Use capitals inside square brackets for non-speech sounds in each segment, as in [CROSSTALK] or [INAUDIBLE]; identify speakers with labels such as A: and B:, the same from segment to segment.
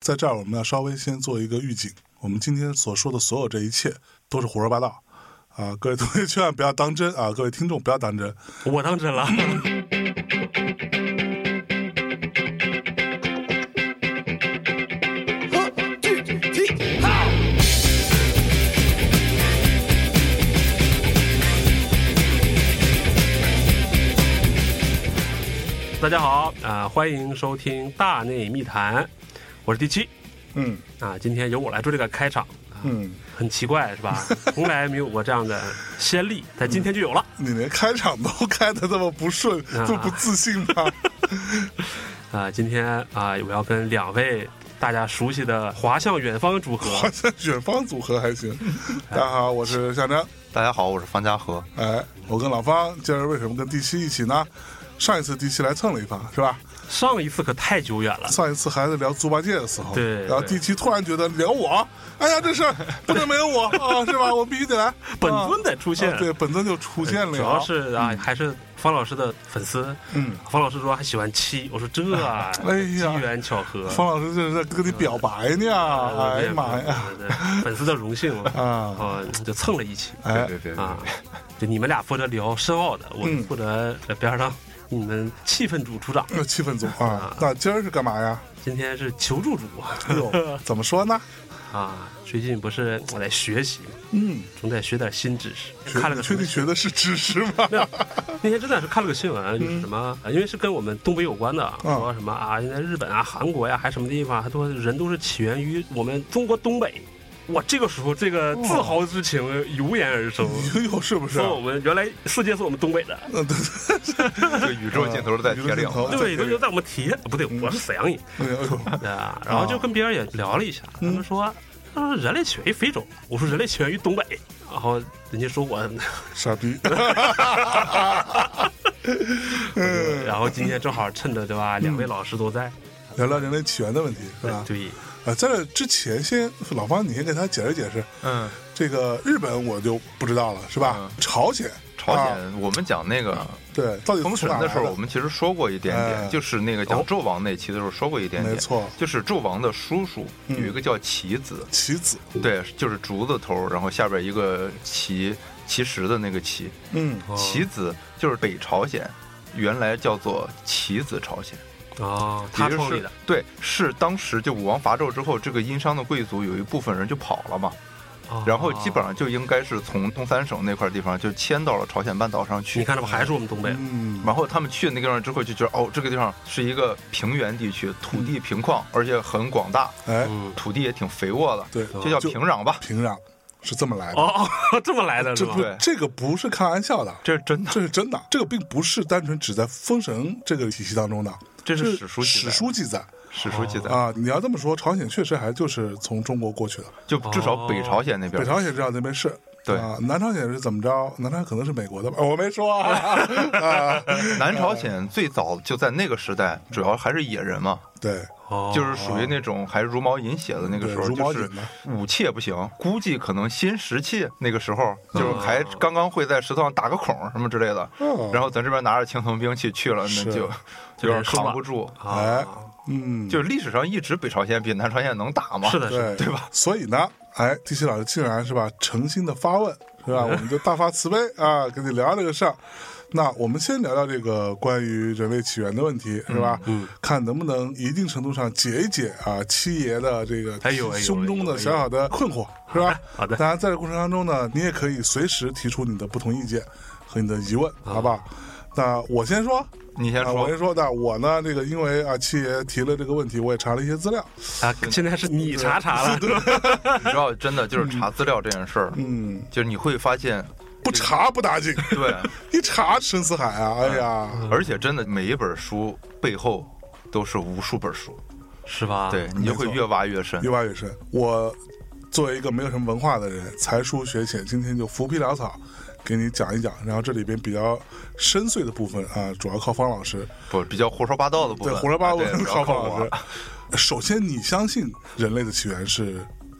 A: 在这儿我们要稍微先做一个预警，我们今天所说的所有这一切都是胡说八道啊！各位同学 [LAUGHS] 千万不要当真啊！各位听众不要当真。
B: 我当真了。大家好啊、欢迎收听《大内密谈》，我是第七
A: 嗯
B: 啊，今天由我来做这个开场，
A: 嗯，
B: 很奇怪是吧？从来没有过这样的先例，但今天就有了
A: 你连开场都 [LAUGHS] 开的这么不顺，
B: 啊
A: 这么不自信吗？
B: 啊！今天啊，我要跟两位大家熟悉的滑向远方组合
A: 好像远方组合还
B: [LAUGHS]
A: 行。大家好，我是向征。
C: 大家好，我是方家和。
A: 哎，我跟老方今儿为什么跟第七一起呢？上一次第七来蹭了一发，是吧？
B: 上一次可太久远了，
A: 上一次还在聊猪八戒的时候，
B: 对
A: 然后
B: 对
A: 第七突然觉得聊我，哎呀，这事儿不能没有
B: [LAUGHS]
A: 我啊，是吧？我必须得来，
B: 本尊得出现。
A: 啊对，本尊就出现了，
B: 主要是啊，还是方老师的粉丝。
A: 嗯，
B: 方老师说还喜欢七，我说这啊，
A: 哎
B: 机
A: 呀
B: 缘巧合。
A: 方老师这是在跟你表白呢，哎呀妈呀，
B: 对！对对粉丝的荣幸啊，
A: 啊，
B: 就蹭了一起
A: 哎，
C: 对
B: 啊。就你们俩负责聊深奥的，我
A: 嗯
B: 负责在边上。你们气氛组组长，
A: 那气氛组啊，那今儿是干嘛呀？
B: 今天是求助组
A: 哟，怎么说呢？
B: 啊。最近不是我在学习，
A: 嗯，
B: 总得学点新知识。
A: 学
B: 看
A: 你
B: 了个
A: 确定学嗯的是知识吗？
B: 没有，那天真的是看了个新闻，就是什么，呃因为是跟我们东北有关的，
A: 嗯
B: 说什么啊，现在日本啊、韩国呀、还什么地方，还啊都人都是起源于我们中国东北。哇，这个时候这个自豪之情油然而生，
A: 哟，是不是？啊
B: 说我们原来世界是我们东北的，
A: 嗯，对
C: 这宇宙尽头是在铁岭。
A: 嗯
B: 对，都就在我们铁，不对，我是沈阳人
A: 对，哎呦
B: 啊。然后就跟别人也聊了一下，
A: 嗯
B: 他们说。他说人类起源于非洲，我说人类起源于东北，然后人家说我，
A: 傻逼，嗯
B: 然后今天正好趁着对吧，两位老师都在，
A: 聊聊人类起源的问题是吧？
B: [LAUGHS] 对，
A: 啊，在这之前先，老方，你先给他解释解释。
C: 嗯，
A: 这个日本我就不知道了，是吧？
C: 嗯
A: 朝鲜，
C: 朝
A: 啊
C: 鲜，我们讲那个
A: 对，到底
C: 封
A: 从
C: 神
A: 哪来
C: 的时候，我们其实说过一点
A: 哎
C: 点，就是那个讲纣王那期的时候说过一点点，
A: 没错
C: 就是纣王的叔叔有一个叫棋子，
A: 棋子，
C: 对，就是竹字头，然后下边一个棋，棋石的那个棋，
A: 嗯，
B: 哦
C: 棋子就是北朝鲜。原来叫做棋子朝鲜，
B: 哦，
C: 也
B: 他
C: 就
B: 创立
C: 是
B: 的，
C: 对，是当时就武王伐纣之后，这个殷商的贵族有一部分人就跑了嘛，
B: 哦
C: 然后基本上就应该是从东三省那块地方就迁到了朝鲜半岛上去。
B: 你看，这不还是我们东北？
A: 嗯，
C: 然后他们去的那个地方之后就觉得，哦，这个地方是一个平原地区，土地平旷，而且很广大，
A: 哎，
B: 嗯，
C: 土地也挺肥沃的，
A: 对，
C: 就叫平壤吧。
A: 平壤是这么来的，
B: 哦哦， [LAUGHS] 这么来的是
A: 这
B: 吧
A: 不？
C: 对
A: 这个不是开玩笑的，
C: 这是真的，
A: 这是真的，这个并不是单纯只在《封神》这个体系当中的，
C: 这
A: 这
C: 是史书记载
A: 史书记载
C: 史书记载，
B: 哦
A: 啊。你要这么说，朝鲜确实还就是从中国过去的，
C: 就至少北朝鲜那
A: 北
C: 边。
B: 哦
A: 朝鲜知道那边是。
C: 对
A: 啊，南朝鲜是怎么着？南朝鲜可能是美国的吧，我没说啊。
C: [LAUGHS]
A: 啊
C: 南朝鲜最早就在那个时代，主要还是野人嘛，
A: 对，
B: 哦，
C: 就是属于那种还茹毛饮血的那个时候，
A: 对茹毛
C: 就
A: 饮嗯
C: 是
A: 嘛
C: 武器也不行，估计可能新石器那个时候就是还刚刚会在石头上打个孔什么之类的，
A: 哦
C: 然后咱这边拿着青铜兵器去了，那
A: 是
C: 就
B: 就
C: 就
B: 得
C: 是
B: 输了
C: 扛不住。
A: 哎
B: 啊，，
A: 嗯，
C: 就历史上一直北朝鲜比南朝鲜能打嘛？
B: 是的，是的，
A: 对
C: 对吧？
A: 所以呢，哎，地心老师竟然是吧，诚心的发问，是吧？我们就大发慈悲啊，跟你聊聊这个事儿。那我们先聊聊这个关于人类起源的问题，是吧？嗯，看能不能一定程度上解一解啊七爷的这个
B: 哎呦哎呦
A: 胸中
B: 哎
A: 的
B: 呦
A: 小小的困惑，是吧？
B: [LAUGHS] 好的
A: 当然，在这过程当中呢，你也可以随时提出你的不同意见和你的疑问，
B: 啊
A: 好不好？那我先说，
C: 你先
A: 啊，我
C: 说
A: 先，说。那我呢，这个因为啊七爷提了这个问题，我也查了一些资料，
B: 啊，现在是你查查了，
C: 你知道，真的就是查资料这件事儿，
A: 嗯，
C: 就是你会
A: [LAUGHS]
C: 发现，
A: 不查不打紧。 [LAUGHS]
C: 对，
A: 一查深似海啊！哎呀，
C: 而且真的每一本书背后都是无数本书，
B: [LAUGHS] 是吧？
C: 对你就会
A: 啊没错
C: 越挖越深
A: 越。挖越深。我作为一个没有什么文化的人，才疏学浅，今天就浮皮潦草给你讲一讲。然后这里边比较深邃的部分啊，主要靠方老师，
C: 不，比较胡说八道的部
A: 对
C: 分，啊
A: 胡说八道 [LAUGHS]
C: 对
A: 靠方
C: 不要
A: 老师
C: 我。
A: 首先，你相信人类的起源是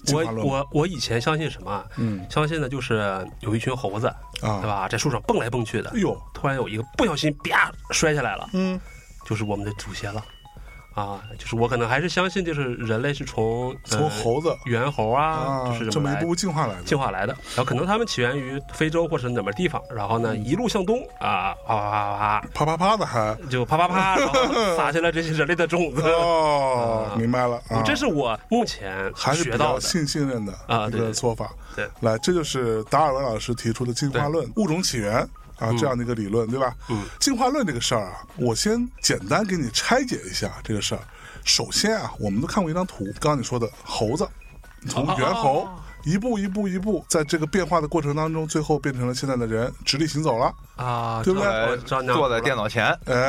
A: 进
B: 我
A: 化论吗？
B: 我我以前相信什么？嗯，相信的就是有一群猴子，
A: 啊
B: 对吧，在树上蹦来蹦去的
A: 哎，呦，
B: 突然有一个不小心啪摔下来了，
A: 嗯，
B: 就是我们的祖先了。啊，就是我可能还是相信，就是人类是从呃
A: 从猴子
B: 猿猴啊，就是
A: 哎这么
B: 来
A: 一步进化来的。
B: 进化来的，然后可能他们起源于非洲或者哪么地方，然后呢
A: 嗯
B: 一路向东啊，啪啪啪啪
A: 啪啪啪的 [LAUGHS] 还
B: 啪，就啪啪啪，然后撒下了这些人类的种
A: [LAUGHS] 啊
B: 子。
A: 哦，明白了啊，
B: 这是我目前
A: 还是
B: 学
A: 比
B: 到
A: 较
B: 的。
A: 信信任的
B: 啊
A: 一
B: 对
A: 个
B: 对
A: 做法。
B: 对
A: 来，这就是达尔文老师提出的进化论、物种起源啊这样的一个理论，对吧？嗯，进化论这个事儿啊，我先简单给你拆解一下这个事儿。首先啊，我们都看过一张图，刚刚你说的猴子，从
B: 哦
A: 猿猴。一步一步一步，在这个变化的过程当中，最后变成了现在的人，直立行走了，
B: 啊，
A: 对不对
B: 我
C: 呃
B: 知道你要
C: 坐在
B: 说
C: 电脑前，
A: 哎，
B: 了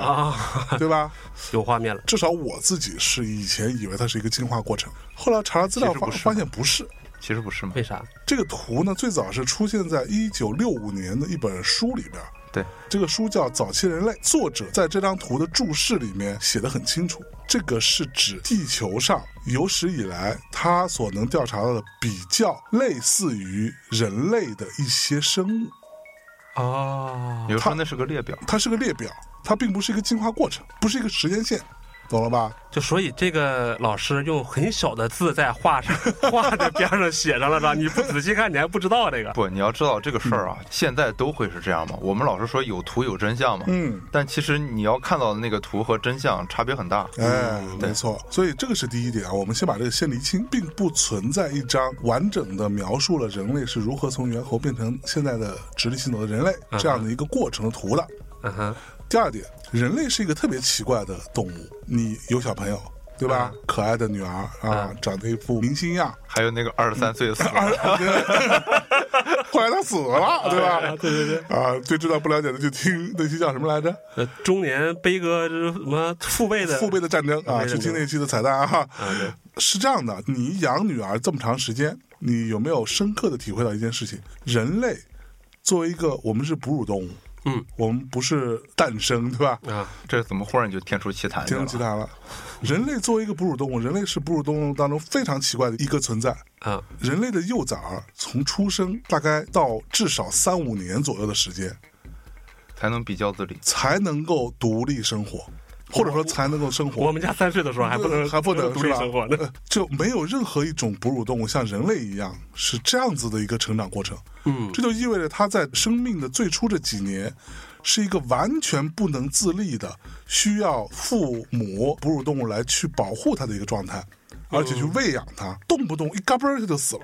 B: 啊， [LAUGHS]
A: 对吧？
B: 有画面了。
A: 至少我自己是以前以为它是一个进化过程，后来查了资料
C: 其实
A: 发
C: 不是
A: 发现不是，
C: 其实不是嘛
B: 为？啥？
A: 这个图呢，最早是出现在一九六五年的一本书里边。
C: 对，
A: 这个书叫《早期人类》，作者在这张图的注释里面写得很清楚，这个是指地球上有史以来他所能调查到的比较类似于人类的一些生物。啊
B: 哦
C: 比，如说那是个列表，
A: 它是个列表，它并不是一个进化过程，不是一个时间线，懂了吧？
B: 就所以这个老师用很小的字在
A: [LAUGHS]
B: 画上画的边上写上了，让你不仔细看你还不知道这个。
C: 不，你要知道这个事儿啊，现在都会是这样嘛。我们老是说有图有真相嘛，
A: 嗯，
C: 但其实你要看到的那个图和真相差别很大。
A: 哎，
C: 对
A: 没错，所以这个是第一点啊，我们先把这个先厘清，并不存在一张完整的描述了人类是如何从猿猴变成现在的直立行走的人类这样的一个过程的图的。
B: 嗯哼，
A: 第二点，人类是一个特别奇怪的动物，你有小朋友。对吧？可爱的女儿啊，长得一副明星样，啊
C: 还有那个二十三岁的死
A: 嗯
C: 了，
A: [LAUGHS] 后来她死了，对吧？嗯对对对，啊，对这段不了解的就听那期叫什么来着？
B: 呃，中年悲歌之什么父辈的
A: 父辈的战争啊，去听那期的彩蛋啊。是这样的，你养女儿这么长时间，你有没有深刻的体会到一件事情？人类作为一个，我们是哺乳动物，
B: 嗯，
A: 我们不是诞生，对吧？
B: 啊，
C: 这怎么忽然就天出奇谭去
A: 天
C: 了
A: 生？奇谭了。人类作为一个哺乳动物，人类是哺乳动物当中非常奇怪的一个存在。
B: 啊，
A: 人类的幼崽儿从出生大概到至少三五年左右的时间，
C: 才能比较自理。
A: 才能够独立生活，或者说才能够生活。
B: 我们家三岁的时候还不能
A: 嗯还不能
B: 独立
A: 是吧嗯
B: 生活
A: [LAUGHS]
B: 呢。
A: 就没有任何一种哺乳动物像人类一样是这样子的一个成长过程。
B: 嗯，
A: 这就意味着它在生命的最初这几年是一个完全不能自立的，需要父母哺乳动物来去保护它的一个状态，而且去喂养它，动不动一嘎嘣儿它就死了。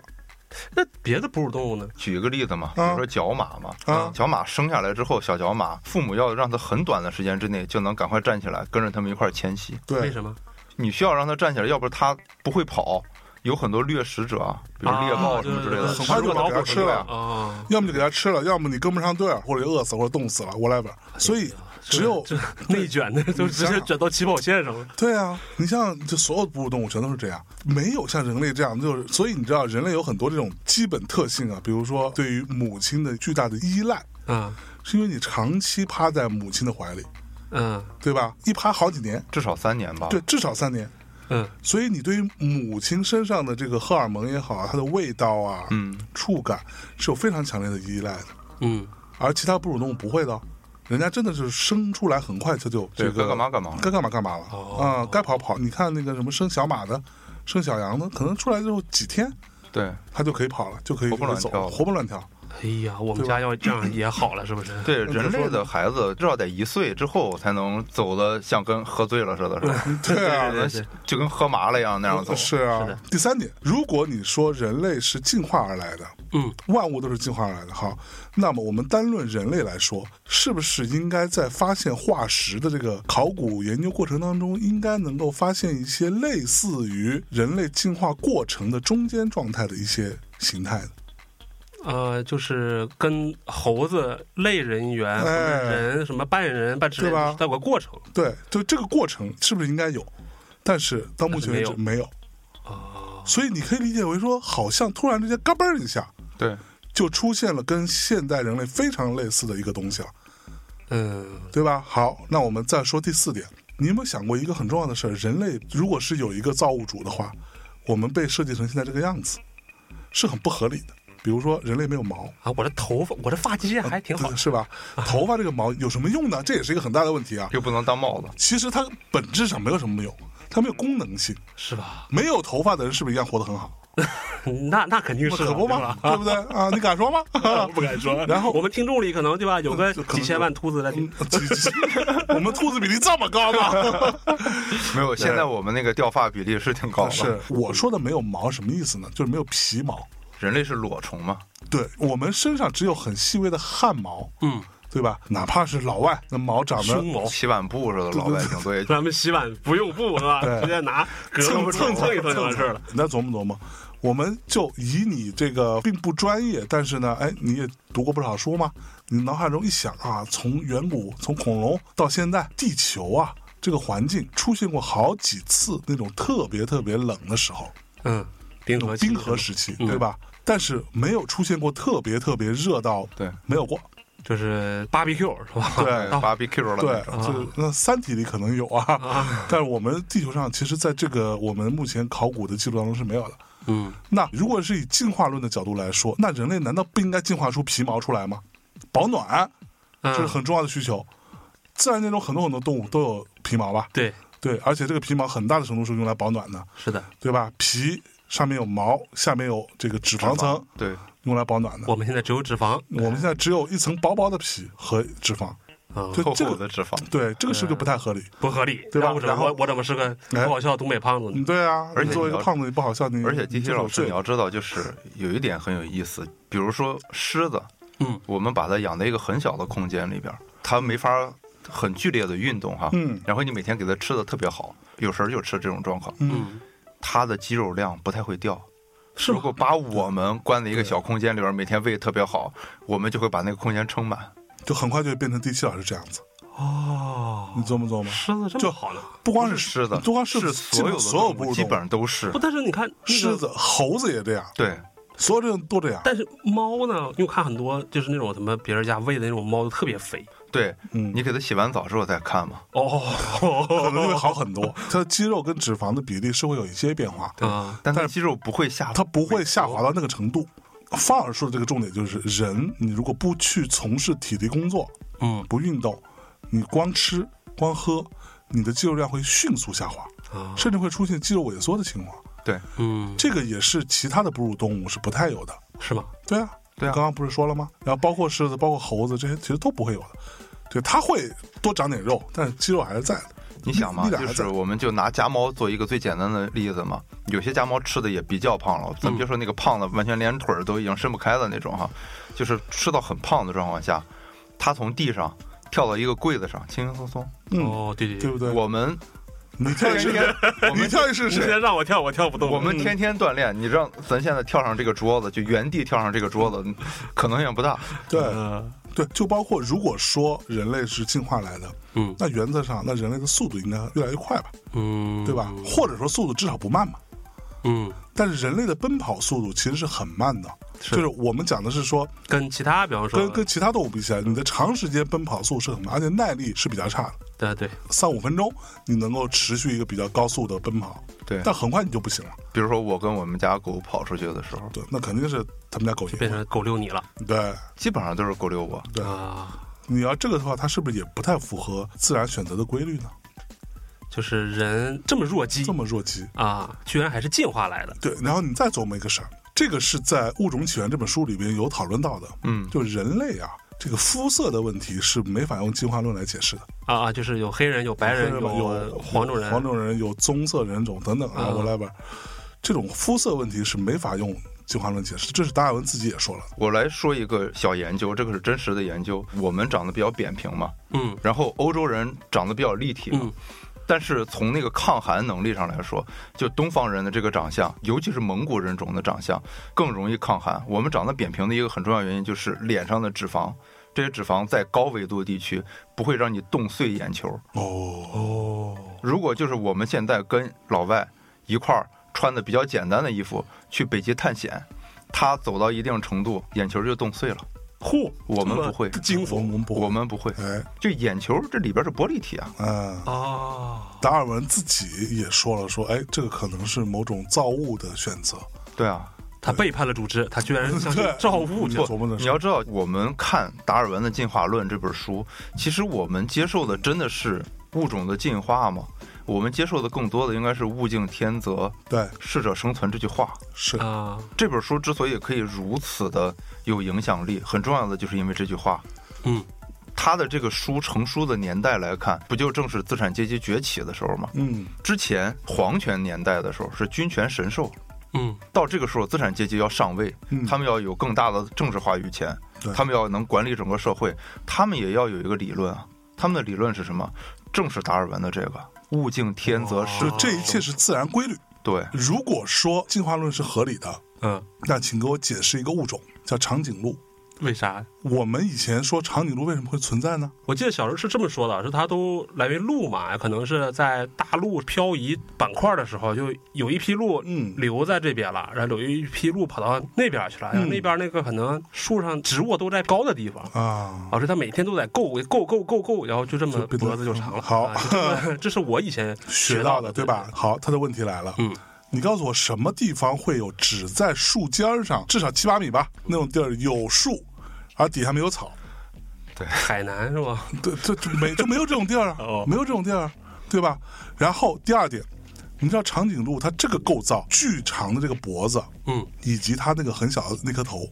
B: 那别的哺乳动物呢？
C: 举一个例子嘛，比如说角马嘛，
A: 啊
C: 角马生下来之后，小角马父母要让它很短的时间之内就能赶快站起来，跟着它们一块儿迁徙。
B: 为
A: 对，
B: 什么？
C: 你需要让它站起来，要不它不会跑。有很多掠食者啊，比如猎豹什么之类的，
B: 啊
A: 很快就
B: 就是
A: 把它
B: 脑补
A: 吃
B: 成这
A: 了
B: 样啊。
A: 要么就给它吃了，要么你跟不上队儿，或者就饿死或者冻死了，whatever。所以 [LAUGHS] 只有
B: 哎
A: [LAUGHS]
B: 这内卷的都直接卷到起跑线上了。
A: 对啊，你像就所有哺乳动物全都是这样，没有像人类这样，就是所以你知道人类有很多这种基本特性啊，比如说对于母亲的巨大的依赖，
B: 啊，
A: 是因为你长期趴在母亲的怀里，
B: 嗯
A: 对吧？一趴好几年，
C: 至少三年吧。
A: 对，至少三年。
B: 嗯，
A: 所以你对于母亲身上的这个荷尔蒙也好啊，它的味道啊、
C: 嗯，
A: 触感是有非常强烈的依赖的，
B: 嗯，
A: 而其他哺乳动物不会的哦，人家真的是生出来很快它就这
C: 对，
A: 个
C: 该干嘛干嘛。
A: 该干嘛干嘛了啊、
B: 哦
A: 该跑跑。你看那个什么生小马的、生小羊的，可能出来之后几天，
C: 对
A: 它就可以跑了，就可以
C: 活蹦乱
A: 走了
C: 跳
A: 活蹦
C: [LAUGHS]
A: 乱跳。
B: 哎呀，我们家要这样也好了，是不是？
C: 对，
A: 那
C: 人
A: 就说
C: 类的孩子至少得一岁之后才能走的像跟喝醉了似的，是吧？
A: 对啊，
B: 对对
C: 就跟喝麻了一样那样走。
A: 是啊。第三点，如果你说人类是进化而来的，
B: 嗯，
A: 万物都是进化而来的哈，那么我们单论人类来说，是不是应该在发现化石的这个考古研究过程当中，应该能够发现一些类似于人类进化过程的中间状态的一些形态呢？
B: 呃，就是跟猴子类人猿、或
A: 哎
B: 者人什么半人半之类
A: 对吧
B: 的，它有个过程
A: 对，就这个过程是不是应该有？但是到目前为止
B: 但是
A: 没有，啊所以你可以理解为说，好像突然之间嘎嘣儿一下
C: 对，
A: 就出现了跟现代人类非常类似的一个东西了，
B: 嗯，
A: 对吧？好，那我们再说第四点，你有没有想过一个很重要的事儿？人类如果是有一个造物主的话，我们被设计成现在这个样子，是很不合理的。比如说人类没有毛，
B: 啊，我这头发，我这发际线还挺好
A: 对，是吧？头发这个毛有什么用呢？这也是一个很大的问题啊。
C: 又不能当帽子，
A: 其实它本质上没有什么用，它没有功能性。
B: 是吧？ [LAUGHS]
A: 没有头发的人是不是一样活得很好？
B: 那那肯定是了
A: 可不
B: 对
A: 吗
B: 吧？？
A: 对不对啊？你敢说吗？ [LAUGHS]
B: 啊 [LAUGHS] 不敢说。
A: 然后
B: 我们听众里可能对
A: [LAUGHS]
B: 吧，有个
A: 就可嗯能
B: 几千万秃子在听。
A: 我们兔子比例这么高吗？ [LAUGHS]
C: 没有。现在我们那个掉发比例是挺高的，
A: 是我说的没有毛什么意思呢？就是没有皮毛。
C: 人类是裸虫嘛？
A: 对我们身上只有很细微的汗毛，
B: 嗯，
A: 对吧？哪怕是老外，那毛长得
B: 胸毛，
C: 洗碗布似的，老百姓对，
B: 咱们洗碗不用布是吧？
A: 对
B: 直接拿隔
A: 蹭
B: 蹭蹭蹭一蹭
A: 蹭
B: 就完事儿了。。
A: 你再琢磨琢磨，我们就以你这个并不专业，但是呢，哎，你也读过不少书嘛，你脑海中一想啊，从远古从恐龙到现在，地球啊这个环境出现过好几次那种特别特别冷的时候，
B: 嗯，冰河期
A: 冰河时期，
B: 嗯
A: 对吧？但是没有出现过特别特别热到
C: 对
A: 没有过，
B: 就是 BBQ 是吧？啊
A: 对
B: 到
C: barbecue 了，
A: 对，就是那《三体》里可能有啊， [LAUGHS] 但是我们地球上其实在这个我们目前考古的记录当中是没有的。
B: 嗯，
A: 那如果是以进化论的角度来说，那人类难道不应该进化出皮毛出来吗？保暖这是
B: 嗯，
A: 很重要的需求。自然界中很多很多动物都有皮毛吧？
B: 对，
A: 对，而且这个皮毛很大的程度是用来保暖的，
B: 是的，
A: 对吧？皮上面有毛，下面有这个脂肪层，
C: 对，
A: 用来保暖的。
B: 我们现在只有脂肪
A: 我们现在只有一层薄薄的皮和脂肪，
B: 啊，
A: 就
C: 厚
A: 这
C: 厚
A: 个
C: 的脂肪，
A: 对这个是不是不太合理？
B: 不合理，
A: 对吧
B: 那我怎么
A: 然后
B: 我我怎么是个不好笑的东北胖子
A: 嗯，
B: 呢？
A: 对啊，
C: 而且
A: 你作为一
C: 你
A: 个
C: 要
A: 胖子，你不好笑，你
C: 而且
A: 你
C: 机
A: 就嗯是
C: 器
A: 有
C: 老师，
A: 罪
C: 你要知道，就是有一点很有意思，比如说狮子，
B: 嗯，
C: 我们把它养在一个很小的空间里边儿，它没法很剧烈的运动哈，
A: 嗯
C: 然后你每天给它吃的特别好，有时候就吃这种状况，
A: 嗯，
C: 它的肌肉量不太会掉。
B: 是
C: 如
B: 吗？
C: 果把我们关在一个小空间里边儿，每天喂特别好，我们就会把那个空间撑满。
A: 就很快就变成地气老师这样子，
B: 哦
A: 你，琢磨琢磨。
B: 狮子这
A: 嗯就
B: 么好呢？
A: 不光
C: 是狮子，
A: 不光
C: 是
A: 基
C: 所
A: 本
C: 有的
A: 所有哺
C: 动
A: 乳
C: 物基
A: 动物
C: 本上都是
B: 不，但是你看那个
A: 狮子、猴子也这样，
C: 对，
A: 所有这种都这样。
B: 但是猫呢，因为我看很多就是那种什么别人家喂的那种猫，特别肥。
C: 对，
A: 嗯
C: 你给它洗完澡之后再看嘛。
A: 可能就会
B: 哦，
A: 好很
C: [LAUGHS]
A: 多，它的肌肉跟脂肪的比例是会有一些变化，
B: 啊，
C: 但它
A: 但
C: 肌肉不会下，
A: 它不会下滑到那个程度。范老师说的这个重点就是，人你如果不去从事体力工作，
B: 嗯
A: 不运动，你光吃光喝，你的肌肉量会迅速下滑，
C: 哦
B: 啊，
A: 甚至会出现肌肉萎缩的情况。
C: 对
B: 嗯，
A: 这个也是其他的哺乳动物是不太有的。
B: 是吗？
A: 对啊，
C: 对啊
A: 你刚刚不是说了吗？然后包括狮子、包括猴子这些，其实都不会有的。对，它会多长点肉，但是肌肉还是在的。
C: 你想嘛，
A: 力量还
C: 就
A: 在
C: 是我们就拿家猫做一个最简单的例子嘛。有些家猫吃的也比较胖了，咱们别说那个胖的，完全连腿儿都已经伸不开的那种哈，就是吃到很胖的状况下，它从地上跳到一个柜子上，轻轻松松。
A: 嗯，
B: 哦，对对
A: 对
B: 对，
A: 不对？
C: 我们
A: 你跳一
C: [LAUGHS]
A: 试
C: 天天
A: 试，你跳一试
B: 今
A: 试。
B: 天让我跳，我跳不动。嗯
C: 我们天天锻炼，你让咱现在跳上这个桌子，就原地跳上这个桌子，可能性不大。
A: 对
B: 呃，
A: 对，就包括如果说人类是进化来的，
B: 嗯
A: 那原则上，那人类的速度应该越来越快吧，
B: 嗯，
A: 对吧？或者说速度至少不慢嘛。
B: 嗯，
A: 但是人类的奔跑速度其实是很慢的，
B: 是
A: 就是我们讲的是说，
B: 跟其他，比方说，
A: 跟跟其他动物比起来，你的长时间奔跑速度是很慢，而且耐力是比较差的。
B: 对对，
A: 三五分钟，你能够持续一个比较高速的奔跑，
C: 对，
A: 但很快你就不行了。
C: 比如说我跟我们家狗跑出去的时候，
A: 对，那肯定是他们家狗
B: 变
A: 赢。
B: 成狗遛你了
A: 对，
C: 基本上都是狗遛我。
A: 对
B: 啊，
A: 你要这个的话，它是不是也不太符合自然选择的规律呢？
B: 就是人这么弱鸡
A: 这么弱鸡，
B: 啊，居然还是进化来的。
A: 对。然后你再琢磨一个事儿，这个是在《物种起源》这本书里边有讨论到的，
C: 嗯，
A: 就人类啊。这个肤色的问题是没法用进化论来解释的，
B: 啊啊，就是有黑人，有白人，
A: 有有
B: 黄种人，
A: 黄种人有棕色人种等等啊
B: 嗯
A: ，whatever，这种肤色问题是没法用进化论解释，这是达尔文自己也说了。
C: 我来说一个小研究，这个是真实的研究。我们长得比较扁平嘛，
B: 嗯
C: 然后欧洲人长得比较立体嘛，
B: 嗯
C: 但是从那个抗寒能力上来说，就东方人的这个长相，尤其是蒙古人种的长相更容易抗寒。我们长得扁平的一个很重要原因就是脸上的脂肪，这些脂肪在高纬度地区不会让你冻碎眼球。
A: 哦，
B: 哦，
C: 如果就是我们现在跟老外一块儿穿的比较简单的衣服去北极探险，他走到一定程度，眼球就冻碎了。
B: 嚯，
C: 我们
B: 这么
C: 不会
B: 惊
A: 我
B: 悚
A: 们不
C: 我们不会，
A: 哎，
C: 就眼球这里边是玻璃体啊，
A: 嗯，
B: 啊，
A: 达尔文自己也说了说，哎，这个可能是某种造物的选择，
C: 对啊，
B: 他背叛了组织，他居
A: [LAUGHS]
B: 然相信造物
A: 你
B: 者。
A: 琢磨的
C: 你
A: 是
C: 要知道，我们看达尔文的《进化论》这本书，其实我们接受的真的是物种的进化吗？我们接受的更多的应该是“物竞天择，
A: 对，
C: 适者生存”这句话。
A: 是
B: 啊，
C: 这本书之所以可以如此的有影响力，很重要的就是因为这句话。
B: 嗯，
C: 他的这个书成书的年代来看，不就正是资产阶级崛起的时候吗？
A: 嗯，
C: 之前皇权年代的时候是君权神授，
B: 嗯，
C: 到这个时候资产阶级要上位，
A: 嗯
C: 他们要有更大的政治话语权
A: 对，
C: 他们要能管理整个社会，他们也要有一个理论啊。他们的理论是什么？正是达尔文的这个“物竞天择，
B: 哦
C: 适
A: 就
C: 者
A: 这一切是自然规律。
C: 对，
A: 如果说进化论是合理的，
B: 嗯，
A: 那请给我解释一个物种，叫长颈鹿。
B: 为啥？
A: 我们以前说长颈鹿为什么会存在呢？
B: 我记得小时候是这么说的，是它都来源于鹿嘛，可能是在大陆漂移板块的时候，就有一批鹿
A: 嗯
B: 留在这边了，然后有一批鹿跑到那边去了，然
A: 嗯
B: 后那边那个可能树上植物都在高的地方，
A: 啊，
B: 导致它每天都在够够够够够，然后就这么
A: 就变得
B: 脖子就长了。
A: 好
B: 啊就这么这是我以前
A: 学到
B: 到
A: 的对？吧？好，他的问题来了，
B: 嗯，
A: 你告诉我什么地方会有只在树尖儿上至少七八米吧那种地儿有树，而底下没有草？
B: 海南是吧？
A: 对，这就没就没有这种地儿啊
B: 哦，
A: 没有这种地儿，对吧？然后第二点，你知道长颈鹿它这个构造，巨长的这个脖子，
B: 嗯，
A: 以及它那个很小的那颗头，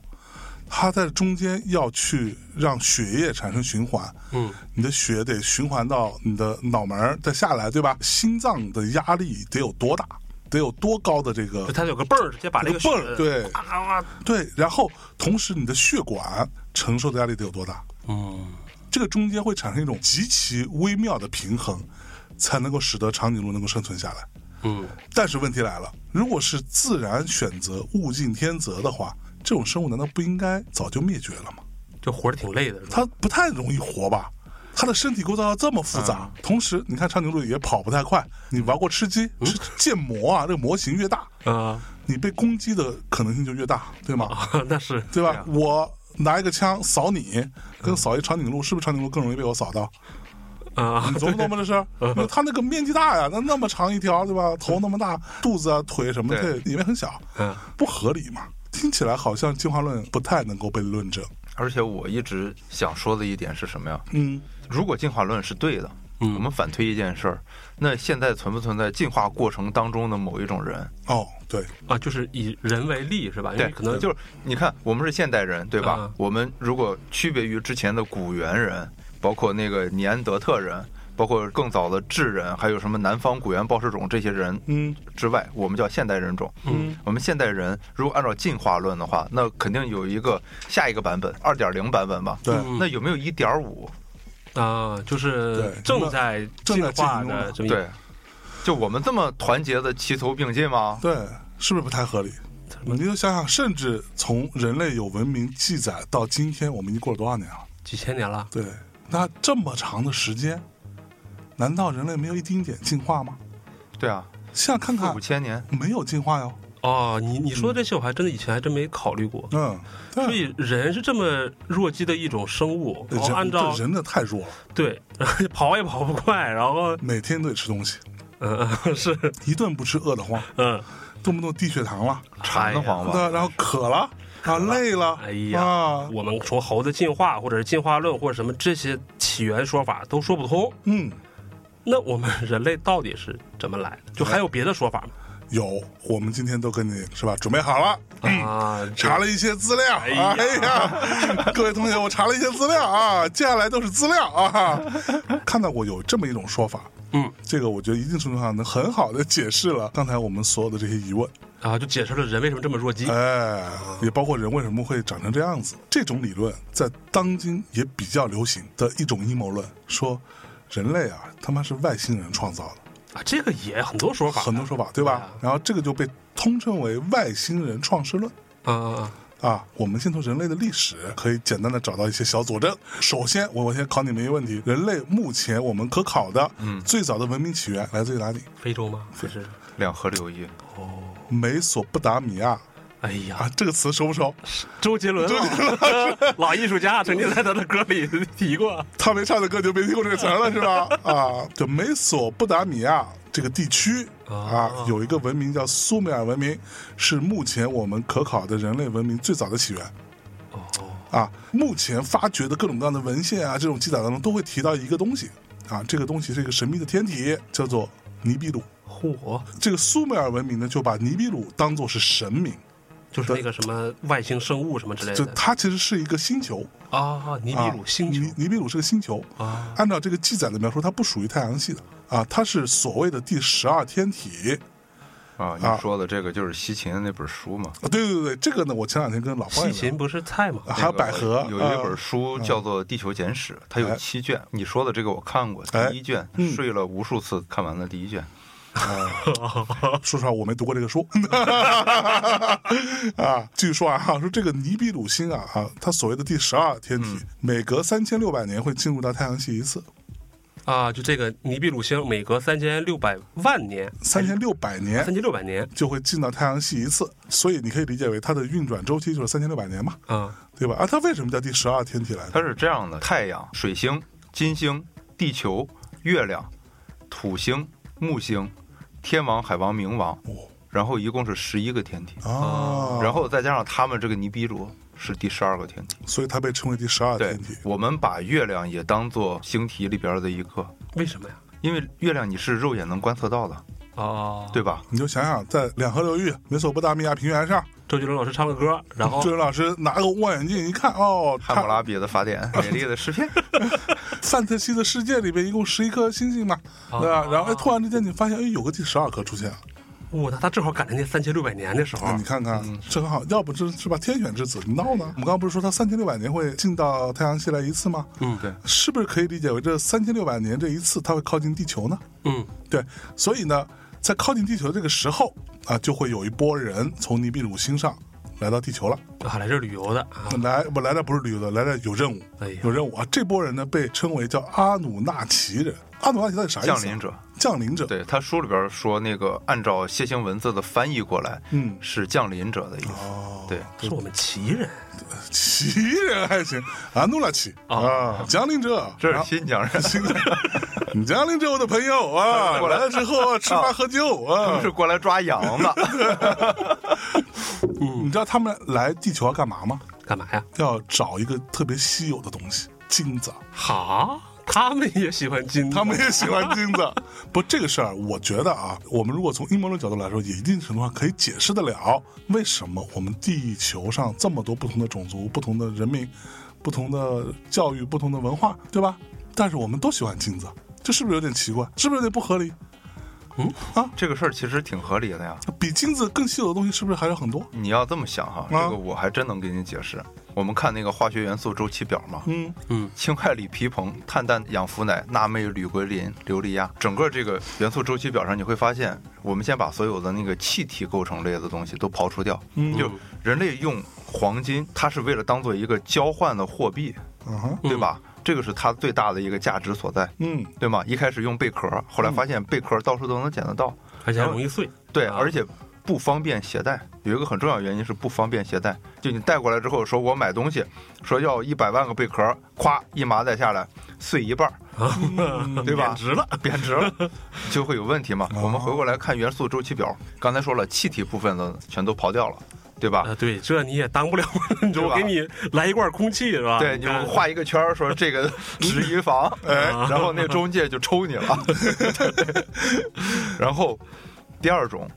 A: 它在中间要去让血液产生循环，
B: 嗯，
A: 你的血得循环到你的脑门儿再下来，对吧？心脏的压力得有多大？得有多高的这个
B: 就它有个泵儿，直接把这
A: 这
B: 个
A: 泵儿？
B: 血
A: 对
B: 啊，啊
A: 对，然后同时你的血管承受的压力得有多大？
B: 嗯，
A: 这个中间会产生一种极其微妙的平衡，才能够使得长颈鹿能够生存下来。
B: 嗯，
A: 但是问题来了，如果是自然选择物竞天择的话，这种生物难道不应该早就灭绝了吗？
B: 就活得挺累的，是吧？
A: 它不太容易活吧？它的身体构造要这么复杂，同时你看长颈鹿也跑不太快。你玩过吃鸡，吃建模啊，这个模型越大，
B: 啊，
A: 你被攻击的可能性就越大，对吗？
B: 那是
A: 啊对啊嗯吧？我拿一个枪扫你，跟扫一长颈鹿，是不是长颈鹿更容易被我扫 [LAUGHS] 到？
B: 啊
A: 你，琢磨琢磨这事，因为它那个面积大呀，那那么长一条，对吧？头那么大，肚子啊、腿什么的
C: 对
A: 里面很小，
B: 嗯
A: 不合理嘛？听起来好像进化论不太能够被论证。
C: 而且我一直想说的一点是什么呀？
A: 嗯，
C: 如果进化论是对的，
B: 嗯
C: 我们反推一件事儿，那现在存不存在进化过程当中的某一种人？
A: 哦，对，
B: 啊，就是以人为例是吧？因
C: 对，
B: 为哎可能
C: 就是你看，我们是现代人，对吧？
B: 嗯
C: 我们如果区别于之前的古猿人，包括那个尼安德特人，包括更早的智人，还有什么南方古猿暴氏种这些人
A: 嗯
C: 之外，我们叫现代人种。
B: 嗯，
C: 我们现代人如果按照进化论的话，那肯定有一个下一个版本，二点零版本吧？
A: 对，
B: 嗯
C: 那有没有一点五？
B: 啊，就是
A: 对
B: 正在
A: 正在进
B: 化
A: 入
B: 的
A: 呢
B: 这么一
C: 对，就我们这么团结的齐头并进吗？
A: 对，是不是不太合理？
B: 嗯
A: 你就想想，甚至从人类有文明记载到今天，我们已经过了多少年了？
B: 几千年了，
A: 对，那这么长的时间，难道人类没有一丁点进化吗？
C: 对啊，
A: 现在看
C: 四
A: 看
C: 五，千年，
A: 没有进化哟。
B: 哦，你你说的这些，我还真的以前还真没考虑过。
A: 嗯，对
B: 所以人是这么弱鸡的一种生物，然后
A: 人
B: 按照
A: 这人的太弱了，
B: 对， [LAUGHS] 然后跑也跑不快，然后
A: 每天都得吃东西，
B: 嗯嗯是
A: 一顿不吃饿得慌，
B: [LAUGHS] 嗯，
A: 动不动低血糖了，
C: 馋得慌吧？
A: 那然后渴了啊，累了，
B: 哎呀
A: 啊，
B: 我们从猴子进化，或者是进化论，或者什么这些起源说法都说不通。
A: 嗯，
B: 那我们人类到底是怎么来的？就还有别的说法吗？
A: 有，我们今天都跟你是吧，准备好了。
B: 啊，
A: 查了一些资料，哎
B: 呀
A: 呀，各位同学，我查了一些资料啊，接下来都是资料啊。看到过有这么一种说法，
B: 嗯，
A: 这个我觉得一定程度上能很好的解释了刚才我们所有的这些疑问，
B: 啊，就解释了人为什么这么弱鸡。
A: 哎，也包括人为什么会长成这样子。这种理论在当今也比较流行的一种阴谋论，说人类啊，他妈是外星人创造的。
B: 啊，这个也很多说法，
A: 很多说法，对吧？
B: 对啊
A: 然后这个就被通称为外星人创世论
B: 啊啊
A: 啊。我们先从人类的历史可以简单的找到一些小佐证。首先，我我先考你们一个问题：人类目前我们可考的，嗯，最早的文明起源来自于哪里？
B: 啊，非洲吗？不是，
C: 两河流域，
A: 美索不达米亚
B: 哎
A: 啊
B: 呀，，
A: 这个词熟不熟？
B: 周杰伦
A: 啊
B: 老 [LAUGHS] 老艺术家曾经在他的歌里提过，
A: 他没唱的歌就没听过这个词儿了，是吧？啊，就美索不达米亚这个地区，啊，有一个文明叫苏美尔文明，是目前我们可考的人类文明最早的起源。
B: 哦，
A: 啊，目前发掘的各种各样的文献啊，这种记载当中都会提到一个东西啊，这个东西是一个神秘的天体，叫做尼比鲁。
B: 嚯，
A: 这个苏美尔文明呢，就把尼比鲁当做是神明，
B: 就是那个什么外星生物什么之类
A: 就
B: 的
A: 它其实是一个星球，
B: 啊，尼比鲁星
A: 尼
B: 球
A: 尼比鲁是个星球。
B: 啊，
A: 按照这个记载的描述，它不属于太阳系的啊，它是所谓的第十二天体。
C: 啊，
A: 啊
C: 你说的这个就是西秦的那本书嘛，
A: 啊，对对对，这个呢，我前两天跟老方
B: 西
A: 也聊
B: 芹不是菜吗？
A: 啊还有百合，
C: 有一
A: 啊
C: 本书叫做《地球简史》，它有七卷。你说的这个我看过，
A: 哎
C: 第一卷
A: 嗯
C: 睡了无数次看完了第一卷。
A: 说实话，我没读过这个书。 [LAUGHS] 啊，继续说啊，说这个尼比鲁星啊啊，它所谓的第十二天体，
C: 嗯
A: 每隔三千六百年会进入到太阳系一次，
B: 啊，就这个尼比鲁星，每隔三千六百万年，
A: 三千六百
B: 三
A: 年
C: 哎
B: 千六百年
A: 就会进到太阳系一次，所以你可以理解为它的运转周期就是三千六百年嘛，
B: 啊，
A: 对吧？啊，它为什么叫第十二天体来
C: 它
A: 着？
C: 是这样的：太阳、水星、金星、地球、月亮、土星、木星、天王、海王、冥王
A: 哦，
C: 然后一共是十一个天体，
A: 啊，
C: 嗯然后再加上他们这个尼比鲁是第十二个天体。
A: 所以它被称为第十二
C: 对
A: 啊天体，
C: 我们把月亮也当做星体里边的一个，
B: 为什么呀？
C: 因为月亮你是肉眼能观测到的，
B: 哦，
C: 对吧？
A: 你就想想，在两河流域、美索不达米亚平原上，
B: 周杰伦老师唱个歌，然后
A: 周云老师拿个望远镜一看，哦，
C: 哦汉谟拉比的法典，美丽的诗篇。
A: 范特西的世界里边一共十一颗星星嘛，
B: 啊
A: 对吧？然后哎，突然之间你发现，哎，有个第十二颗出现了，
B: 我他他正好赶上那三千六百年的时候
A: 啊，你看看，
B: 嗯
A: 正好，要不这是吧？天选之子，你闹呢？我们刚刚不是说它三千六百年会进到太阳系来一次吗？
B: 嗯
C: 对
A: 是不是可以理解为这三千六百年这一次，它会靠近地球呢？
B: 嗯，
A: 对，所以呢，在靠近地球的这个时候啊，就会有一波人从尼比鲁星上来到地球了。
B: 啊，来这儿旅游的啊，
A: 来，我来这不是旅游的，来这有任务，
B: 哎呀
A: 有任务啊！这波人呢被称为叫阿努纳奇人。阿努纳奇到底啥意思啊？
C: 降临者
A: 降临者，
C: 对他书里边说，那个按照楔形文字的翻译过来，
A: 嗯
C: 是降临者的意思。
A: 哦，
C: 对，
B: 是我们旗人
A: 奇人还行，阿努拉奇啊，降临
C: [LAUGHS]
A: 者， [LAUGHS]
C: 这是新疆人，
A: 新的，你降临者，我的朋友啊，
C: 过
A: 来
C: 来
A: 了之后啊吃饭喝酒
C: [LAUGHS] 他们
A: 啊
C: 是，过来抓羊的。 [LAUGHS]
A: 你知道他们来地球要干嘛吗？
B: 干嘛呀？
A: 要找一个特别稀有的东西，金子。啊
B: 哈，他们也喜欢
A: [LAUGHS]
B: 金，
A: 他们也喜欢金子。 [LAUGHS] 不，这个事儿，我觉得啊，我们如果从阴谋论角度来说，也一定程度上可以解释得了为什么我们地球上这么多不同的种族、不同的人民、不同的教育、不同的文化，对吧？但是我们都喜欢金子，这是不是有点奇怪？是不是有点不合理？
C: 这个事儿其实挺合理的呀。
A: 比金子更稀有的东西是不是还有很多？
C: 你要这么想哈，这
A: 啊
C: 个我还真能给你解释。我们看那个化学元素周期表嘛，
A: 嗯，
C: 氢氦锂铍硼碳氮氧氟氖钠镁铝硅磷硫氯氩，啊整个这个元素周期表上，你会发现，我们先把所有的那个气体构成类的东西都刨除掉，就人类用黄金，它是为了当做一个交换的货币，
A: 嗯哼，
C: 对吧？这个是它最大的一个价值所在，
A: 嗯，
C: 对吗？一开始用贝壳，后来发现贝壳到处都能捡得到，
B: 而且还容易碎，
C: 对，
B: 啊
C: 而且不方便携带。有一个很重要的原因是不方便携带，就你带过来之后，说我买东西，说要一百万个贝壳，咵一麻袋下来碎一半
B: [LAUGHS]
C: 儿， [LAUGHS] 对吧
B: 贬值了，
C: [LAUGHS] 贬值了，就会有问题嘛。
A: 哦
C: 我们回过来看元素周期表，刚才说了，气体部分的全都刨掉了，对吧？
B: 啊，对，这你也当 [LAUGHS] 不了，你说我给你来一罐空气是吧？
C: 对，你
B: 啊你看
C: 画一个圈儿，说这个止于房，哎，然后那中介就抽你了。然后第二种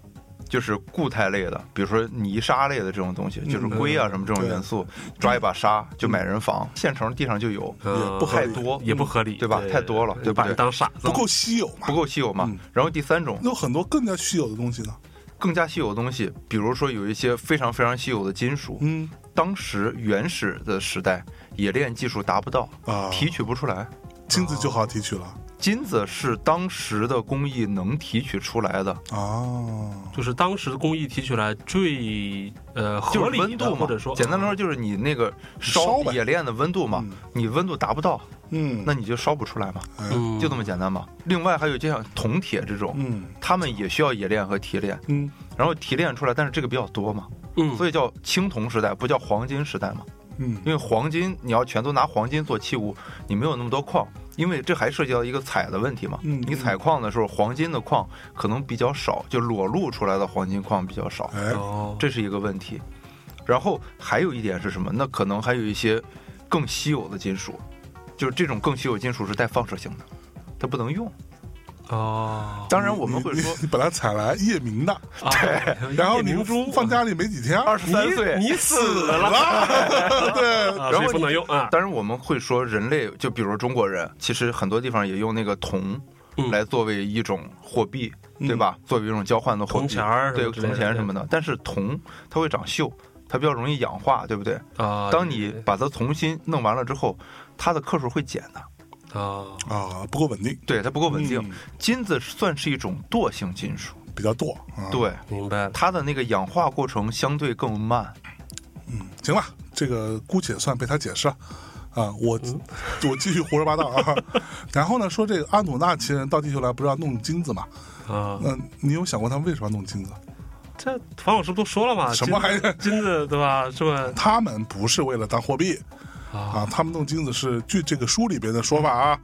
C: 就是固态类的，比如说泥沙类的这种东西，就是硅啊什么这种元素，抓一把沙就买人房，现成地上就有，
B: 嗯
A: 也不合
C: 太
A: 理
C: 多
B: 也不合理，
C: 对吧太多了对不对
B: 把人当傻子
A: 不，够稀有嘛
C: 不。够稀有嘛
A: 嗯。
C: 然后第三种
A: 有很多更加稀有的东西呢。
C: 更加稀有的东西，比如说有一些非常非常稀有的金属，
A: 嗯
C: 当时原始的时代冶炼技术达不到，
A: 啊，
C: 提取不出来。
A: 金子就好提取了
C: 金子是当时的工艺能提取出来的，
A: 啊。
B: 就是当时的工艺提取来最呃
C: 就
B: 合
C: 是
B: 理
C: 温
B: 的
C: 度嘛。
B: 或者说
C: 简单来说，就是你那个
A: 烧
C: 烧
A: 呗
C: 冶炼的温度嘛
A: 嗯，
C: 你温度达不到，
A: 嗯，哎
C: 那你就烧不出来嘛，
B: 嗯，
C: 就这么简单嘛。另外还有就像铜铁这种，
A: 嗯
C: 他们也需要冶炼和提炼，
A: 嗯
C: 然后提炼出来，但是这个比较多嘛，
B: 嗯，
C: 所以叫青铜时代，不叫黄金时代嘛。
A: 嗯
C: 因为黄金你要全都拿黄金做器物，你没有那么多矿，因为这还涉及到一个采的问题嘛。
A: 嗯
C: 你采矿的时候，黄金的矿可能比较少，就裸露出来的黄金矿比较少，
A: 哎，
B: 哦，
C: 这是一个问题。然后还有一点是什么？那可能还有一些更稀有的金属，就是这种更稀有金属是带放射性的，它不能用。
B: [LAUGHS] 哦，
C: 当然我们会
A: 你你
C: 说
A: 你本来采来夜明的，
B: 啊
A: 然后你
B: 明
A: 们
B: 珠
A: 放家里没几天，
C: 嗯二十三岁，
B: 你死了，
A: [LAUGHS] 对，
B: 啊，
C: 然
B: 所
C: 后
B: 以不能用啊。
C: 当然，我们会说人类，就比如中国人，其实很多地方也用那个铜
B: 嗯
C: 来作为一种货币，
A: 嗯
C: 对吧？作为一种交换的货币，
B: 铜钱儿什
C: 对
B: 么之类
C: 铜
B: 的
C: 钱什么的。但是铜它会长锈，它比较容易氧化，对不对？
B: 啊，
C: 当你
B: 对
C: 把它重新弄完了之后，它的克数会减的，
B: 啊，
A: 啊，不够稳定，
C: 对，它不够稳定。
A: 嗯
C: 金子算是一种惰性金属，
A: 比较惰啊。，
C: 对，
B: 明白了，
C: 它的那个氧化过程相对更慢。
A: 行了，这个姑且算被他解释了。啊，我
C: 嗯
A: [LAUGHS] 我继续胡说八道啊。然后呢，说这个阿努纳奇人到地球来不是要弄金子嘛？
B: 啊，
A: 那你有想过他们为什么要弄金子？
B: 这黄老师不都说了吗？
A: 什么
B: 金
A: 还
B: 金子对吧？是吧？
A: 他们不是为了当货币
B: 啊，
A: 啊，他们弄金子是据这个书里边的说法啊，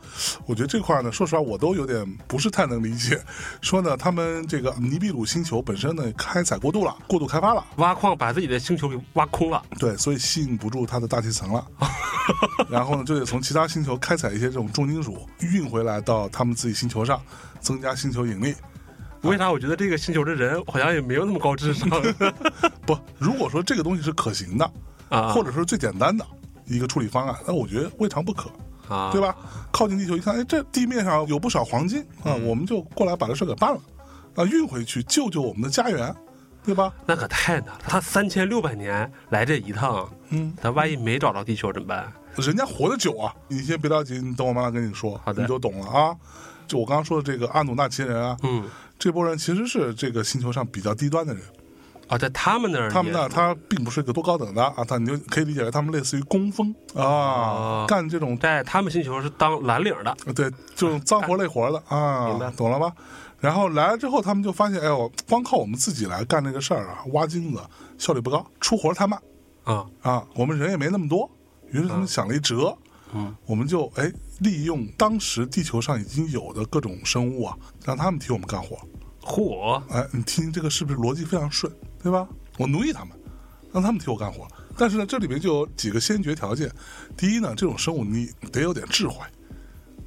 A: 我觉得这块呢，说实话我都有点不是太能理解。说呢，他们这个尼比鲁星球本身呢开采过度了，过度开发了，
B: 挖矿把自己的星球给挖空了，
A: 对，所以吸引不住它的大气
B: [LAUGHS]
A: 层了。然后呢，就得从其他星球开采一些这种重金属运回来到他们自己星球上，增加星球引力。
B: 为啥？我觉得这个星球的人好像也没有那么
A: [LAUGHS]
B: 高智商
A: 不，如果说这个东西是可行的，
B: 啊，
A: 或者说最简单的一个处理方案，那我觉得未尝不可。
B: 啊，
A: 对？吧？靠近地球一看，哎，这地面上有不少黄金啊，
B: 嗯
A: 我们就过来把这事儿给办了，啊，运回去救救我们的家园，对吧？
B: 那可太难了，他三千六百年来这一趟，
A: 嗯，
B: 他万一没找着地球怎么办？
A: 人家活得久啊，你先别着急，你等我慢慢跟你说，
B: 好的
A: 你就懂了啊。就我刚刚说的这个阿努纳奇人啊，
B: 嗯，
A: 这波人其实是这个星球上比较低端的人，
B: 啊，在他们那儿也，
A: 他们呢，他并不是一个多高等的啊，他你就可以理解为他们类似于工蜂啊
B: 哦，
A: 干这种
B: 在他们星球是当蓝领的，
A: 对，这种脏活累活的
B: 明白
A: 啊，懂了吧？然后来了之后，他们就发现，哎呦，光靠我们自己来干这个事儿啊，挖金子效率不高，出活儿太慢
B: 啊，
A: 啊，我们人也没那么多。于是他们想了一辙，
B: 嗯，
A: 我们就哎利用当时地球上已经有的各种生物啊，让他们替我们干活。
B: 嚯，
A: 哎，你听这个是不是逻辑非常顺，对吧？我奴役他们，让他们替我干活。但是呢，这里面就有几个先决条件。第一呢，这种生物你得有点智慧，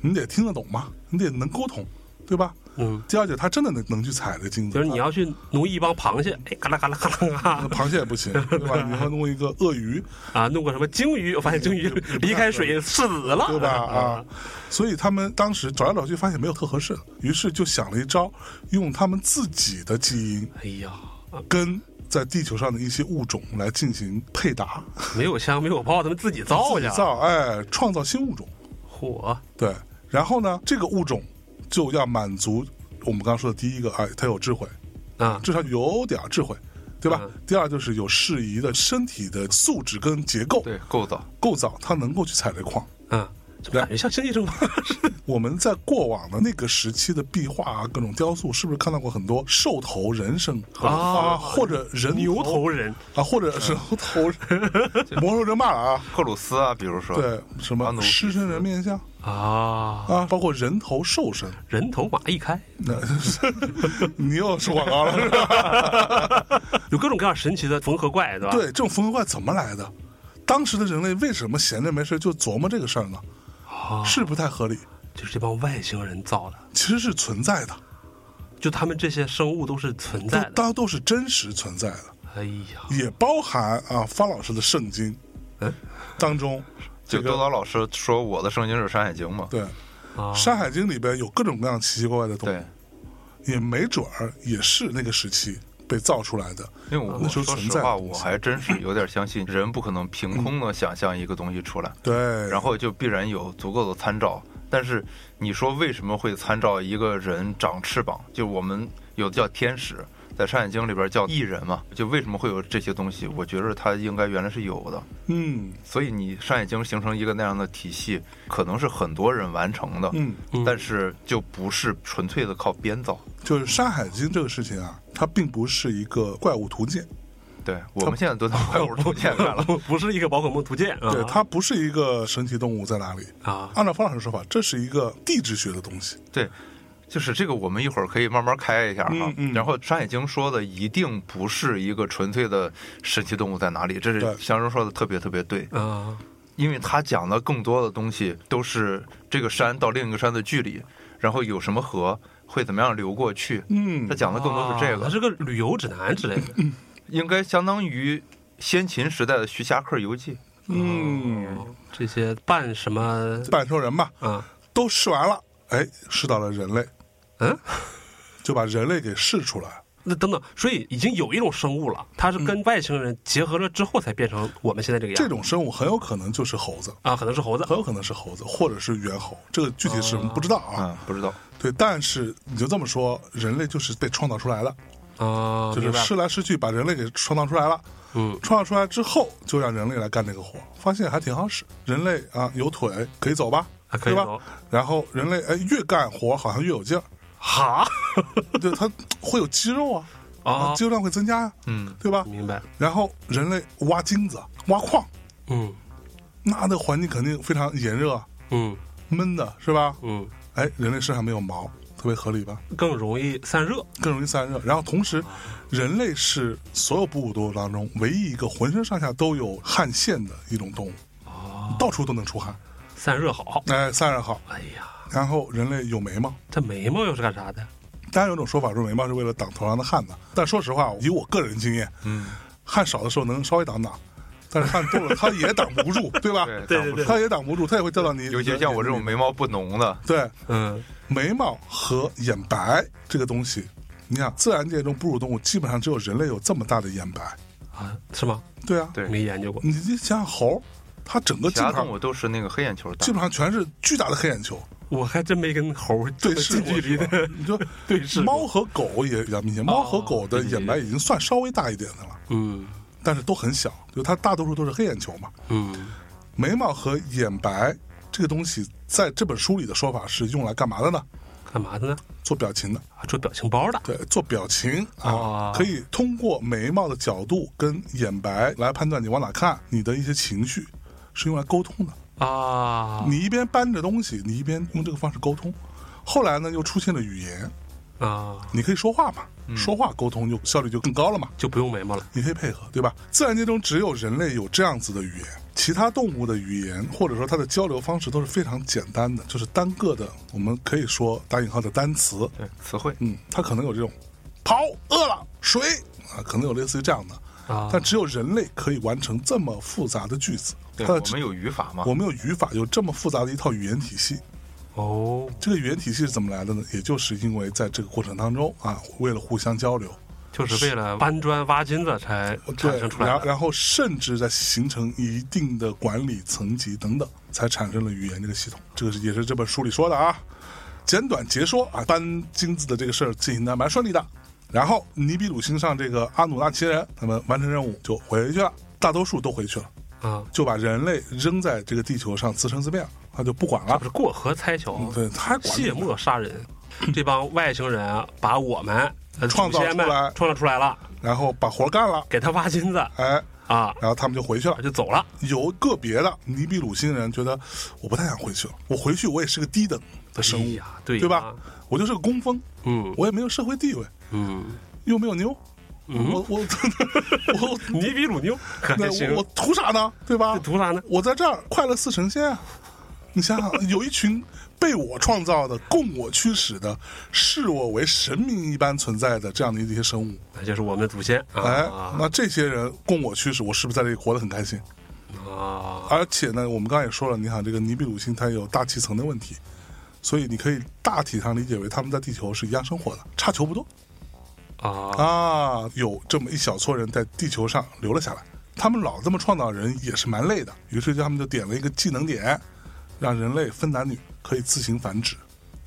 A: 你得听得懂嘛，你得能沟通，对吧？
B: 嗯，
A: 第二就是他真的能能去采这金子，
B: 就是你要去奴役一帮螃蟹，哎，嘎啦嘎啦嘎啦嘎
A: 那
B: 啦
A: 螃蟹也不行，对吧？你说弄一个鳄鱼，
B: 啊，弄个什么鲸鱼，我发现鲸鱼离开水死了，
A: 对吧？ [LAUGHS] 啊，所以他们当时找来找去发现没有特合适的，于是就想了一招，用他们自己的基因
B: 哎呀，
A: 跟在地球上的一些物种来进行配搭，
B: [LAUGHS] 没有枪，没有炮，他们自己造去啊
A: 制，造哎，创造新物种。
B: 嚯，
A: 对，然后呢，这个物种就要满足我们刚刚说的第一个，哎，它有智慧，
B: 啊，
A: 至少有点智慧，对吧？
B: 嗯
A: 第二就是有适宜的身体的素质跟结构
C: 对，构造。
A: 构造，它能够去采这矿。
B: 啊，这感觉像星际争霸似的
A: 我们在过往的那个时期的壁画啊，各种雕塑，是不是看到过很多兽头人身
B: 啊
A: 或者人
B: [LAUGHS] 牛头人，
A: 啊，或者
B: [LAUGHS]
A: 是 [LAUGHS] 牛头人？魔兽争霸了啊，
C: 赫鲁斯啊，比如说，
A: 对，什
C: 阿
A: 么
C: 努比
A: 狮身人面像
B: 啊，
A: 啊，包括人头兽身，
B: 人头马一开，
A: 那 [LAUGHS] 你又说广告了是吧？
B: 有各种各样神奇的缝合怪，对
A: [LAUGHS]
B: 吧？
A: 对，这种缝合怪怎么来的？当时的人类为什么闲着没事就琢磨这个事儿呢？
B: 啊，
A: 是不太合理，
B: 就是这帮外星人造的，
A: 其实是存在的，
B: 就他们这些生物都是存
A: 都
B: 在的。
A: 都都是真实存在的，
B: 哎呀，
A: 也包含啊方老师的圣经
B: 嗯
A: 当中，
C: 就
A: 这
C: 多
A: 个
C: 导老师说我的圣经是《山海经》嘛，
A: 对《
B: 啊，
A: 山海经》里边有各种各样奇奇怪怪的东
C: 对，
A: 西，也没准儿也是那个时期被造出来的。
C: 因为我
A: 那时
C: 说
A: 候存
C: 实
A: 在
C: 话，
A: 的东
C: 我
A: 西
C: 还真是有点相信人不可能凭空的想象一个东西出来，
A: 对，
C: 然后就必然有足够的参照。但是你说为什么会参照一个人长翅膀？就我们有的叫天使，在《山海经》里边叫异人嘛，就为什么会有这些东西？我觉得它应该原来是有的。
A: 嗯
C: 所以你《山海经》形成一个那样的体系，可能是很多人完成的，
A: 嗯，
B: 嗯
C: 但是就不是纯粹的靠编造。
A: 就是《山海经》这个事情啊，它并不是一个怪物图鉴，
C: 对我们现在都在怪物图鉴看了，
B: [LAUGHS] 不不是一个宝可梦图鉴啊，
A: 对，它不是一个神奇动物在哪里。
B: 啊，
A: 按照方老师说法，这是一个地质学的东西。
C: 对，就是这个，我们一会儿可以慢慢开一下哈。
A: 嗯嗯
C: 然后《山海经》说的一定不是一个纯粹的神奇动物在哪里，这
A: 对
C: 是祥生说的特别特别对，
B: 啊，
C: 因为他讲的更多的东西都是这个山到另一个山的距离，然后有什么河会怎么样流过去，
A: 嗯
C: 他，讲的更多是这
B: 啊它
C: 个，
B: 是个旅游指南之类的。 [LAUGHS]
C: 应该相当于先秦时代的《徐霞客游记》。
A: 嗯
B: 哦，这些办什么
A: 半兽人嘛，
B: 啊？
A: 都试完了，哎，试到了人类，
B: 嗯，
A: 就把人类给试出来。
B: 那等等，所以已经有一种生物了，它是跟外星人结合了之后才变成我们现在这个样
A: 这
B: 子
A: 种生物很有可能就是猴子，
B: 啊，可能是猴子
A: 很有可能是猴子，或者是猿猴，这个具体是什么不知道啊。
C: 嗯，不知道。
A: 对，但是你就这么说，人类就是被创造出来的，
B: 啊，
A: 就是
B: 明白了
A: 试来试去把人类给创造出来了。
B: 嗯
A: 创造出来之后，就让人类来干这个活，发现还挺好使。人类啊，有腿可以走吧，
B: 啊可
A: 对
B: 以
A: 吧
B: 走？
A: 然后人类哎，越干活好像越有劲儿，
B: 哈
A: 对，它会有肌肉啊，
B: 啊，
A: 肌肉量会增加呀、
C: 嗯，
A: 对吧？
B: 明白
A: 然后人类挖金子、挖矿，
B: 嗯
A: 那那环境肯定非常炎热、啊
B: 嗯
A: 闷的，是吧？
B: 嗯，
A: 哎，人类身上没有毛，特别合理吧？
B: 更容易散热
A: 更容易散热。然后同时，人类是所有哺乳动物当中唯一一个浑身上下都有汗腺的一种动物，
B: 哦，
A: 到处都能出汗，
B: 散热好。
A: 哎，散热好。
B: 哎呀，
A: 然后人类有眉毛，
B: 这眉毛又是干啥的？
A: 当然有种说法说眉毛是为了挡头上的汗的，但说实话，以我个人经验，
C: 嗯，
A: 汗少的时候能稍微挡挡，但是汗多了它也挡不住，对吧？
C: [LAUGHS] 对
B: 对
C: 挡不
B: 对
C: 住
A: 它也挡不住，它也会掉到你。
C: 尤其像我这种眉毛不浓的，
A: 对
B: 嗯
A: 眉毛和眼白这个东西，你想自然界中哺乳动物基本上只有人类有这么大的眼白，
B: 啊，是吗？
A: 对啊，
C: 对
B: 没研究过
A: 你你想想猴，它整个
C: 其
A: 基
C: 他
A: 本
C: 动
A: 上
C: 物都是那个黑眼球大
A: 基。本上全是巨大的黑眼球，
B: 我还真没跟猴这
A: 对
B: 么
A: 视
B: 近距
A: 过
B: 离
A: 是吧
B: 的
A: 你说
B: 对视过。
A: 猫和狗也比较明显，猫和狗的
B: 对对对
A: 眼白已经算稍微大一点的了，
B: 嗯
A: 但是都很小，就它大多数都是黑眼球嘛。
B: 嗯
A: 眉毛和眼白这个东西，在这本书里的说法是用来干嘛的呢？
B: 干嘛的呢？
A: 做表情的，
B: 啊做表情包的。
A: 对，做表情
B: 哦
A: 啊，可以通过眉毛的角度跟眼白来判断你往哪看，你的一些情绪是用来沟通的。
B: 啊，
A: 你一边搬着东西，你一边用这个方式沟通。后来呢，又出现了语言，
B: 啊，
A: 你可以说话嘛，
C: 嗯
A: 说话沟通就效率就更高了嘛，
B: 就不用眉毛了。
A: 你可以配合，对吧？自然界中只有人类有这样子的语言，其他动物的语言或者说它的交流方式都是非常简单的，就是单个的，我们可以说打引号的单词，
C: 对，词汇。
A: 嗯，它可能有这种跑、饿了、水啊，可能有类似于这样的，
B: 啊
A: 但只有人类可以完成这么复杂的句子，
C: 对，
A: 它
C: 我
A: 的
C: 们有语法嘛
A: 我？们有语法，有这么复杂的一套语言体系，
B: 哦，
A: 这个语言体系是怎么来的呢？也就是因为在这个过程当中啊，为了互相交流，
B: 就是为了搬砖挖金子才产
A: 对
B: 生，出来
A: 然
B: 的。
A: 然后甚至在形成一定的管理层级等等，才产生了语言这个系统。这个是也是这本书里说的啊。简短截说啊，搬金子的这个事儿进行的蛮顺利的。然后尼比鲁星上这个阿努纳奇人，他们完成任务就回去了，大多数都回去了，
B: 啊，
A: 就把人类扔在这个地球上自生自灭了，他就不管
B: 这
A: 了
B: 不。是过河拆桥、
A: 对，他还管你
B: 卸磨杀
A: [CLEARS THROAT]
B: 人，这帮外星人啊把我们呃
A: 创造
B: 祖先们
A: 出来
B: 创造出来了，
A: 然后把活儿干了，
B: 给他
A: [LAUGHS]
B: 挖金子
A: 哎，
B: 啊，
A: 然后他们就回去了。
B: 就走了。
A: 有个别的尼比鲁星人觉得我不太想回去了，我回去我也是个低等的生
B: 哎
A: 物，
B: 呀对呀
A: 对吧？我就是个工蜂，
B: 嗯
A: 我也没有社会地位，
B: 嗯，
A: 又没有妞，我我
B: [LAUGHS]
A: 我
B: 尼比鲁妞可还
A: 那
B: 行
A: 我我，图啥呢？对吧
B: 这？ [LAUGHS] 图啥呢？
A: 我在这儿快乐似神仙啊！你想想，有一群被我创造的、供我驱使的、视我为神明一般存在的这样的一些生物，
B: 那就是我们的祖先
A: 哎
B: 啊，
A: 那这些人供我驱使，我是不是在这里活得很开心？哎
B: 啊
A: 而且呢，我们刚才也说了，你看这个尼比鲁星它有大气层的问题，所以你可以大体上理解为他们在地球是一样生活的，差球不多
B: 啊
A: 啊。有这么一小撮人在地球上留了下来，他们老这么创造人也是蛮累的，于是就他们就点了一个技能点，让人类分男女，可以自行繁殖。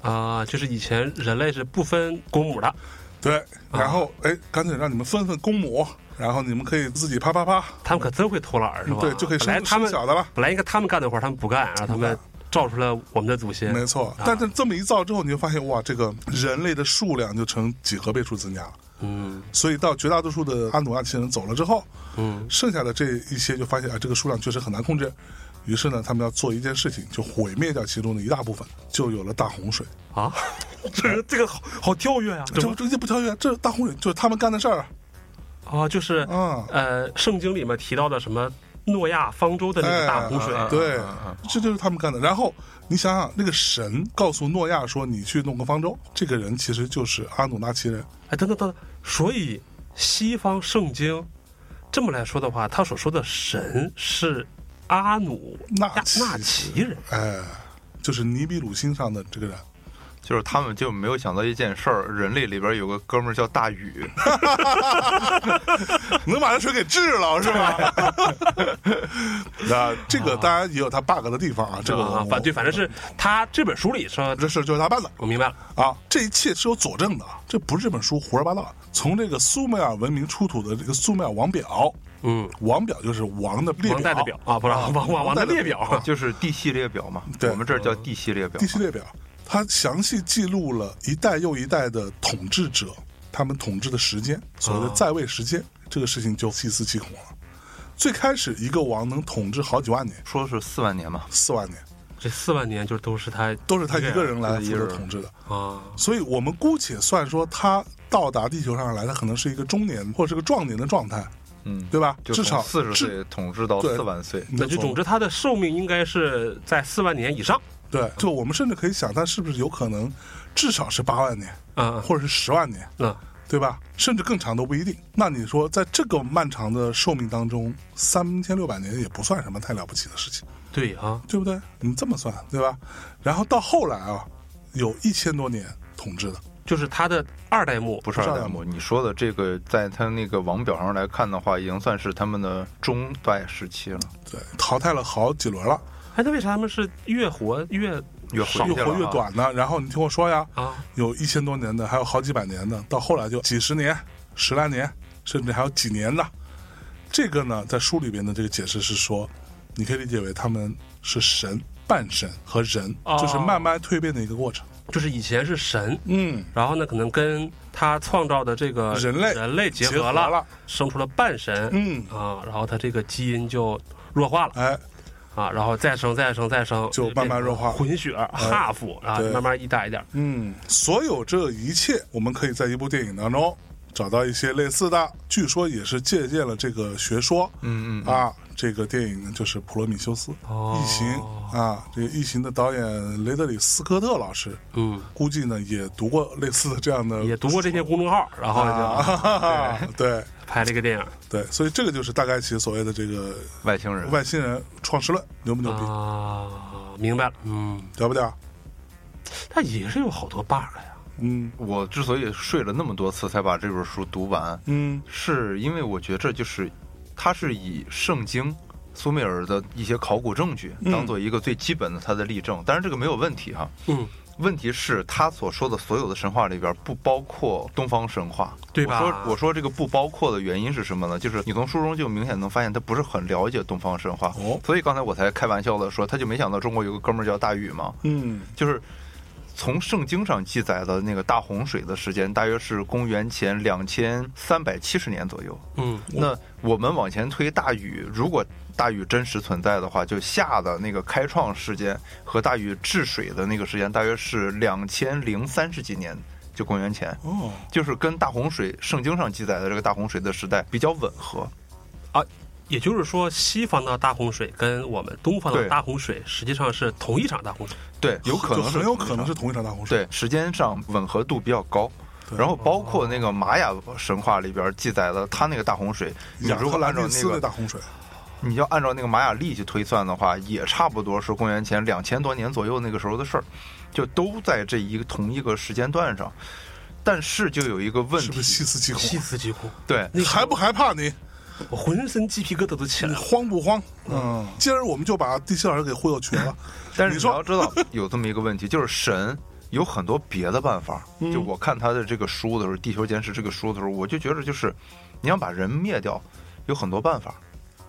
B: 啊！就是以前人类是不分公母的，
A: 对，然后哎，干脆让你们分分公母，然后你们可以自己啪啪啪，
B: 他们可真会偷懒儿是吧？
A: 嗯对，就可以
B: 本来
A: 生
B: 他
A: 生
B: 们
A: 小的了。
B: 本来应该他们干的活儿，他们不干，然后他们造出了我们的祖先。
A: 没错，但是这么一造之后，你就发现哇，这个人类的数量就成几何倍数增加了。
B: 嗯
A: 所以到绝大多数的阿努纳奇人走了之后，
B: 嗯
A: 剩下的这一些就发现啊，这个数量确实很难控制。于是呢，他们要做一件事情，就毁灭掉其中的一大部分，就有了大洪水。 [LAUGHS]
B: 啊，这个这个好好跳跃啊，
A: 这
B: 怎么
A: 这这不跳跃，这大洪水就是他们干的事儿啊
B: 啊，就是
A: 啊！
B: 呃，圣经里面提到的什么诺亚方舟的那个大洪水，啊
C: 哎
A: 对
C: 嗯嗯，
A: 这就是他们干的。然后你想想，那个神告诉诺亚说：“你去弄个方舟。”这个人其实就是阿努纳奇人。
B: 哎，等等等等，所以西方圣经这么来说的话，他所说的神是阿努
A: 纳
B: 亚
A: 奇
B: 纳奇人，
A: 哎，就是尼比鲁星上的这个人，
C: 就是他们就没有想到一件事儿，人类里边有个哥们儿叫
A: [LAUGHS]
C: 大禹，
A: 能把这水给治了是吧？ [LAUGHS] 那这个当然也有他 bug 的地方啊，这个
B: 啊
A: 我，
B: 反对，反正是他这本书里说，
A: 这事儿就是他办的
B: 我明白了，
A: 啊，这一切是有佐证的，啊，这不是这本书胡说八道。从这个苏美尔文明出土的这个苏美尔王表，
B: 嗯，
A: 王表就是王的列
B: 王代的表啊，不是王王王
A: 代
B: 的
A: 的
B: 列
A: 表
B: 表，
C: 就是地系列表嘛，
A: 对
C: 我们这儿叫地系列表
A: 地。系列表，它详细记录了一代又一代的统治者他们统治的时间，所
B: 啊
A: 谓的在位时间，这个事情就细思极恐了。最开始一个王能统治好几万年，
C: 说是四万年嘛，
A: 四万年
B: 这四万年就都是他
A: 都是他一个人来
C: 对
A: 负
C: 一个
A: 责
C: 人
A: 统治的，
B: 啊，
A: 所以我们姑且算说他到达地球上来，他可能是一个中年或者是个壮年的状态，
C: 嗯，
A: 对吧？
C: 就
A: 至少
C: 四十
A: 至
C: 岁统治到
A: 对嗯
C: 四万岁，
B: 那就总之他的寿命应该是在四万年以上，
A: 对，就我们甚至可以想，他是不是有可能至少是八万年，
B: 啊，
A: 或者是十万年，
B: 那
A: 对吧？甚至更长都不一定。那你说，在这个漫长的寿命当中，三千六百年也不算什么太了不起的事情，
B: 对啊，
A: 对不对？你这么算，对吧？然后到后来啊，有一千多年统治的，
B: 就是他的二代目
C: 不是
A: 不
C: 二
A: 是
C: 代
A: 二
C: 目。你说的这个，在他那个王表上来看的话，已经算是他们的中代时期了，
A: 对，淘汰了好几轮了，
B: 哎，那为啥他们是越活越
C: 越活
B: 少
A: 越活越短的。然后你听我说呀，
B: 啊？
A: 有一千多年的，还有好几百年的，到后来就几十年、十来年，甚至还有几年的。这个呢，在书里边的这个解释是说，你可以理解为他们是神、半神和人，
B: 哦
A: 就是慢慢蜕变的一个过程。
B: 就是以前是神，
A: 嗯，
B: 然后呢，可能跟他创造的这个
A: 人类
B: 人类结
A: 结合
B: 合了，生出了半神，
A: 嗯
B: 啊，然后他这个基因就弱化了
A: 哎，
B: 啊，然后再生再生再生，
A: 就慢慢弱化哎
B: 混血、哈弗啊
A: 对，
B: 慢慢一代一代，
A: 嗯，所有这一切，我们可以在一部电影当中找到一些类似的，据说也是借鉴了这个学说。
C: 嗯嗯嗯
A: 啊，这个电影呢就是《普罗米修斯》
B: 哦
A: 异形》啊，这个《异形》的导演雷德里·斯科特老师，
B: 嗯，
A: 估计呢也读过类似的这样的
B: 也读过这篇公众号，然后
A: [LAUGHS]
B: 就
A: 啊，对
B: [LAUGHS] 拍了一个电影
A: 对，所以这个就是大概其所谓的这个
C: 外星人。
A: 外星人创世论牛 [LAUGHS] 不牛逼？
B: 啊，明白了，嗯，
A: 屌不屌？
B: 但也是有好多 bug 呀，
A: 嗯
C: 我之所以睡了那么多次才把这本书读完，
A: 嗯
C: 是因为我觉着就是，它是以圣经。苏美尔的一些考古证据
A: 嗯
C: 当做一个最基本的它的例证，当然这个没有问题哈。
B: 嗯，
C: 问题是，他所说的所有的神话里边不包括东方神话，
B: 对吧
A: 啊
C: 我说我说这个不包括的原因是什么呢？就是你从书中就明显能发现他不是很了解东方神话，
A: 哦
C: 所以刚才我才开玩笑的说，他就没想到中国有个哥们儿叫大禹嘛，
A: 嗯
C: 就是。从圣经上记载的那个大洪水的时间，大约是公元前两千三百七十年左右。
B: 嗯，
C: 那我们往前推大禹，如果大禹真实存在的话，就夏的那个开创时间和大禹治水的那个时间，大约是两千零三十几年，就公元前，
A: 哦
C: 就是跟大洪水圣经上记载的这个大洪水的时代比较吻合。
B: 啊也就是说，西方的大洪水跟我们东方
C: 对
B: 的大洪水实际上是同一场大洪水。
C: 对，有可能
A: 就是很有可
C: 同
A: 能
C: 一
A: 是
C: 场
A: 同一场大洪水。
C: 对时间上吻合度比较高。
A: 对
C: 然后包括那个玛雅神话里边记载的他那个大洪水，你
A: 亚
C: 如
A: 特
C: 果
A: 兰
C: 按照
A: 蒂
C: 那
A: 斯的
C: 个
A: 大洪水，
C: 你要按照那个玛雅历去推算的话，也差不多是公元前两千多年左右那个时候的事儿，就都在这一个同一个时间段上。但是就有一个问
A: 是
C: 题，
A: 不是细思极恐？
B: 细思极恐，
C: 对，
B: 那个
A: 害不害怕你？
B: 我浑身鸡皮疙瘩都起来
A: 你
B: 了。
A: 慌不慌？嗯，今儿我们就把地心老师给忽悠瘸
C: [LAUGHS]
A: 了。
C: 但是
A: 你
C: 你
A: 说
C: 要知道有这么一个问题，就是神有很多别的办法。就我看他的这个书的时候，《地球简史》这个书的时候，我就觉得就是你想把人灭掉，有很多办法，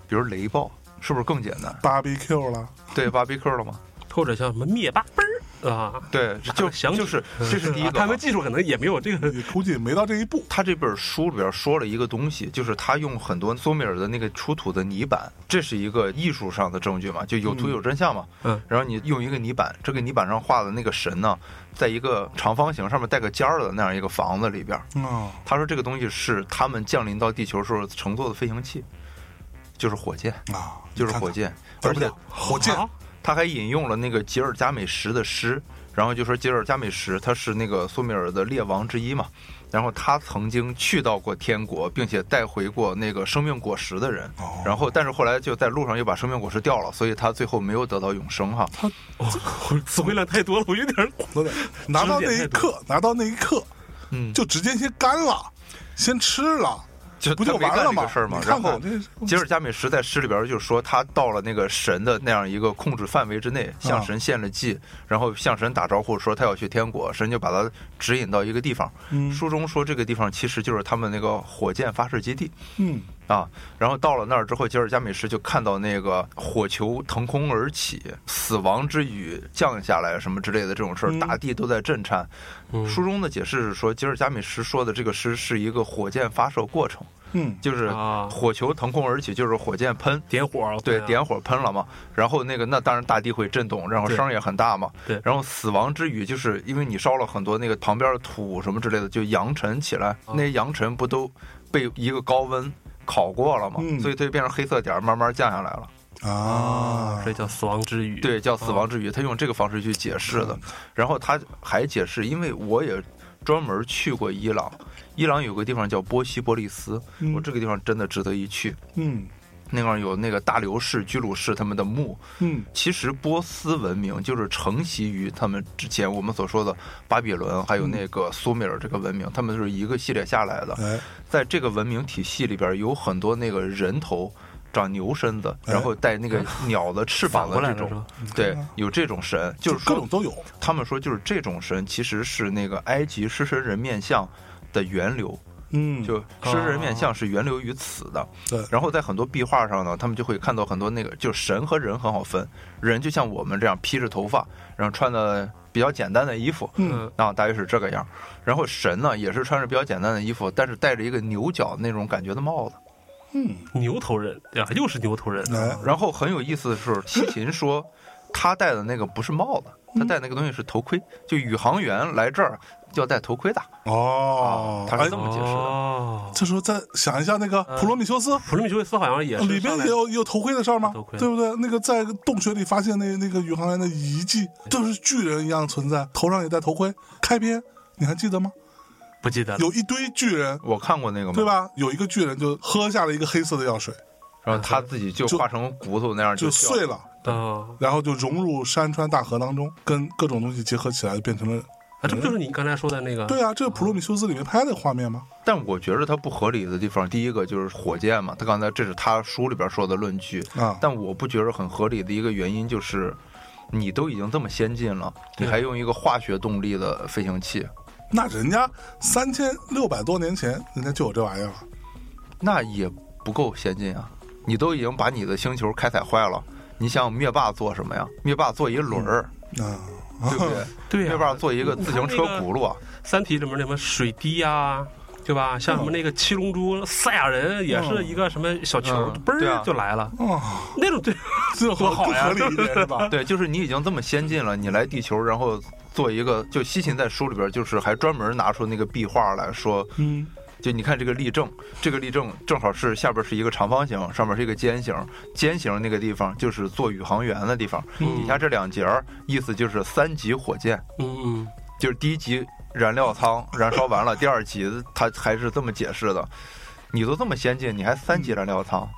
C: 比如雷暴，是不是更简单？
A: b 比 Q 了，
C: 对，b 比 Q 了吗？
B: 或者像什么灭霸，嘣儿啊，
C: 对，
B: [LAUGHS]
C: 就
B: 详
C: 就
B: 解
C: 是这是第一
B: 啊 [LAUGHS]
C: 个
B: 他
C: 啊
B: 们。技术可能也没有这个
A: 也估计没到这一步。
C: 他这本书里边说了一个东西，就是他用很多苏美尔的那个出土的泥板，这是一个艺术上的证据嘛，就有图有真相嘛。
B: 嗯
C: 然后你用一个泥板，这个泥板上画的那个神呢，在一个长方形上面带个尖儿的那样一个房子里边，
A: 啊，
C: 他说这个东西是他们降临到地球时候乘坐的飞行器，就是火箭，
A: 啊，
C: 就
A: 你
C: 是
A: 看看
C: 火，箭，
A: 而
C: 而
A: 且
C: 且
A: 火箭
B: 啊
C: 他还引用了那个吉尔加美什的诗，然后就说吉尔加美什他是那个苏美尔的列王之一嘛，然后他曾经去到过天国，并且带回过那个生命果实的人，
A: 哦
C: 然后但是后来就在路上又把生命果实掉了，所以他最后没有得到永生哈。
B: 哇我词汇量太多了，我有点儿
A: 有点拿到那一刻，拿到那一刻，
C: 嗯，
A: 就直接先干了，先吃了，
C: 就
A: 不就
C: 他没
A: 完
C: 干
A: 了
C: 这
A: 吗
C: 个事儿嘛
A: 你，看
C: 然
A: 看
C: 后
A: 这是
C: 吉尔加美什在诗里边就说，他到了那个神的那样一个控制范围之内，向神献了祭，然后向神打招呼说他要去天国，神就把他指引到一个地方。
A: 嗯
C: 书中说这个地方其实就是他们那个火箭发射基地
A: 嗯，
C: 啊。然后到了那儿之后，吉尔加美什就看到那个火球腾空而起，死亡之雨降下来什么之类的这种事儿，
A: 嗯
C: 大地都在震颤。书中的解释是说，吉尔加美什说的这个诗是一个火箭发射过程。
A: 嗯，
C: 就是
B: 啊
C: 火球腾空而起，就是火箭喷，
B: 点火了，
C: 对，
B: 啊
C: [LAUGHS] 点火喷了嘛。然后那个那当然大地会震动，然后
B: 对
C: 声儿也很大嘛。
B: 对
C: 然后死亡之雨，就是因为你烧了很多那个旁边的土什么之类的，就扬尘起来，那些扬尘不都被一个高温烤过了嘛，
A: 嗯
C: 所以它就变成黑色点儿，慢慢降下来了。
A: 啊
B: 啊，，这叫死亡之雨，
C: 对，叫死亡之雨，他用这个方式去解释的。然后他还解释，因为我也专门去过伊朗，伊朗有个地方叫波西伯利斯，
A: 嗯
C: 我这个地方真的值得一去。
A: 嗯
C: 那块儿有那个大流士、居鲁士他们的墓。
A: 嗯
C: 其实波斯文明就是承袭于他们之前我们所说的巴比伦，还有那个苏美尔这个文明，他们是一个系列下来的。
A: 哎，
C: 在这个文明体系里边，有很多那个人头
B: 哎
C: 长牛身子，
A: 哎
C: 然后带那个鸟的翅膀
B: 哎反过
C: 的这
B: 来了是
C: 种
B: 吧，
C: 对，有这种神，就是
A: 各种
C: 说
A: 都有，
C: 他们说就是这种神其实是那个埃及狮身人面像的源流。
A: 嗯，哦
C: 就狮身人面像是源流于此的。
A: 对
C: 然后在很多壁画上呢，他们就会看到很多那个，就神和人很好分，人就像我们这样披着头发，然后穿的比较简单的衣服。
A: 嗯
B: 嗯
C: 啊，大约是这个样。然后神呢，也是穿着比较简单的衣服，但是戴着一个牛角那种感觉的帽子。
A: 嗯，
B: 牛头人对吧？又是牛头人，
A: 哎，
C: 然后很有意思的是，西秦说他戴的那个不是帽子，他戴那个东西是头盔。就宇航员来这儿要戴头盔的。
A: 哦，
C: 啊他
A: 哎
C: 是这，么解释的
B: 哦，
A: 这时候再想一下那个普罗米修斯。
B: 普罗米修斯好像嗯也是
A: 里边
B: 上来
A: 也有也有头盔的事儿吗
B: 头？盔
A: 对不对？那个在洞穴里发现那那个宇航员的遗迹，就是巨人一样存在，头上也戴头盔。开篇你还记得吗？
B: 不记得了
A: 有一堆巨人，
C: 我看过那个
B: 嗯
C: 吗？
A: 对？吧？有一个巨人就喝下了一个黑色的药水，
C: 然后他自己就
A: 就
C: 化成骨头那样
A: 就
C: 掉
A: 碎了，
B: 啊。
A: 然后就融入山川大河当中，跟各种东西结合起来，就变成了。
B: 啊，这不就是你刚才说的那个？
A: 对啊，这是《普罗米修斯》里面拍的画面吗？
C: 但我觉得它不合理的地方，第一个就是火箭嘛，他刚才这是他书里边说的论据，
B: 嗯
A: 啊，
C: 但我不觉得很合理的一个原因就是，你都已经这么先进了，你
B: 对
C: 还用一个化学动力的飞行器，
A: 那人家三千六百多年前，人家就有这玩意儿了。
C: 那也不够先进啊！你都已经把你的星球开采坏了，你想想灭霸做什么呀？灭霸做一轮儿，
A: 啊，
C: 对不对？
B: 对呀
C: 灭霸做一个自行车
B: 你看那个
C: 轱辘啊，
B: 三体》里面那什么水滴呀、对吧？像什么那个七龙珠、赛亚人也是一个什么小球，
C: 嗯
B: 嘣
C: 对
B: 儿、
C: 啊
B: 就来了，
A: 哦，
B: 那
C: [LAUGHS]
B: 种对
A: 这
B: 多好呀
A: 不合理一点是 [LAUGHS] 吧？
C: 对，就是你已经这么先进了，你来地球，然后做一个，就西秦在书里边就是还专门拿出那个壁画来说，
A: 嗯，
C: 就你看这个立正，这个立正正好是下边是一个长方形，上面是一个尖形，尖形那个地方就是做宇航员的地方，
A: 嗯
C: 底下这两节儿意思就是三级火箭，
B: 嗯嗯
C: 就是第一级燃料舱燃烧完了，第二级它还是这么解释的，你都这么先进，你还三级燃料舱，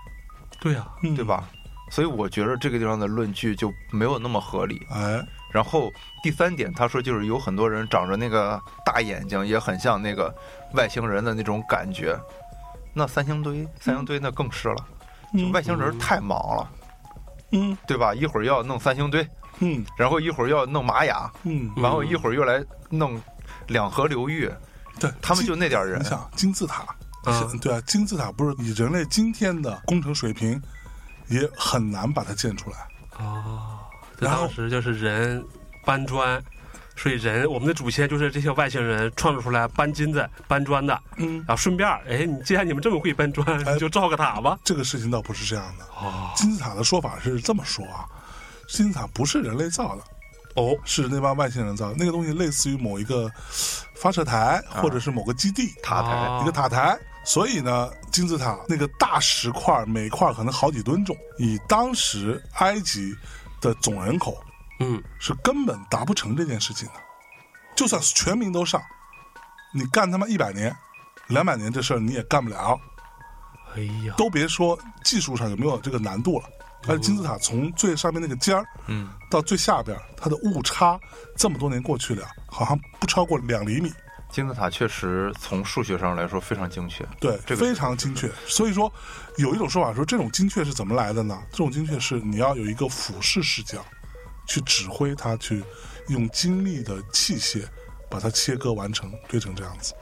B: 对啊呀、
A: 嗯
C: 对？吧？所以我觉得这个地方的论据就没有那么合理。
A: 哎，
C: 然后第三点，他说就是有很多人长着那个大眼睛，也很像那个外星人的那种感觉。那三星堆，三星堆那更是了，就
A: 嗯
C: 外星人太忙了，
A: 嗯
C: 对吧？一会儿要弄三星堆，
A: 嗯
C: 然后一会儿要弄玛雅，
A: 嗯，
C: 然后一会儿又来弄两河流域，
A: 对
C: 他们就那点人
A: 你。想金字塔，
B: 啊
A: 是对啊，金字塔不是以人类今天的工程水平，也很难把它建出来。
B: 啊，这
A: 然后
B: 当时就是人搬砖，所以人我们的祖先就是这些外星人创造出来搬金子、搬砖的。
A: 嗯，
B: 然后顺便儿，哎，你既然你们这么会搬砖，
A: 哎
B: 你就造个塔吧。
A: 这个事情倒不是这样的。
B: 哦
A: 金字塔的说法是这么说啊，金字塔不是人类造的，
B: 哦，
A: 是那帮外星人造的。那个东西类似于某一个发射台，或者是某个基地、
C: 塔台，
A: 一个塔台。所以呢，金字塔那个大石块，每块可能好几吨重，以当时埃及的总人口
B: 嗯，
A: 是根本达不成这件事情的。就算全民都上，你干他妈一百年、两百年这事儿你也干不了。
B: 哎呀，
A: 都别说技术上有没有这个难度了，而且金字塔从最上面那个尖儿
C: 嗯，
A: 到最下边儿，它的误差这么多年过去了，好像不超过两厘米，
C: 金字塔确实从数学上来说非常精确。
A: 对，
C: 这个嗯
A: 非常精确。所以说，有一种说法说这种精确是怎么来的呢？这种精确是你要有一个俯视视角去指挥它，去用精密的器械把它切割完成，堆成这样子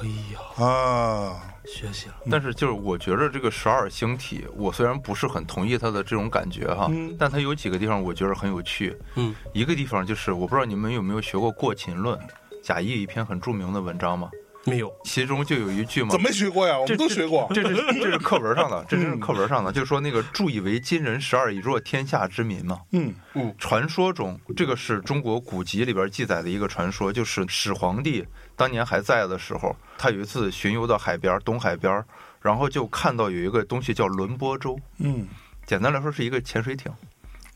B: 哎呀，
A: 啊。
B: 学习了。
C: 但是就是我觉得这个十二星体，我虽然不是很同意它的这种感觉哈，
A: 嗯
C: 但它有几个地方我觉得很有趣。
B: 嗯，
C: 一个地方就是我不知道你们有没有学过《过秦论》，贾谊有一篇很著名的文章嘛，
B: 没有，
C: 其中就有一句嘛
A: 怎，么没学嗯过呀？我
C: 这
A: 们都学过。
C: 这是这是课文上的，这真是课文上的，就是说那个“助以为今人十二以弱天下之民”嘛。
A: 嗯
C: 传说中，这个是中国古籍里边记载的一个传说，就是始皇帝当年还在的时候，他有一次巡游到海边儿，东海边儿，然后就看到有一个东西叫轮波舟，
A: 嗯
C: 简单来说是一个潜水艇，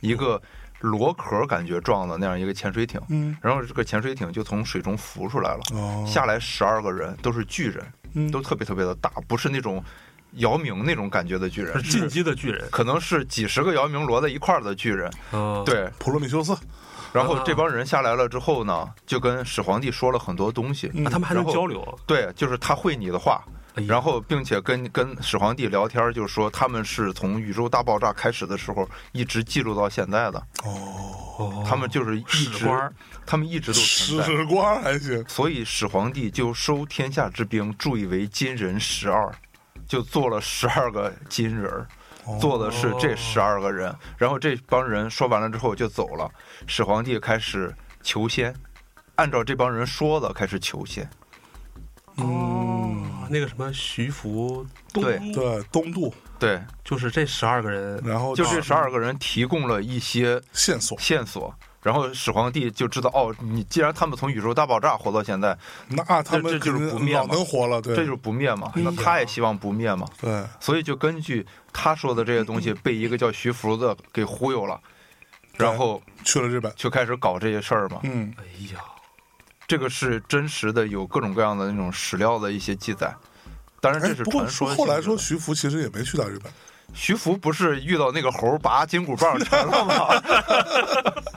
C: 一个螺壳感觉状的那样一个潜水艇，
A: 嗯
C: 然后这个潜水艇就从水中浮出来了，
A: 哦，
C: 下来十二个人都是巨人，
A: 嗯
C: 都特别特别的大，不是那种姚明那种感觉的巨人
B: 是，进击的巨人。
C: 可能是几十个姚明摞在一块儿的巨人，
B: 啊，
C: 对。
A: 普罗米修斯。
C: 然后
B: 嗯
C: 这帮人下来了之后呢，就跟始皇帝说了很多东西。
A: 嗯
B: 啊，他们还能
C: 然后
B: 交流。
C: 对，就是他会你的话，
B: 哎呀
C: 然后并且跟跟始皇帝聊天儿，就是说他们是从宇宙大爆炸开始的时候一直记录到现在的，
A: 哦，
B: 哦
C: 他们就是一
B: 史
C: 直
B: 官儿，
C: 他们一直都存在。
A: 史官还行，
C: 所以始皇帝就收天下之兵，助以为金人十二，就做了十二个金人儿。
A: 哦
C: 做的是这十二个人，然后这帮人说完了之后就走了。始皇帝开始求仙，按照这帮人说的开始求仙。
A: 嗯，
B: 啊那个什么徐福东，
C: 对
A: 对，东渡，
C: 对，
B: 就是这十二个人，
A: 然后
C: 就这
A: 啊
C: 十二个人提供了一些
A: 线索，
C: 线索，然后始皇帝就知道哦，你既然他们从宇宙大爆炸活到现在，
A: 那他们
C: 这这就
A: 肯
C: 是
A: 定
C: 不灭
A: 老
C: 嘛
A: 能活了，对，
C: 这就是不灭嘛，那他也希望不灭嘛，
A: 对，
C: 所以就根据他说的这些东西被一个叫徐福的给忽悠了，然后
A: 去了日本，
C: 就开始搞这些事儿嘛。
A: 嗯，
B: 哎呀，
C: 这个是真实的，有各种各样的那种史料的一些记载。当然
A: 哎
C: 这是，
A: 不过
C: 传说性质的。
A: 后来说徐福其实也没去到日本，
C: 徐福不是遇到那个猴儿拔金箍棒馋了
A: [LAUGHS]
C: 吗？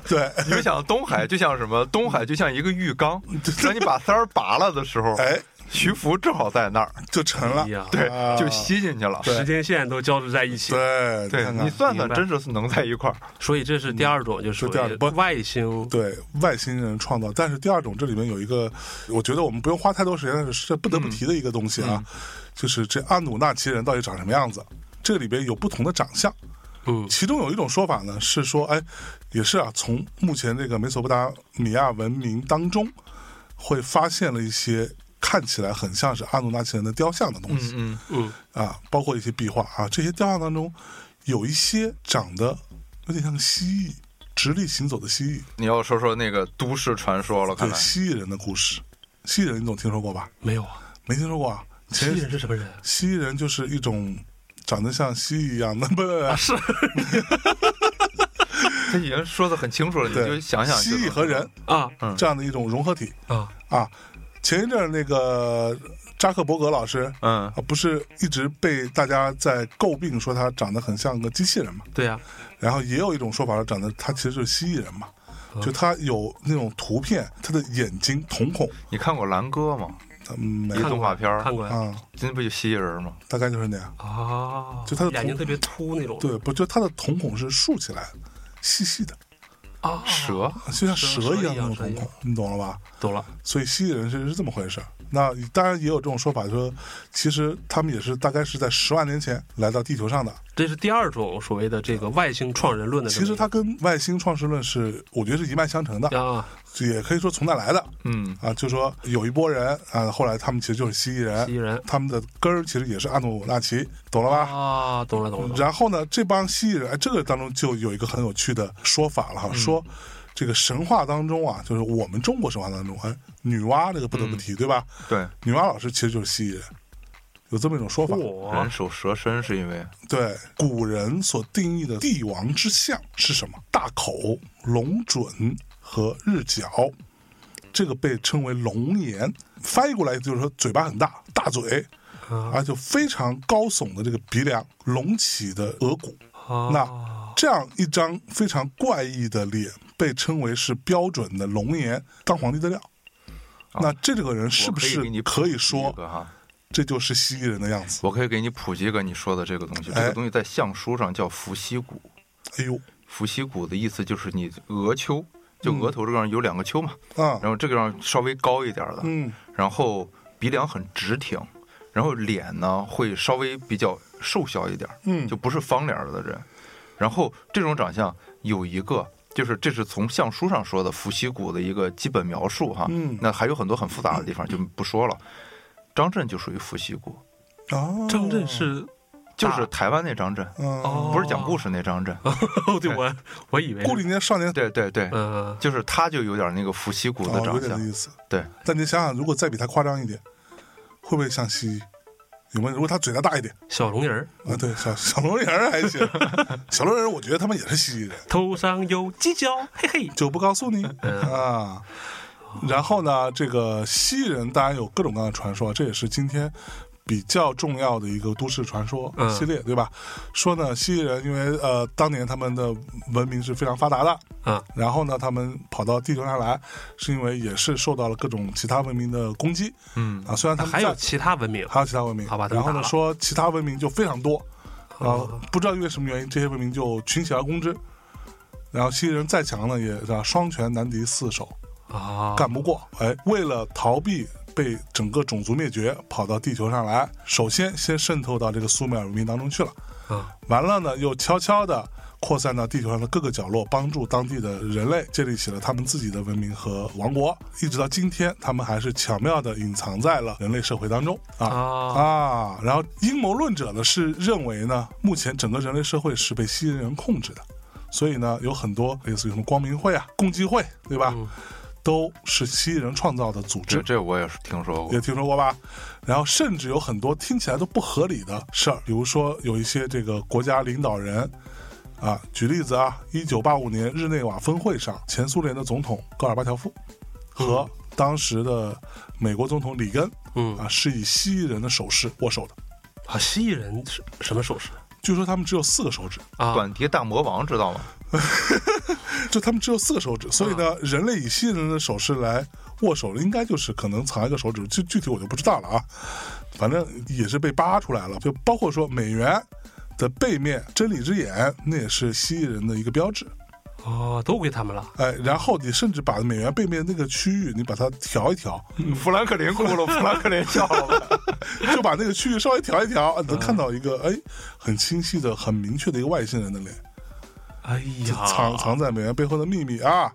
A: 对，
C: 你们想东海就像什么？东海就像一个浴
A: [LAUGHS]
C: 缸，当你把塞儿拔了的时候，
A: 哎，
C: 徐福正好在那儿，
A: 就沉
B: 哎
A: 了，
B: 呀，
C: 对
A: 啊，
C: 就吸进去了。
A: 对
B: 时间线都交织在一起。
A: 对，
C: 对
A: 看
C: 你
A: 看，
C: 算
B: 明
C: 算，
B: 白
C: 真是能在一块儿。
B: 所以这是第二种，就属
A: 这第二
B: 于
A: 种不
B: 外星。
A: 对外星人创造，但是第二种这里面有一个，我觉得我们不用花太多时间，但是这不得
C: 嗯
A: 不提的一个东西啊，就是这阿努纳奇人到底长什么样子？这里边有不同的长相，
B: 嗯，
A: 其中有一种说法呢是说，哎，也是啊，从目前这个美索不达米亚文明当中，会发现了一些看起来很像是阿努纳奇人的雕像的东西、
C: 嗯
A: 啊，包括一些壁画啊，这些雕像当中有一些长得有点像蜥蜴，直立行走的蜥蜴，
C: 你要说说那个都市传说了，看
A: 对
C: 来
A: 蜥蜴人的故事。蜥蜴人你总听说过吧？
B: 没有啊。
A: 没听说过啊？
B: 蜥蜴
A: 前
B: 人是什么人？
A: 蜥蜴人就是一种长得像蜥蜴一样的，不不
C: 啊
A: 不，
B: 是
C: 他已经说的很清楚了，你
A: 对
C: 就想想就
A: 蜥蜴
C: 能嗯
A: 和人
B: 啊
A: 这样的一种融合体。
B: 啊，
A: 啊，前一阵儿那个扎克伯格老师
C: 嗯
A: 啊，不是一直被大家在诟病说他长得很像个机器人嘛？
B: 对呀，
A: 然后也有一种说法，长得他其实就是蜥蜴人嘛，
B: 嗯
A: 就他有那种图片，他的眼睛瞳孔，
C: 你看过《蓝哥》吗？
A: 他没
C: 一
B: 看
C: 个
B: 过
C: 动画片儿
B: 看过呀。
A: 啊，
C: 真不就蜥蜴人吗？
A: 大概就是那样。
B: 啊，
A: 就他的
B: 眼睛
A: 瞳
B: 特别凸那种。
A: 对，不就他的瞳孔是竖起来的，细细的，
B: 啊，
C: 蛇。
A: 就像
B: 蛇
A: 蛇一样
B: 蛇一
A: 那
B: 样
A: 种
B: 蛇一
A: 瞳
B: 样
A: 孔，你懂了吧？
B: 懂了。
A: 所以蜥蜴人是是这么回事儿。那当然也有这种说法说，其实他们也是大概是在十万年前来到地球上的。
B: 这是第二种所谓的这个外星创人论的这
A: 其
B: 么一
A: 实
B: 个。
A: 它跟外星创世论是，我觉得是一脉相承的，
B: 啊，
A: 也可以说从那来的
C: 嗯
A: 啊。就说有一波人啊，后来他们其实就是蜥蜴人，
B: 蜥蜴人
A: 他们的根儿其实也是阿努纳奇，懂了吧？
B: 啊，懂了懂了。
A: 然后呢，这帮蜥蜴人，哎这个当中就有一个很有趣的说法了哈，说这个神话当中啊，就是我们中国神话当中，哎，女娲这个不得不提，对吧？
C: 对，
A: 女娲老师其实就是蜥蜴人，有这么一种说法。
B: 我
C: 人首蛇身是因为
A: 对，古人所定义的帝王之相是什么？大口、龙准和日角，这个被称为龙颜，翻译过来就是说嘴巴很大，大嘴。
B: 啊
A: 啊，就非常高耸的这个鼻梁，隆起的额骨，
B: 啊，
A: 这样一张非常怪异的脸，被称为是标准的龙颜当皇帝的料。那这个人是
C: 啊我
A: 不
C: 可以
A: 是
C: 给你
A: 可以
C: 普及
A: 说
C: 一个哈，
A: 这就是蜥蜴人的样子？
C: 我可以给你普及一个你说的这个东西，这
A: 哎
C: 个东西在相书上叫伏羲骨，
A: 哎呦，
C: 伏羲骨的意思就是你额丘，就
A: 嗯
C: 额头这上有两个丘嘛，
A: 啊，
C: 然后这个上稍微高一点的，
A: 嗯，
C: 然后鼻梁很直挺，然后脸呢会稍微比较瘦小一点，
A: 嗯
C: 就不是方脸儿的人。然后这种长相有一个，就是这是从相书上说的伏羲骨的一个基本描述哈，
A: 嗯
C: 那还有很多很复杂的地方就不说了。张震就属于伏羲骨，
A: 哦，
B: 张震是
C: 就是台湾那张震，
A: 嗯，
B: 哦
C: 不是讲故事那张震，
B: 哦， [LAUGHS] 对我我以为
A: 顾里年少年
C: 对对对，
B: 嗯
C: [LAUGHS] 就是他就有点那个伏羲骨的
A: 哦，有
C: 长
A: 点
C: 相
A: 这，意思。
C: 对，
A: 但你想想，如果再比他夸张一点，会不会像蜥蜴？有没有？如果他嘴再大一点
B: 小龙人儿，
A: 啊，对，小小龙人儿还
C: [LAUGHS]
A: 行，小龙人儿我觉得他们也是蜥蜴人，
B: 头上有犄角，嘿嘿。
A: 就不告诉你
C: 嗯
A: 啊。然后呢，这个蜥蜴人当然有各种各样的传说，这也是今天比较重要的一个都市传说
B: 嗯
A: 系列，对吧？说呢，蜥蜴人因为呃当年他们的文明是非常发达的，
B: 啊，
A: 然后呢，他们跑到地球上来，是因为也是受到了各种其他文明的攻击
C: 嗯，
A: 啊。虽然他们
B: 还有
A: 在
B: 其他文明
A: 还有其他文明，
B: 好吧他
A: 然
B: 们
A: 后
B: 打
A: 呢，
B: 了哦
A: 说其他文明就非常多，然后不知道因为什么原因，这些文明就群起而攻之。然后蜥蜴人再强呢，也是吧双拳难敌四手，
B: 啊，
A: 干不过。哎，为了逃避被整个种族灭绝，跑到地球上来，首先先渗透到这个苏美尔文明当中去了。
B: 啊
A: 完了呢，又悄悄地扩散到地球上的各个角落，帮助当地的人类建立起了他们自己的文明和王国。一直到今天，他们还是巧妙地隐藏在了人类社会当中啊
B: 啊
A: 啊！然后阴谋论者呢是认为呢，目前整个人类社会是被蜥蜴人控制的，所以呢，有很多类似于什么光明会啊、共济会，对吧？
B: 嗯
A: 都是蜥蜴人创造的组织
C: 这。这我也是听说过
A: 也，听说过吧？然后甚至有很多听起来都不合理的事儿，比如说有一些这个国家领导人啊，举例子啊，一九八五年日内瓦峰会上，前苏联的总统戈尔巴乔夫和当时的美国总统里根
B: 嗯
A: 啊，是以蜥蜴人的手势握手的。
B: 啊，蜥蜴人是什么手势
A: 据说他们只有四个手指，
B: 啊？
C: 短笛大魔王知道吗？
A: 就他们只有四个手指，所以呢，人类以蜥蜴人的手势来握手，应该就是可能藏一个手指，具具体我就不知道了啊。反正也是被扒出来了，就包括说美元的背面真理之眼，那也是蜥蜴人的一个标志。
B: 哦，都归他们了。
A: 哎，然后你甚至把美元背面那个区域，你把它调一调，
C: 富嗯兰克林哭了，富兰克林笑了吧。
A: 就把那个区域稍微调一调，能看到一个哎很清晰的、很明确的一个外星人的脸。
B: 哎呀，
A: 藏藏在美元背后的秘密啊，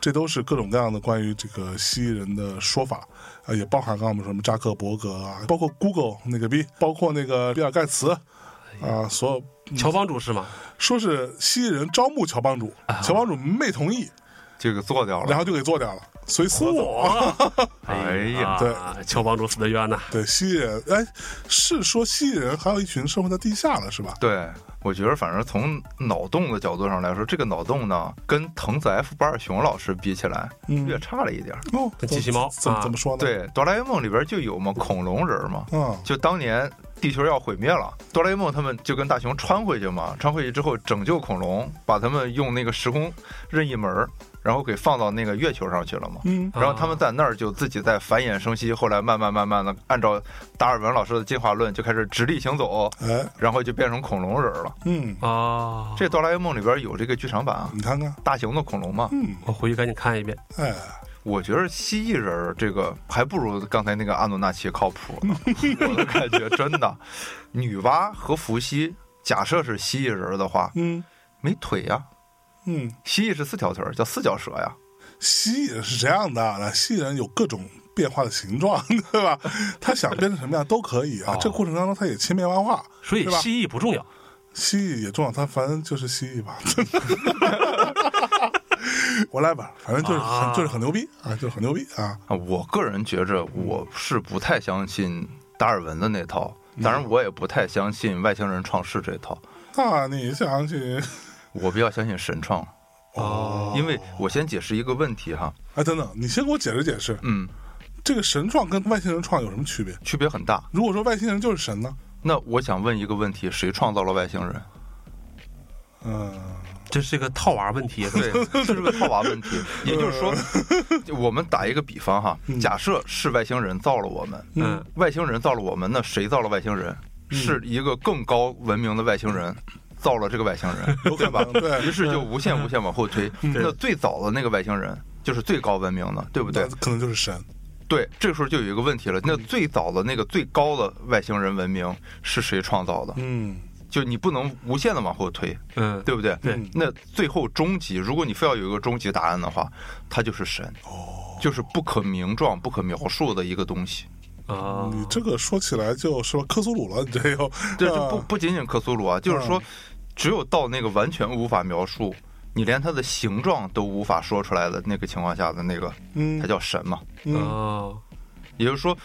A: 这都是各种各样的关于这个蜥蜴人的说法啊，也包含刚刚我们说什么扎克伯格啊，包括 Google 那个逼，包括那个比尔盖茨
B: 哎
A: 啊，所有
B: 乔帮主是吗？
A: 说是蜥蜴人招募乔帮主，
B: 啊
A: 乔帮主没同意，
C: [LAUGHS] 这个做掉
A: 然
C: 了。
A: 后就给做掉了，所以死了。 [LAUGHS]
B: 嚯！
C: 哎呀
A: 嗯对，
B: 乔帮主死的冤呐！
A: 对蜥蜴人，哎，是说蜥蜴人还有一群生活在地下了，是吧？
C: 对，我觉得反正从脑洞的角度上来说，这个脑洞呢，跟藤子 F 不二雄老师比起来，
A: 嗯
C: 略差了一点儿。
A: 哦，
B: 跟机器猫
A: 怎么
B: 啊
A: 怎么说呢？，
C: 对，哆啦 A 梦里边就有嘛，恐龙人嘛，
A: 嗯，
C: 就当年地球要毁灭了，哆啦 A 梦他们就跟大雄穿回去嘛，穿回去之后拯救恐龙，把他们用那个时空任意门儿，然后给放到那个月球上去了嘛。
A: 嗯
C: 然后他们在那儿就自己在繁衍生息，后来慢慢慢慢的按照达尔文老师的进化论就开始直立行走，
A: 哎，
C: 然后就变成恐龙人了。
A: 嗯，
B: 啊，
C: 这哆啦 A 梦里边有这个剧场版啊，
A: 你看看，
C: 大型的恐龙嘛。
A: 嗯，
B: 我回去赶紧看一遍。
A: 哎，
C: 我觉得蜥蜴人儿这个还不如刚才那个阿努纳奇靠谱呢，我的感觉真的。女娲和伏羲，假设是蜥蜴人儿的话，
A: 嗯
C: 没腿呀、
A: 嗯，
C: 蜥蜴是四条腿儿，叫四脚蛇呀。
A: 蜥蜴人是这样的，啊那蜥蜴人有各种变化的形状， [LAUGHS] 对吧？他想变成什么样都可以啊。
B: 哦
A: 这过程当中他也千变万化，
B: 所以
A: 是吧
B: 蜥蜴不重要。
A: 蜥蜴也重要，它反正就是蜥蜴吧。 [LAUGHS] 我来吧，反正就是很、
B: 啊
A: 就是很牛逼啊，就是很牛逼啊。
C: 啊，我个人觉着我是不太相信达尔文的那套，当然我也不太相信外星人创世这套，
A: 那你想起
C: 我比较相信神创。哦，因为我先解释一个问题哈，
A: 哎，等等，你先给我解释解释，
C: 嗯，
A: 这个神创跟外星人创有什么区别？
C: 区别很大。
A: 如果说外星人就是神呢？
C: 那我想问一个问题，谁创造了外星人？
A: 嗯，
B: 这是个套娃
A: [LAUGHS]
B: 问题，
C: 对， [LAUGHS] 这是个套娃问题。也就是说，
A: 嗯
C: 就我们打一个比方哈，假设是外星人造了我们，
B: 嗯，
C: 外星人造了我们，那谁造了外星人？
A: 嗯
C: 是一个更高文明的外星人造了这个外星人，
A: 有可能对嗯
C: 于，是就无限无限往后推。那最早的那个外星人就是最高文明的，对不对
A: 那？可能就是神。
C: 对，这个时候就有一个问题了，那最早的那个最高的外星人文明是谁创造的？
A: 嗯，
C: 就你不能无限的往后推，
B: 嗯，
C: 对不对？
B: 对
C: 那最后终极，如果你非要有一个终极答案的话，它就是神，就是不可名状、不可描述的一个东西。
B: 啊，
A: 你这个说起来就是吧，克苏鲁了，你这
C: [LAUGHS]
A: 又
C: 这这
A: 啊
C: 不不仅仅克苏鲁啊，就是说，只有到那个完全无法描述，你连它的形状都无法说出来的那个情况下的那个，才
A: 嗯
C: 叫神嘛。
A: 嗯，
B: 哦，
C: 也就是说，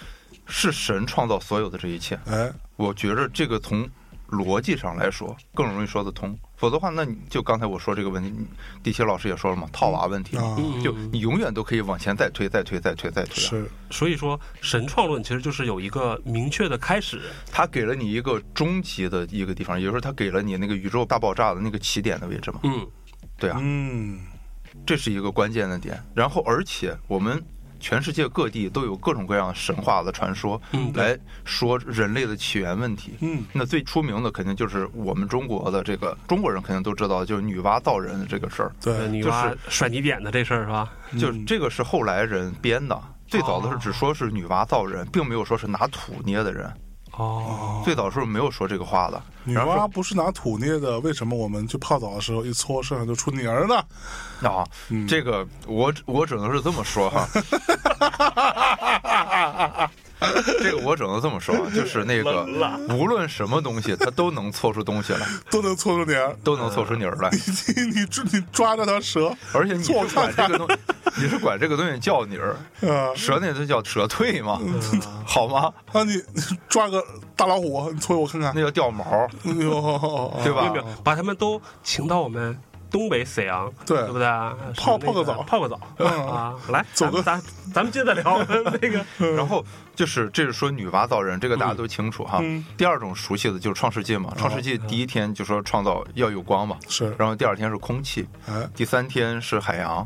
C: 是神创造所有的这一切。
A: 哎，
C: 我觉着这个从逻辑上来说更容易说得通，否则的话，那你就刚才我说这个问题，你地球老师也说了嘛，套娃问题嘛。
A: 啊，
B: 嗯
C: 就你永远都可以往前再推、再推、再推、再推、啊。
A: 是
B: 所以说神创论其实就是有一个明确的开始，
C: 它给了你一个终极的一个地方，也就是它给了你那个宇宙大爆炸的那个起点的位置嘛。
B: 嗯
C: 对啊，
A: 嗯，
C: 这是一个关键的点。然后，而且我们全世界各地都有各种各样神话的传说
B: 嗯对
C: 来说人类的起源问题。
A: 嗯，
C: 那最出名的肯定就是我们中国的这个中国人肯定都知道，就是女娲造人的这个事儿。
B: 呃
A: 对，
B: 女
C: 就
B: 娲
C: 是
B: 甩泥点的这事儿是吧？
C: 就是这个是后来人编的，最早的是只说是女娲造人，并没有说是拿土捏的人。
B: 哦，
C: 最早时候没有说这个话的，
A: 女
C: 然后
A: 娲不是拿土捏的，为什么我们去泡澡的时候一搓身上就出泥儿呢？
C: 说啊，这个我只我只能是这么说哈，这个我只能这么说，啊就是那个无论什么东西，它都能搓出东西来，
A: 都能搓出泥儿，
C: 都能搓出泥儿来，
A: 你你抓你抓着条蛇，
C: 而且你是
A: 搓
C: 管
A: 看
C: 这
A: 看
C: 个东，你是管这个东西叫泥儿，
A: 啊
C: 蛇那都叫蛇蜕嘛， [LAUGHS] 好吗？
A: 啊！你你抓个大老虎，你搓我看看
C: 那，叫掉毛，
A: 哎呦，
C: [LAUGHS] 对吧
B: 没有没有，把他们都请到我们东北沈阳，
A: 对
B: 对不对？
A: 泡
B: 是那
A: 泡个澡
B: 泡个澡啊，来，咱
A: 个
B: 咱咱们接着聊那个，
C: 然后就是这是说女娲造人，这个大家都清楚哈。第二种熟悉的就是创世纪嘛，创世纪第一天就说创造要有光嘛，
A: 是
C: 然后第二天是空气，
A: 哎，
C: 第三天是海洋，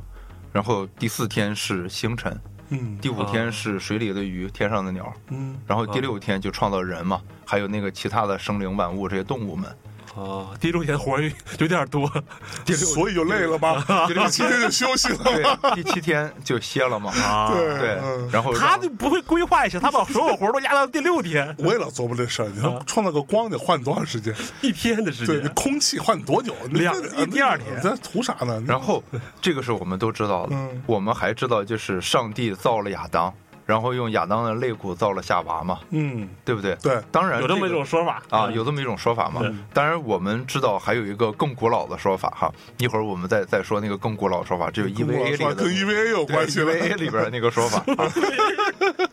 C: 然后第四天是星辰，
A: 嗯
C: 第五天是水里的鱼、天上的鸟，
A: 嗯，
C: 然后第六天就创造人嘛，还有那个其他的生灵万物这些动物们。
B: 哦，第六天活儿有 [LAUGHS] 有点多，
A: [LAUGHS]
C: 第六
A: 所以就累了吧？
C: 第六
A: 今 [LAUGHS] 天就休息了。
C: 对，第七天就歇了嘛。
A: 对
C: 对
A: 嗯，
C: 然后
B: 他就不会规划一下，他把所有活儿都压到第六天，
A: 我也老琢磨这事儿，你
C: 啊
A: 说创造个光得换多长时间？
B: 一天的时
A: 对，你
B: 间。
A: 空气换多久？你
B: 两
A: 这
B: 第二天
A: 你这图啥呢？
C: 然后这个是我们都知道的，
A: 嗯
C: 我们还知道就是上帝造了亚当，然后用亚当的肋骨造了夏娃嘛，
A: 嗯，
C: 对不对？
A: 对
C: 当然
B: 有这么一
C: 个
B: 种说法嗯
C: 啊，
A: 嗯
C: 有这么一种说法嘛。当然我们知道还有一个更古老的说法哈，一会儿我们再再说那个更古老的说法，只有
A: 跟我
C: EVA 里
A: 说
C: 的
A: 跟 EVA 有
C: 对 E
A: 关系了。
C: EVA 里边的那个说法。啊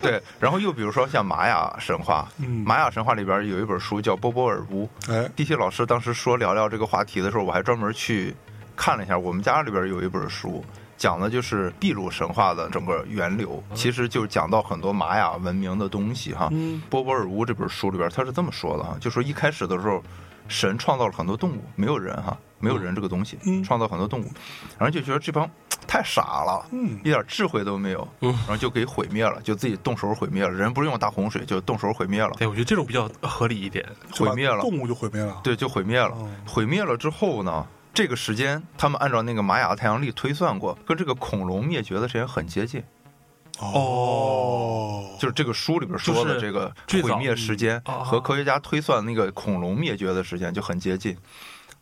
C: 对，然后又比如说像玛雅神话，
A: 嗯
C: 玛雅神话里边有一本书叫《波波尔乌》，
A: [LAUGHS] 哎，
C: 地气老师当时说聊聊这个话题的时候，我还专门去看了一下，我们家里边有一本书。讲的就是秘鲁神话的整个源流，其实就讲到很多玛雅文明的东西哈。波波尔乌这本书里边，他是这么说的哈，就说一开始的时候，神创造了很多动物，没有人哈，没有人这个东西，创造很多动物，然后就觉得这帮太傻了，一点智慧都没有，然后就给毁灭了，就自己动手毁灭了。人不是用大洪水，就动手毁灭了，
B: 对，我觉得这种比较合理一点。
A: 就把
C: 毁灭了
A: 动物就毁灭了。
B: 嗯
C: 对，就毁灭了。毁灭了之后呢，这个时间，他们按照那个玛雅的太阳历推算过，跟这个恐龙灭绝的时间很接近。
A: 哦，
C: 就是这个书里边说
B: 就
C: 的
B: 是
C: 这个
B: 最早
C: 毁灭时间
B: 嗯哦
C: 和科学家推算那个恐龙灭绝的时间就很接近，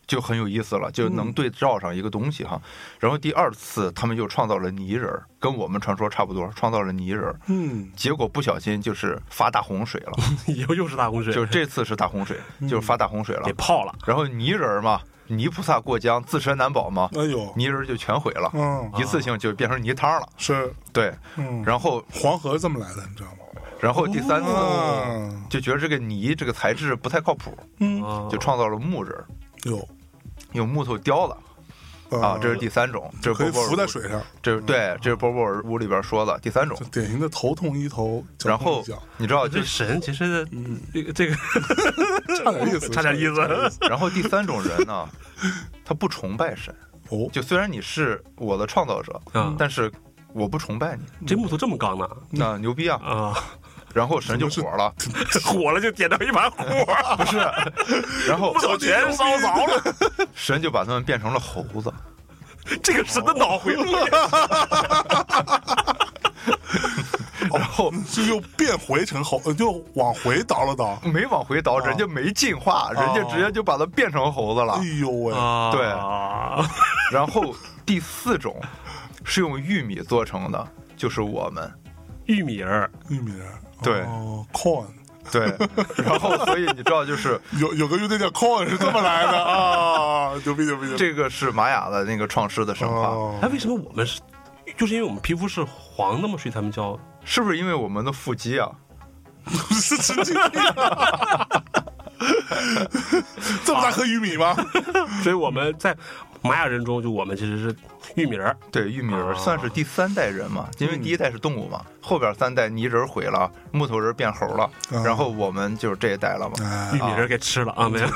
C: 就很有意思了，就
B: 嗯
C: 能对照上一个东西哈。然后第二次他们又创造了泥人儿，跟我们传说差不多，创造了泥人儿，
A: 嗯，
C: 结果不小心就是发大洪水了，
B: 以后又是大洪水，
C: 就是这次是大洪水，
B: 嗯
C: 就是发大洪水了
B: 给。泡了。
C: 然后泥人儿嘛，泥菩萨过江，自身难保嘛，
A: 哎呦，
C: 泥人儿就全毁了，
A: 嗯，
C: 一次性就变成泥汤了。
A: 是，
C: 对，
A: 嗯，
C: 然后
A: 黄河这么来的，你知道吗？
C: 然后第三次
A: 嗯，
C: 就觉得这个泥这个材质不太靠谱。
A: 嗯，
B: 啊
C: 就创造了木人儿，
A: 有呃
C: 用木头雕的啊，这是第三种，这是
A: 哦可以
C: 波波尔
A: 浮在
C: 屋，
A: 水上，嗯
C: 这是对，这是波波尔屋里边说的第三种
A: 就。典型的头痛医头，脚
C: 然
A: 痛
C: 后
A: 医脚，嗯
C: 你知道，
B: 这
C: 就是
B: 神其实这个这个
C: 嗯
A: 差点
C: [LAUGHS]
A: 意思，
B: 差点意思，
C: 然后第三种人
A: [LAUGHS]
C: 呢，他不崇拜神，
A: 哦，
C: 就虽然你是我的创造者，
A: 嗯
B: 啊！
C: 但是我不崇拜你，
B: 这木头这么刚呢
C: 那牛逼
A: 嗯
C: 啊！
B: 啊，
C: 然后神就火了，
B: [LAUGHS] 火了就点到一把
C: [LAUGHS]
B: 火，
C: 不是，然后
B: 木头全烧着了。
C: 神就把他们变成了猴子，
B: 这个神的脑回路
C: [LAUGHS]
B: 也
C: 然后
A: 这又变回成猴，呃又往回倒了倒，
C: 没往回倒，人家没进化，人家直接就把他变成猴
A: [LAUGHS]
C: 子了
A: 哎。呦喂，
B: 啊
C: 对然后第四种是用玉米做成的，就是我们。
B: 玉米人儿
A: 玉米人，
C: 对
A: 哦，corn，
C: 对， [LAUGHS] 然后所以你知道，就是
A: 有有个乐队叫 corn 是这么来的啊，牛逼牛逼牛逼，
C: 这个是玛雅的那个创世的神话，
A: 哦
B: 哎，为什么我们是？就是因为我们皮肤是黄的嘛，所以他们叫
C: 是不是因为我们的腹肌啊？
A: 是神经病啊。这么大颗玉米吗？
B: 所以我们在玛雅人中，就我们其实是玉米人儿
C: 对，玉米人
B: 哦
C: 算是第三代人嘛，因为第一代是动物嘛，后边三代泥人毁了，木头人变猴了，
A: 嗯
C: 然后我们就是这一代了嘛。
B: 玉
A: 哎，
B: 米人儿给吃了啊，没有。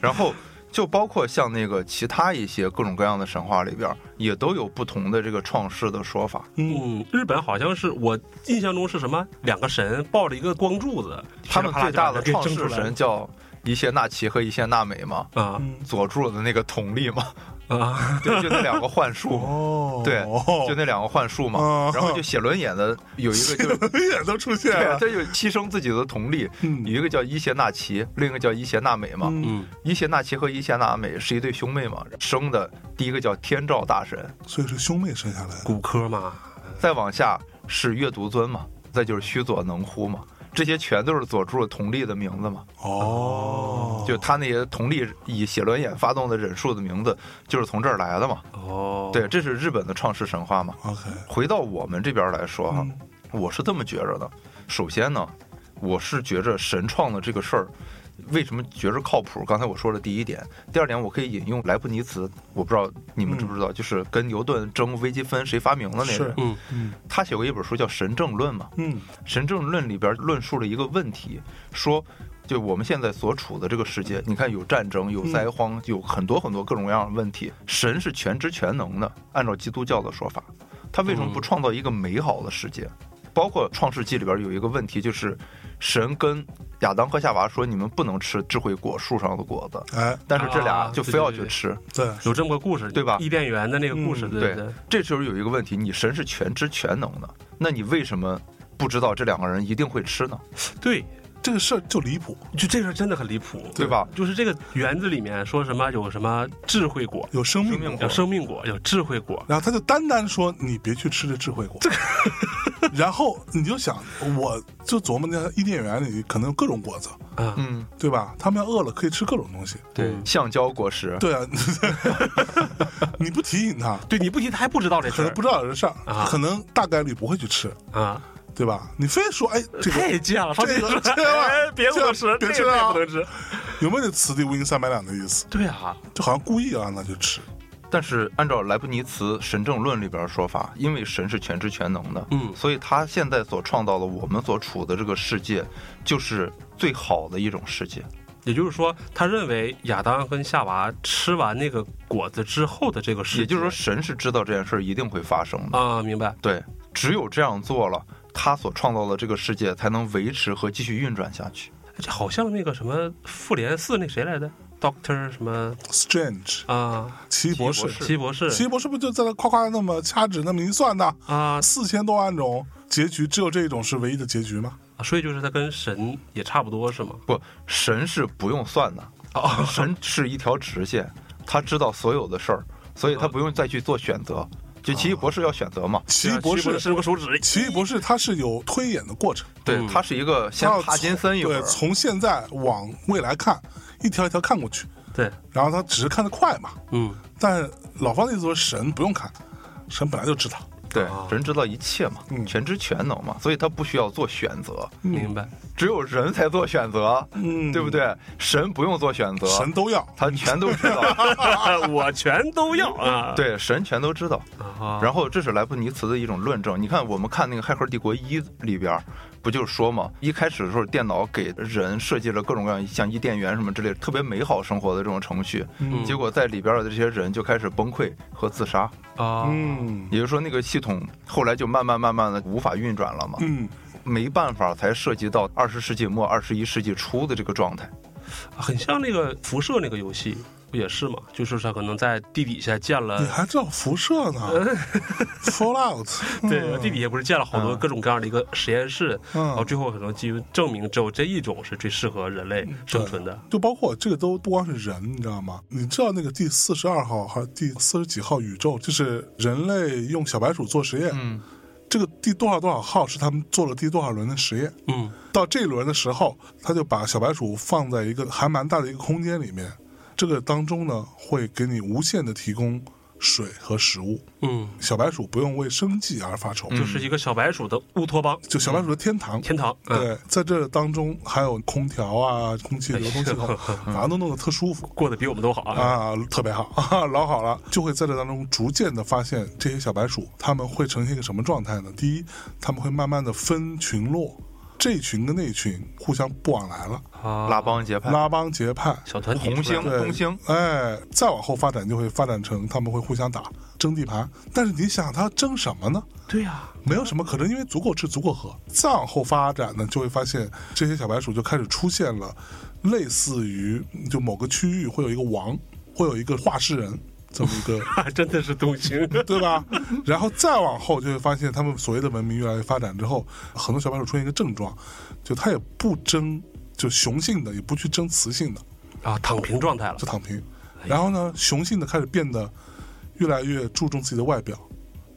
C: 然后就包括像那个其他一些各种各样的神话里边，也都有不同的这个创世的说法。
B: [LAUGHS] 嗯，日本好像是我印象中是什么两个神抱着一个光柱子，
C: 他们最大的
B: 噼里啪啦
C: 创
B: 就把人给蒸
C: 世
B: 出来了
C: 神叫一谢纳奇和一谢纳美嘛，
B: 啊
C: 佐助的那个统力嘛， [LAUGHS]
B: 啊，
C: 对，就那两个幻术。
A: 哦，
C: 对，就那两个幻术嘛
A: 哦，
C: 然后就写轮眼的有一
B: [LAUGHS]
C: 个就
A: 也都出
B: 啊
A: 现
C: 对，啊
A: 了，
C: 他就牺牲自己的同力，
A: 嗯
C: 有一个叫伊邪那岐，另一个叫伊邪那美嘛。
A: 嗯
B: 嗯，
C: 伊邪那岐和伊邪那美是一对兄妹嘛，生的第一个叫天照大神，
A: 所以是兄妹生下来的。
B: 骨科嘛，
C: 再往下是月独尊嘛，再就是须佐能乎嘛。这些全都是佐助的同力的名字嘛，
A: 哦，
C: 就他那些同力以写轮眼发动的忍术的名字，就是从这儿来的嘛。
B: 哦，
C: 对，，这是日本的创世神话嘛。
A: OK，
C: 回到我们这边来说哈、
A: 嗯
C: 我是这么觉着的。首先呢，我是觉着神创的这个事儿，为什么觉着靠谱？刚才我说了第一点，第二点我可以引用莱布尼茨，我不知道你们知不知道，就是跟牛顿争微积分谁发明的那个
A: 嗯是
C: 人，
B: 嗯
A: 嗯
C: 他写过一本书叫《神证论》嘛，
A: 嗯
C: 《神证论》里边论述了一个问题，说。就我们现在所处的这个世界，你看有战争、有灾荒，有很多很多各种各样的问题。神是全知全能的，按照基督教的说法，他为什么不
B: 嗯
C: 创造一个美好的世界？包括《创世纪》里边有一个问题，就是神跟亚当和夏娃说：“你们不能吃智慧果树上的果子。”
A: 哎，
C: 但是这俩
B: 啊
C: 就
B: 对
C: 非要
B: 对
C: 去
B: 对
C: 吃。
A: 对，
B: 有这么个故事，
C: 对吧
B: 伊甸园的那个故事，
A: 嗯
B: 对
C: 对
B: 对，
C: 这时候有一个问题：你神是全知全能的，那你为什么不知道这两个人一定会吃呢？
B: 对，
A: 这个事儿就离谱，
B: 就这事儿真的很离谱，
C: 对吧？
B: 就是这个园子里面说什么有什么智慧果，
A: 有生命
C: 生命
A: 果。
C: 果
B: 有生命果，有智慧果，
A: 然后他就单单说你别去吃这智慧果， [LAUGHS] 然后你就想，我就琢磨那伊甸园里可能有各种果子，
B: 啊，
C: 嗯，
A: 对吧？他们要饿了可以吃各种东西，
B: 对
C: 橡胶果实。
A: 对啊， [LAUGHS] 你不提醒他，
B: 对，你不提他还不知道这事
A: 可能
B: 儿
A: 不知道有这事儿
B: 啊，
A: 可能大概率不会去吃，
B: 啊，
A: 对吧？你非说哎，这个
B: 太贱了，放
A: 这
B: 进
A: 个
B: 去
A: 这个
B: [LAUGHS] 哎别
A: 这
B: 不
A: 个
B: 能吃，
A: 别
B: 这
A: 吃
B: 个
A: 啊
B: 不能吃，
A: 有没有此地无银三百两的意思？
B: 对啊，
A: 就好像故意要让他去吃，
C: 但是按照莱布尼茨《神证论》里边的说法，因为神是全知全能的，
B: 嗯
C: 所以他现在所创造的我们所处的这个世界，就是最好的一种世界。
B: 也就是说，他认为亚当跟夏娃吃完那个果子之后的这个世界，
C: 也就是说，神是知道这件事儿一定会发生的。
B: 啊，明白
C: 对，只有这样做了，他所创造的这个世界才能维持和继续运转下去。
B: 这好像那个什么复联四那谁来的 Doctor 什么
A: Strange
B: 啊，
A: 奇异博士，
C: 是
B: 奇博士
A: 奇异博士不就在那夸夸那么掐指那么一算呐，
B: 啊，
A: 四千多万种结局，只有这一种是唯一的结局吗？
B: 啊所以就是他跟神也差不多是吗？
C: 不，神是不用
B: [LAUGHS]
C: 算的， [LAUGHS]
B: 哦，
C: 神是一条直线，他知道所有的事儿，所以他不用再去做选择。就奇异博士要选择嘛，
A: 奇异啊博
B: 奇
A: 士，
B: 伸个手指，
A: 奇异博士他是有推演的过程，
B: 嗯
C: 对，他是一个
A: 他
C: 先
A: 要
C: 帕金森一
A: 从
C: 会
A: 对，
C: 儿，
A: 从现在往未来看，一条一条看过去，
B: 对，
A: 然后他只是看得快嘛。
B: 嗯，
A: 但老方的意思说神不用看，神本来就知道。
C: 对
B: 啊，
C: 人知道一切嘛，
A: 嗯
C: 全知全能嘛，所以他不需要做选择，
B: 明白。
C: 只有人才做选择，
A: 嗯
C: 对不？对？神不用做选择，
A: 神都要，
C: 他全都知
A: [LAUGHS]
C: 道，
B: [LAUGHS] 我全都要啊！
C: 对，神全都知道。
B: 啊，
C: 然后这是莱布尼茨的一种论证。你看，我们看那个《黑客帝国一》里边儿，不就是说嘛，一开始的时候，电脑给人设计了各种各样像伊甸园什么之类特别美好生活的这种程序，
A: 嗯
C: 结果在里边儿的这些人就开始崩溃和自杀。
B: 啊，
A: 嗯
C: 也就是说，那个系统后来就慢慢慢慢的无法运转了嘛，
A: 嗯，
C: 没办法才涉及到二十世纪末、二十一世纪初的这个状态。
B: 很像那个辐射那个游戏，不也是嘛？就是他可能在地底下建
A: 你
B: 了，
A: 还知道辐射
C: [LAUGHS]
A: 呢？Fallout，
B: 对，地底下不是建了好多
C: 嗯
B: 各种各样的一个实验室，
A: 嗯
B: 然后最后可能基于证明只有这一种是最适合人类生存的。
A: 就包括这个都不光是人，你知道吗？你知道那个第四十二号还是第四十几号宇宙，就是人类用小白鼠做实验，
C: 嗯，
A: 这个第多少多少号是他们做了第多少轮的实验。
B: 嗯，
A: 到这一轮的时候，他就把小白鼠放在一个还蛮大的一个空间里面，这个当中呢会给你无限的提供水和食物，
B: 嗯，
A: 小白鼠不用为生计而发愁，
B: 就是一个小白鼠的乌托邦
A: 就小白鼠的天堂。
B: 嗯天堂。嗯，
A: 对，在这当中还有空调啊、空气流通系统，反正都弄得特舒服。
B: 过得比我们都好啊！
A: 啊，特别好， [LAUGHS] 啊老好了，就会在这当中逐渐的发现这些小白鼠，它们会呈现一个什么状态呢？第一，它们会慢慢的分群落，这群跟那群互相不往来了，
B: 啊，
C: 拉帮结派，
A: 哦拉帮结派。
B: 小团体
C: 红
B: 出来
C: 星、
B: 了
C: 东星，
A: 哎，再往后发展就会发展成他们会互相打争地盘，但是你想它争什么呢？
B: 对呀， [LAUGHS]
A: 没有什么可能，因为足够吃足够喝。再往后发展呢，就会发现这些小白鼠就开始出现了，类似于就某个区域会有一个王，会有一个画事人这么一个 [LAUGHS]
B: 真的是东星。
A: 对吧？然后再往后就会发现，他们所谓的文明越来越发展之后，很多小白鼠出现一个症状，就它也不争就雄性的，也不去争雌性的，
B: 啊，躺平状态了
A: 就躺平。然后呢，雄性的开始变得越来越注重自己的外表，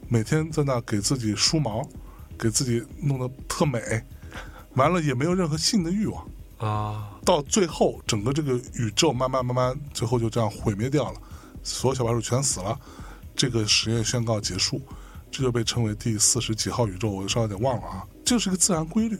A: 每天在那给自己梳毛，给自己弄得特美，完了也没有任何性的欲望。
B: 啊！
A: 到最后，整个这个宇宙慢慢慢慢，最后就这样毁灭掉了，所有小白鼠全死了，这个实验宣告结束，这就被称为第四十几号宇宙，我稍微有点忘了啊，这是个自然规律，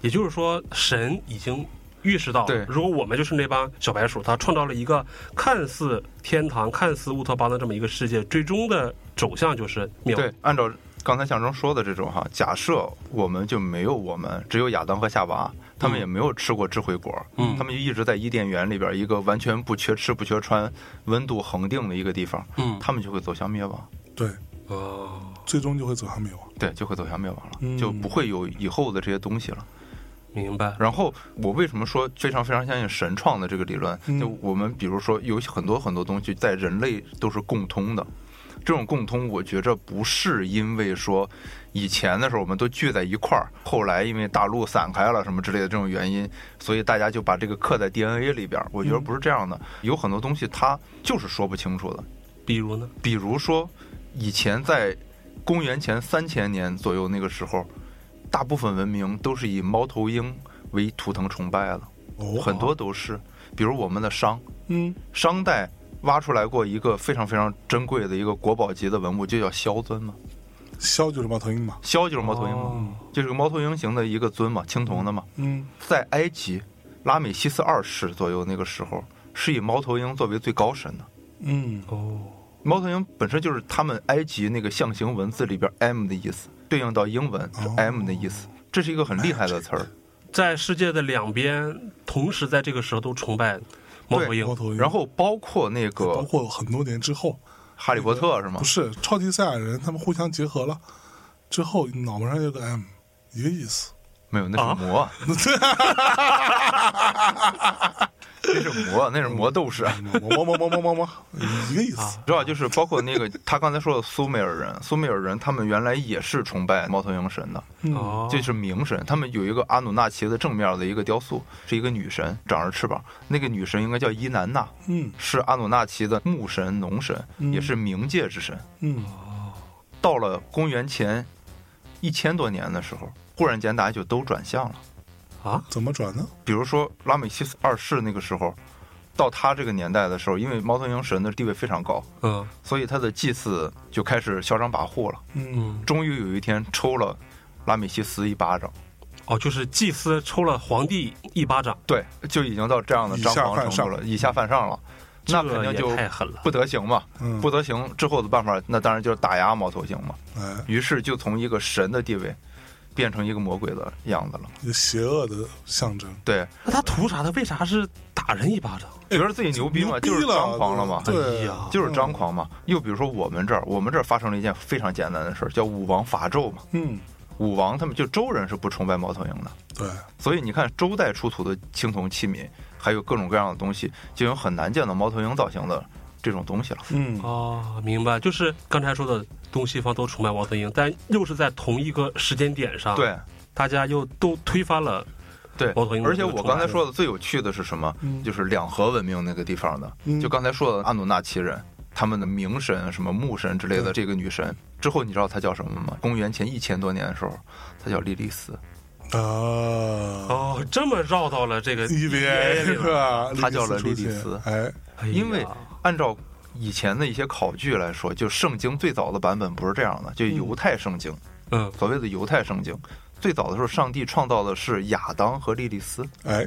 B: 也就是说，神已经预识到了
C: 对，
B: 如果我们就是那帮小白鼠，他创造了一个看似天堂、看似乌托邦的这么一个世界，最终的走向就是灭亡
C: 对。，按照刚才象征说的这种哈，假设我们就没有我们，只有亚当和夏娃，他
A: 嗯
C: 们也没有吃过智慧果，
B: 嗯
C: 他们就一直在伊甸园里边一个完全不缺吃不缺穿、温度恒定的一个地方，
B: 嗯
C: 他们就会走向灭亡，
A: 对，
B: 哦，
A: 最终就会走向灭亡。
C: 对，就会走向灭亡了，
A: 嗯
C: 就不会有以后的这些东西了。
B: 明白。
C: 然后我为什么说非常非常相信神创的这个理论？
A: 嗯
C: 就我们比如说有很多很多东西在人类都是共通的，这种共通我觉着不是因为说以前的时候我们都聚在一块儿，后来因为大陆散开了什么之类的这种原因，所以大家就把这个刻在 DNA 里边儿。我觉得不是这样的，有很多东西它就是说不清楚的。
B: 比如呢？
C: 比如说，以前在公元前三千年左右那个时候，大部分文明都是以猫头鹰为图腾崇拜的，
A: 哦，
C: 很多都是，比如我们的商，
A: 嗯，
C: 商代挖出来过一个非常非常珍贵的一个国宝级的文物，就叫萧尊嘛，
A: 枭就是猫头鹰嘛，
C: 萧就是猫头鹰嘛，
B: 哦
C: 就是个猫头鹰形的一个尊嘛，青铜的嘛，
A: 嗯，
C: 在埃及拉美西斯二世左右那个时候，是以猫头鹰作为最高神的。
A: 嗯，
B: 哦，
C: 猫头鹰本身就是他们埃及那个象形文字里边 M 的意思，对应到英文是
A: 哦哎
C: M 的意思，这是一个很厉害的词儿。
B: 在世界的两边，同时在这个时候都崇拜猫头鹰
A: 猫头鹰。
C: 然后包括那
A: 包
C: 个
A: 括很多年之后，
C: 哈利波特是吗
A: 不？是超级赛亚人，他们互相结合了之后，脑门上有个 M，一个意思。 [LAUGHS]
C: 没有，那是魔啊。那是魔，那是魔斗士。
A: 磨磨磨磨磨磨，一个意思。
C: 知道，就是包括那个他刚才说的苏美尔人，苏美尔人他们原来也是崇拜猫头鹰神的，
A: 嗯
B: 哦，
C: 这是冥神。他们有一个阿努纳奇的正面的一个雕塑，是一个女神，长着翅膀。那个女神应该叫伊南娜，
A: 嗯
C: 是阿努纳奇的牧神、农神，
A: 嗯
C: 也是冥界之神。
A: 嗯，
C: 到了公元前一千多年的时候，忽然间大家就都转向了。
B: 啊
A: 怎么转呢？
C: 比如说拉美西斯二世那个时候，到他这个年代的时候，因为猫头鹰神的地位非常高，
B: 嗯
C: 所以他的祭祀就开始嚣张跋扈了。
A: 嗯，
B: 嗯，
C: 终于有一天抽了拉美西斯一巴掌，
B: 哦，就是祭司抽了皇帝一巴掌，
C: 对，就已经到这样的张狂程度了，以下犯上了，那肯定
B: 这也
C: 就
B: 太狠了。
C: 不得行嘛。
A: 嗯
C: 不得行之后的办法，那当然就是打压猫头鹰嘛。
A: 哎，
C: 于是就从一个神的地位变成一个魔鬼的样子了。
A: 一个邪恶的象征，
C: 对，
B: 那他图啥？他为啥是打人一巴掌？
C: 觉得自己牛逼嘛，就是张狂了嘛。
B: 哎
A: 对
B: 呀
C: 就是张狂嘛。又比如说我们这儿，我们这儿发生了一件非常简单的事儿，叫武王伐纣嘛。
A: 嗯，
C: 武王他们就周人是不崇拜猫头鹰的，
A: 对，
C: 所以你看周代出土的青铜器皿，还有各种各样的东西，就有很难见到猫头鹰造型的这种东西了。
A: 嗯，
B: 哦，明白，就是刚才说的东西方都崇拜猫头鹰，但又是在同一个时间点上，，
C: 对
B: 大家又都推翻了。
C: 对
B: 猫头鹰，的
C: 而
B: 这
C: 且
B: 个
C: 我
B: 崇
C: 刚才
B: 拜
C: 说的最有趣的是什么？
A: 嗯
C: 就是两河文明那个地方的，
A: 嗯
C: 就刚才说的阿努纳奇人。他们的冥神、啊什么木神之类的，
A: 对
C: 这个女神之后，你知道她叫什么吗？公元前一千多年的时候，她叫莉莉丝。
A: 啊
B: 哦，这么绕到了这个
C: ，E
B: E
A: ，EVA
B: 里
A: ，E 是
B: 了。
A: 吧？
C: 他叫了
A: 莉
C: 莉莉
A: 出
C: 丝
A: 现哎，
B: 哎呀
C: 因为按照以前的一些考据来说，就圣经最早的版本不是这样的，就犹太圣经，
B: 嗯，
C: 所谓的犹太圣经，最早的时候上帝创造的是亚当和莉莉丝。
A: 哎，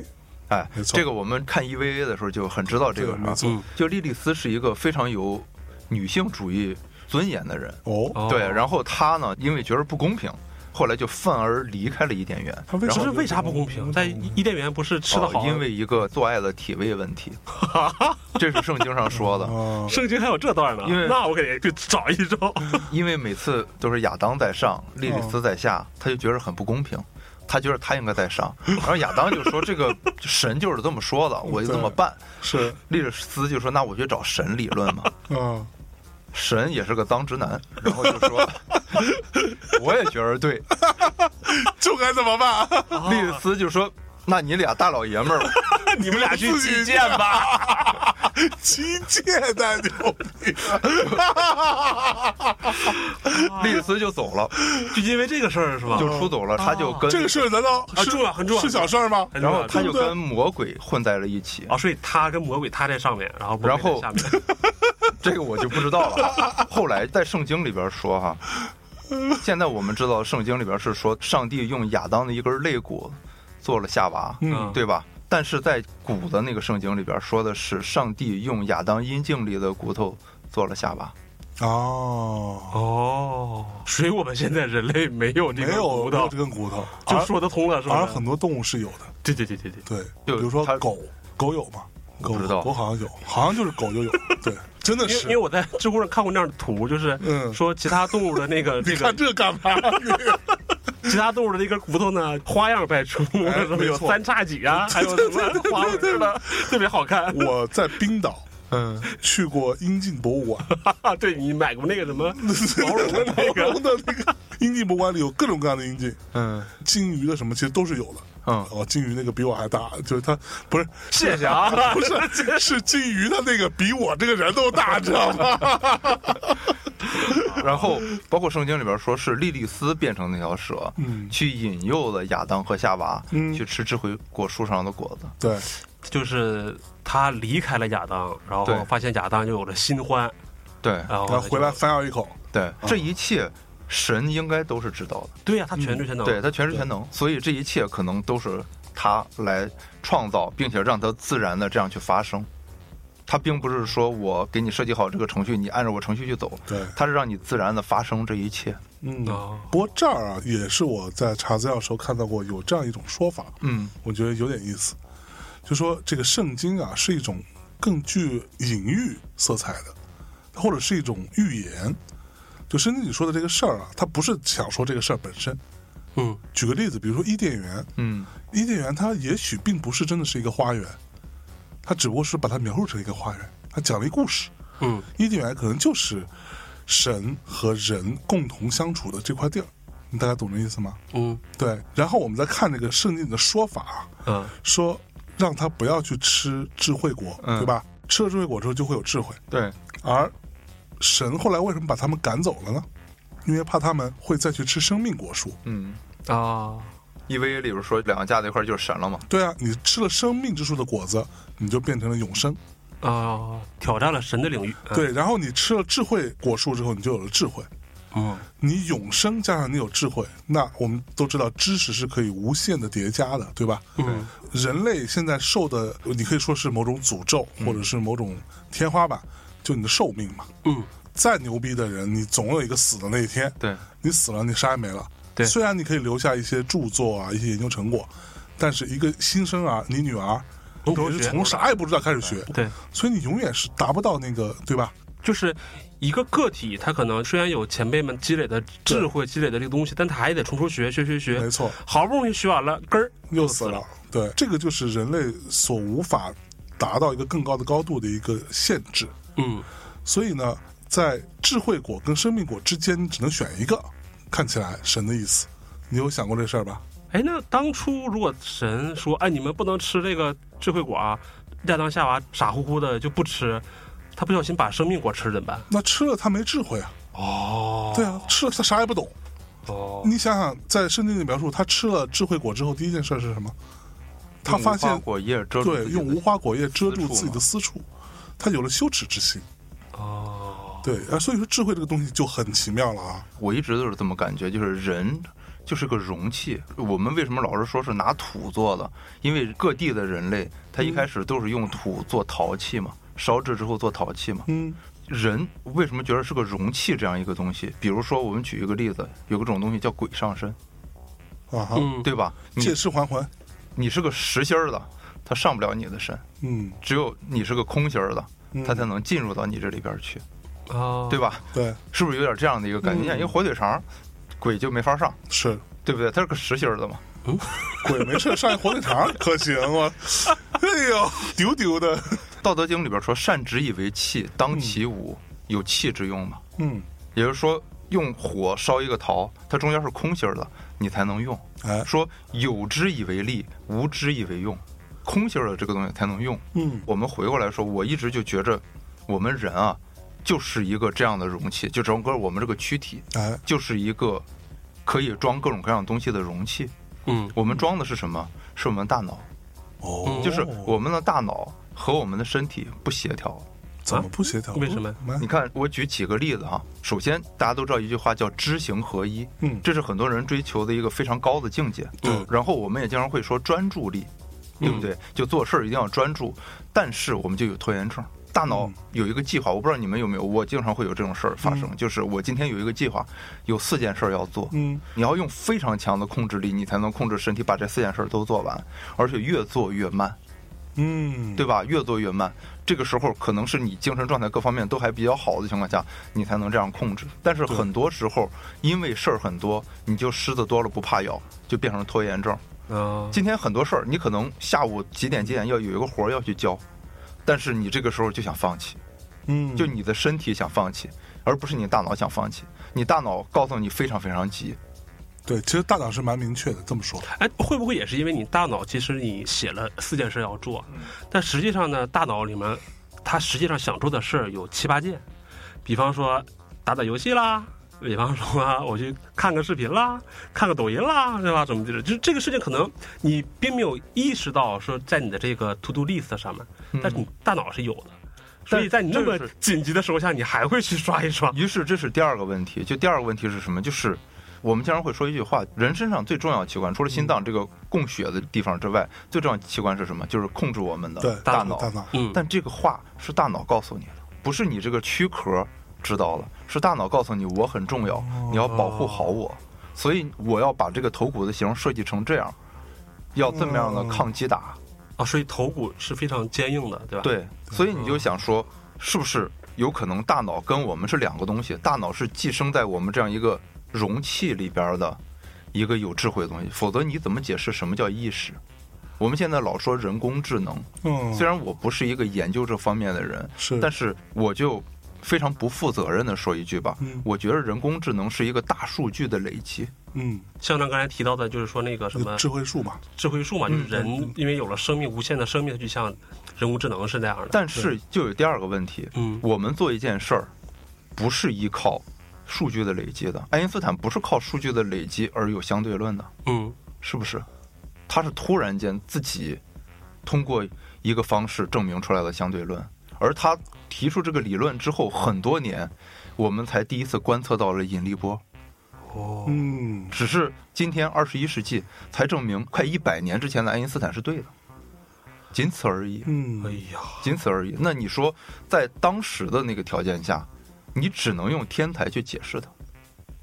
C: 哎
A: 没，错
C: 这个我们看 EVA 的时候就很知道这个
A: 对没
C: 事
A: 错
C: 儿。就莉莉丝是一个非常有女性主义尊严的人，
A: 哦，
B: 哦
C: 对，然后她呢，因为觉得不公平，后来就愤而离开了伊甸园。
A: 他为
B: 不
A: 啥
B: 是为啥不公平？在伊甸园不是吃的
C: 嗯哦
B: 好，啊
C: 因为一个做爱的体位问
B: [LAUGHS]
C: 题，这是圣经上说的。
A: 啊，
B: 圣经还有这段呢。
C: 因为嗯
B: 那我肯定去找一找。
C: 因为每次都是亚当在上，莉莉
B: 哦
C: 丝在下，他就觉得很不公平，他觉得他应该在上，然后亚当就说这个神就是这么说的，我就这
B: [LAUGHS]
C: 么办。
A: 是
C: 莉莉丝就说那我去找神理论嘛， [LAUGHS]
A: 啊，
C: 神也是个脏直男，然后就说 [LAUGHS] 我也觉得对，
A: 就该怎么办？
C: 莉莉丝就说那你俩大老爷们儿吧，
B: 你们俩去
A: 自己
B: 击剑吧。
A: 机械太牛逼，
C: 莉莉丝就走了，
B: [LAUGHS] 就因为这个事儿是吧？
C: 就出走了，他就跟
A: [LAUGHS] 这个事儿难道是
B: 啊
A: 啊
B: 重要很重要
A: 是小事儿吗？
B: 很
C: 然后他
A: 对
C: 就
A: 不对
C: 跟魔鬼混在了一起，
A: 哦
B: 啊，所以他跟魔鬼他在上面，然后魔鬼
C: 然后
B: 在下面。
C: 这个我就不知
A: [LAUGHS]
C: 道了。后来在圣经里边说哈，现在我们知道圣经里边是说上帝用亚当的一根肋骨做了夏娃，
A: 嗯
C: 对吧？但是在古的那个圣经里边说的是上帝用亚当阴茎里的骨头做了夏娃，
A: 哦，
B: 哦，所以我们现在人类没有这
A: 没
B: 个
A: 有
B: 骨
A: 没有
B: 头，
A: 这根骨头，
B: 就
A: 而
B: 说得通了，是
A: 而
B: 吧？
A: 很多动物是有的，
B: 对对对对对，
A: 对，比
C: 就
A: 如说
C: 它
A: 狗，狗有吗？狗
C: 不知道
A: 狗好像有，好像就是狗就
B: [LAUGHS]
A: 有，对，真的
B: 因为
A: 是
B: 哦因为。我在知乎上看过那样的图，就是
A: 嗯
B: 说其他动物
A: [LAUGHS]
B: 的那个这个
A: 看这干
B: [LAUGHS]
A: 嘛？
B: 其他动物的那根骨头呢，花样百出， [LAUGHS]
A: 哎
B: 什么有
A: 没错
B: 三叉戟啊，还有什么花纹的，特别好看。
A: 我在冰岛
C: 嗯，
A: 去过阴茎博物馆，
B: 对你买过那个什么毛绒的那
A: 然后
B: 个，
A: 呢，那个阴茎博物馆里有各种各样的阴茎，
C: 嗯
A: 金鱼的什么其实都是有的。
C: 嗯
A: 哦，金鱼那个比我还大，就是它不是
B: 谢谢啊，
A: [LAUGHS] 不是是金鱼，它那个比我这个人都 [LAUGHS] 大，知道吗？
C: 然后包括圣经里边说是莉莉丝变成那条蛇，
A: 嗯
C: 去引诱了亚当和夏娃、
A: 嗯
C: 去吃智慧果树上的果子。
A: 对，
B: [LAUGHS] 就是他离开了亚当，然
C: 对
B: 后发现亚当又有了新欢，
C: 对嗯
B: 然后
A: 然后回来
B: 就，
A: 反咬一口，
C: 啊对，这一切神应该都是知道的。
B: 对呀，他
A: 嗯
B: 全知全能，
C: 对他全知全能，所以这一切可能都是他来创造，并且让它自然的这样去发生。他并不是说我给你设计好这个程序，你按照我程序去走，
A: 对，
C: 他是让你自然的发生这一切。
A: 嗯
B: 哦
A: 不过这儿啊，也是我在查资料的时候看到过有这样一种说法，
C: 嗯
A: 我觉得有点意思，就说这个圣经啊是一种更具隐喻色彩的，或者是一种预言。就圣经里说的这个事儿啊，它不是想说这个事儿本身。
B: 嗯，
A: 举个例子，比如说伊甸园，
C: 嗯
A: 伊甸园它也许并不是真的是一个花园，他只不过是把它描述成一个花园，他讲了一故事。
B: 嗯
A: 伊甸园可能就是神和人共同相处的这块地儿，你大概懂这意思吗？
B: 嗯
A: 对。然后我们再看这个圣经里的说法啊，
B: 啊
A: 说让他不要去吃智慧果，
C: 嗯
A: 对吧？吃了智慧果之后就会有智慧。
C: 对，
A: 而神后来为什么把他们赶走了呢？因为怕他们会再去吃生命果树。
C: 嗯
B: 啊，
C: ，EVA 里边说两个架在一块儿就是神了嘛，
A: 对啊，你吃了生命之树的果子，你就变成了永生。
B: 啊，挑战了神的领域。啊，
A: 对，然后你吃了智慧果树之后，你就有了智慧。
B: 嗯
A: 你永生加上你有智慧，那我们都知道知识是可以无限的叠加的，对吧？
B: 嗯
A: 人类现在受的，你可以说是某种诅咒，或者是某种天花板，就你的寿命嘛。
B: 嗯
A: 再牛逼的人，你总有一个死的那一天。
C: 对，
A: 你死了，你啥也没了。
B: 对
A: 虽然你可以留下一些著作啊，一些研究成果，但是一个新生儿，你女儿，
B: 从
A: 都
B: 头
A: 是
B: 学
A: 从啥也不知道开始学，
B: 对，
A: 所以你永远是达不到那个，对吧？
B: 就是一个个体，他可能虽然有前辈们积累的智慧、积累的这个东西，但他还得从头学，学学学
A: 没，错，
B: 好不容易学完了，根儿
A: 又死了。对，这个就是人类所无法达到一个更高的高度的一个限制。
B: 嗯
A: 所以呢，在智慧果跟生命果之间，你只能选一个。看起来神的意思，你有想过这事儿吧？
B: 哎，那当初如果神说，哎，你们不能吃这个智慧果啊，亚当夏娃傻乎乎的就不吃，他不小心把生命果吃了怎么办？
A: 那吃了他没智慧啊，
B: 哦，
A: 对啊，吃了他啥也不懂。
B: 哦，
A: 你想想，在圣经里描述，他吃了智慧果之后，第一件事是什么？他
C: 用无
A: 发
C: 花
A: 现，
C: 果叶遮住
A: 对，
C: 自己
A: 用
C: 的
A: 无花果叶遮住
C: 私处
A: 自己的
C: 嘛
A: 私处，他有了羞耻之心。
B: 哦，
A: 对啊，所以说智慧这个东西就很奇妙了啊。
C: 我一直都是这么感觉，就是人就是个容器。我们为什么老是说是拿土做的？因为各地的人类，他
A: 嗯
C: 一开始都是用土做陶器嘛，烧制之后做陶器嘛。
A: 嗯
C: 人为什么觉得是个容器这样一个东西？比如说，我们举一个例子，有个种东西叫鬼上身，
A: 啊哈，
B: 嗯，
C: 对吧？
A: 借
C: 你
A: 尸还魂。
C: 你是个实心儿的，它上不了你的身，
A: 嗯，
C: 只有你是个空心儿的，
A: 嗯哦
C: 它才能进入到你这里边儿去，
B: 啊，
C: 对？吧？
A: 对，
C: 是不是有点这样的一个感觉？你
A: 嗯
C: 想一个火腿肠，鬼就没法上，
A: 是
C: 对不对？它是个实心儿的嘛。
A: 鬼没事上一火腿肠可行吗？哎呦，丢丢的。
C: 《道德经》里边说“善之以为器，当其无”，有器之用嘛。
A: 嗯，
C: 也就是说，用火烧一个陶，它中间是空心儿的，你才能用。
A: 哎，
C: 说“有之以为利，无之以为用”，空心儿的这个东西才能用。
A: 嗯
C: 我们回过来说，我一直就觉着，我们人啊，就是一个这样的容器，就整个我们这个躯体
A: 哎，
C: 就是一个可以装各种各样东西的容器。
B: 嗯
C: 我们装的是什么？是我们大脑，
A: 哦，
C: 嗯就是我们的大脑和我们的身体不协调。
A: 怎么不协
C: 啊
A: 调？
B: 为什么呀
A: 嗯
C: 你看，我举几个例子哈。首先，大家都知道一句话叫“知行合一”，
A: 嗯
C: 这是很多人追求的一个非常高的境界。
A: 对嗯
C: 然后我们也经常会说专注力，对不对？就做事儿一定要专注，但是我们就有拖延症。大脑
A: 嗯
C: 有一个计划，我不知道你们有没有，我经常会有这种事儿发生，就是我今天有一个计划，有四件事儿要做，
A: 嗯
C: 你要用非常强的控制力，你才能控制身体把这四件事儿都做完，而且越做越慢。
A: 嗯，
C: 对吧？越做越慢，这个时候可能是你精神状态各方面都还比较好的情况下，你才能这样控制。但是
A: 对
C: 很多时候，因为事儿很多，你就狮子多了不怕咬，就变成拖延症。
B: 啊，
C: 今天很多事儿，你可能下午几点几点要有一个活儿要去交，但是你这个时候就想放弃，
A: 嗯，
C: 就你的身体想放弃，而不是你大脑想放弃。你大脑告诉你非常非常急，
A: 对，其实大脑是蛮明确的，这么说，
B: 哎，会不会也是因为你大脑其实你写了四件事要做，
C: 嗯
B: 但实际上呢，大脑里面它实际上想做的事儿有七八件，比方说打打游戏啦，比方说、我去看个视频啦，看个抖音啦，对吧？怎么就是就是这个事情可能你并没有意识到说在你的这个 to do list 上面，
C: 嗯
B: 但是你大脑是有的。所以在你那么
C: 这是
B: 紧急的时候下，你还会去刷一刷。
C: 于是这是第二个问题，就第二个问题是什么？就是我们经常会说一句话：人身上最重要的器官，除了心
A: 嗯
C: 脏这个供血的地方之外，最重要的器官是什么？就是控制我们
A: 对
C: 的，
A: 大
C: 脑。
A: 大脑，
B: 嗯，
C: 但这个话是大脑告诉你的，不是你这个躯壳知道了，是大脑告诉你我很重要，
A: 哦
C: 你要保护好我，所以我要把这个头骨的形设计成这样，要这么样
A: 嗯
C: 的抗击打。
B: 啊，所以头骨是非常坚硬的，对
A: 嗯
B: 吧？，
C: 对，所以你就想说，是不是有可能大脑跟我们是两个东西？大脑是寄生在我们这样一个容器里边的一个有智慧的东西，否则你怎么解释什么叫意识？我们现在老说人工智能，
A: 嗯，
C: 虽然我不是一个研究这方面的人，
A: 是，
C: 但是我就非常不负责任的说一句吧，
A: 嗯
C: 我觉得人工智能是一个大数据的累积。
A: 嗯，
B: 像咱刚才提到的，就是说那个什么
A: 智慧树嘛，
B: 智慧树嘛，就是人因为有了生命，无限的生命，就像人工智能是那样的。
C: 但是就有第二个问题，
B: 嗯
C: 我们做一件事儿，不是依靠数据的累积的。爱因斯坦不是靠数据的累积而有相对论的，
B: 嗯
C: 是不是？他是突然间自己通过一个方式证明出来的相对论，而他提出这个理论之后很多年，我们才第一次观测到了引力波。
B: 哦
A: 嗯，
C: 只是今天二十一世纪才证明，快一百年之前的爱因斯坦是对的，仅此而已，
B: 哎
A: 嗯，
B: 呀，
C: 仅此而已。那你说，在当时的那个条件下，你只能用天才去解释它，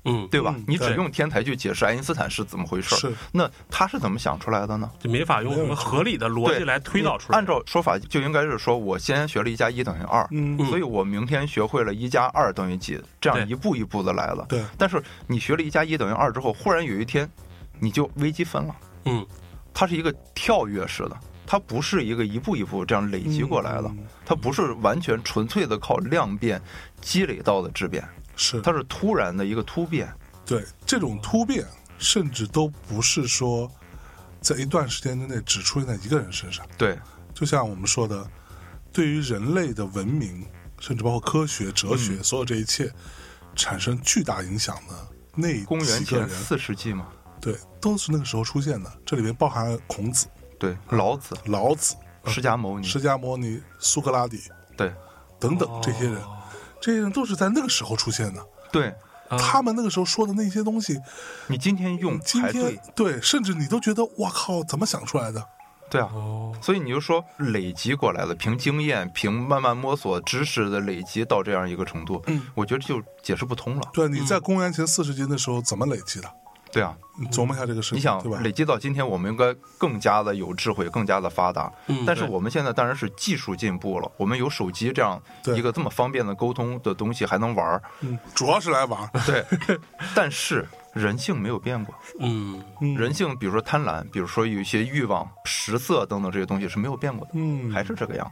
B: 嗯，
C: 对吧？
A: 嗯
C: 你只
B: 对
C: 用天才去解释爱因斯坦是怎么回事儿，
A: 是，
C: 那他是怎么想出来的呢？
B: 就没法用什么合理的逻辑来推导出来。
C: 按照说法就应该是说，我先学了一加一等于二，
A: 嗯，
B: 嗯
C: 所以我明天学会了一加二等于几，这样
B: 对
C: 一步一步的来了。
A: 对，
C: 但是你学了一加一等于二之后，忽然有一天，你就微积分了。
B: 嗯
C: 它是一个跳跃式的，它不是一个一步一步这样累积过来的，
A: 嗯
C: 它不是完全纯粹的靠量变积累到的质变，
A: 是，
C: 它是突然的一个突变。
A: 对，这种突变甚至都不是说在一段时间之内只出现在一个人身上，
C: 对，
A: 就像我们说的，对于人类的文明，甚至包括科学、哲
C: 嗯
A: 学，所有这一切产生巨大影响的那
C: 公元
A: 几个
C: 前
A: 人，
C: 四世纪嘛，
A: 对，都是那个时候出现的。这里面包含孔子、
C: 对，
A: 嗯
C: 老子、
A: 老子、
C: 释迦牟尼，
A: 释迦牟尼、苏格拉底
C: 对
A: 等等这些人，
C: 哦
A: 这些人都是在那个时候出现的。
C: 对，
B: 哦啊
A: 他们那个时候说的那些东西，
C: 你今天用
A: 今
C: 才
A: 天
C: 对，
A: 对，甚至你都觉得哇靠，怎么想出来的？
C: 对啊。
B: 哦，
C: 所以你就说累积过来的，凭经验，凭慢慢摸索知识的累积到这样一个程度，
A: 嗯
C: 我觉得就解释不通了。
A: 对，你在公元前四世纪的时候怎么累积的？
C: 对啊，
A: 你琢磨一下这个事情，
C: 你想
A: 对吧？
C: 累积到今天，我们应该更加的有智慧，更加的发达。
B: 嗯
C: 但是
B: 对
C: 我们现在当然是技术进步了，我们有手机这样
A: 对
C: 一个这么方便的沟通的东西，还
A: [LAUGHS]
C: 能玩儿。
A: 嗯，主要是来玩儿。
C: 对，但是人性没有变过，
B: 嗯
A: 嗯
C: [LAUGHS] 人性比如说贪婪，比如说有一些欲望、食色等等这些东西是没有变过的，
A: 嗯，
C: 还是这个样，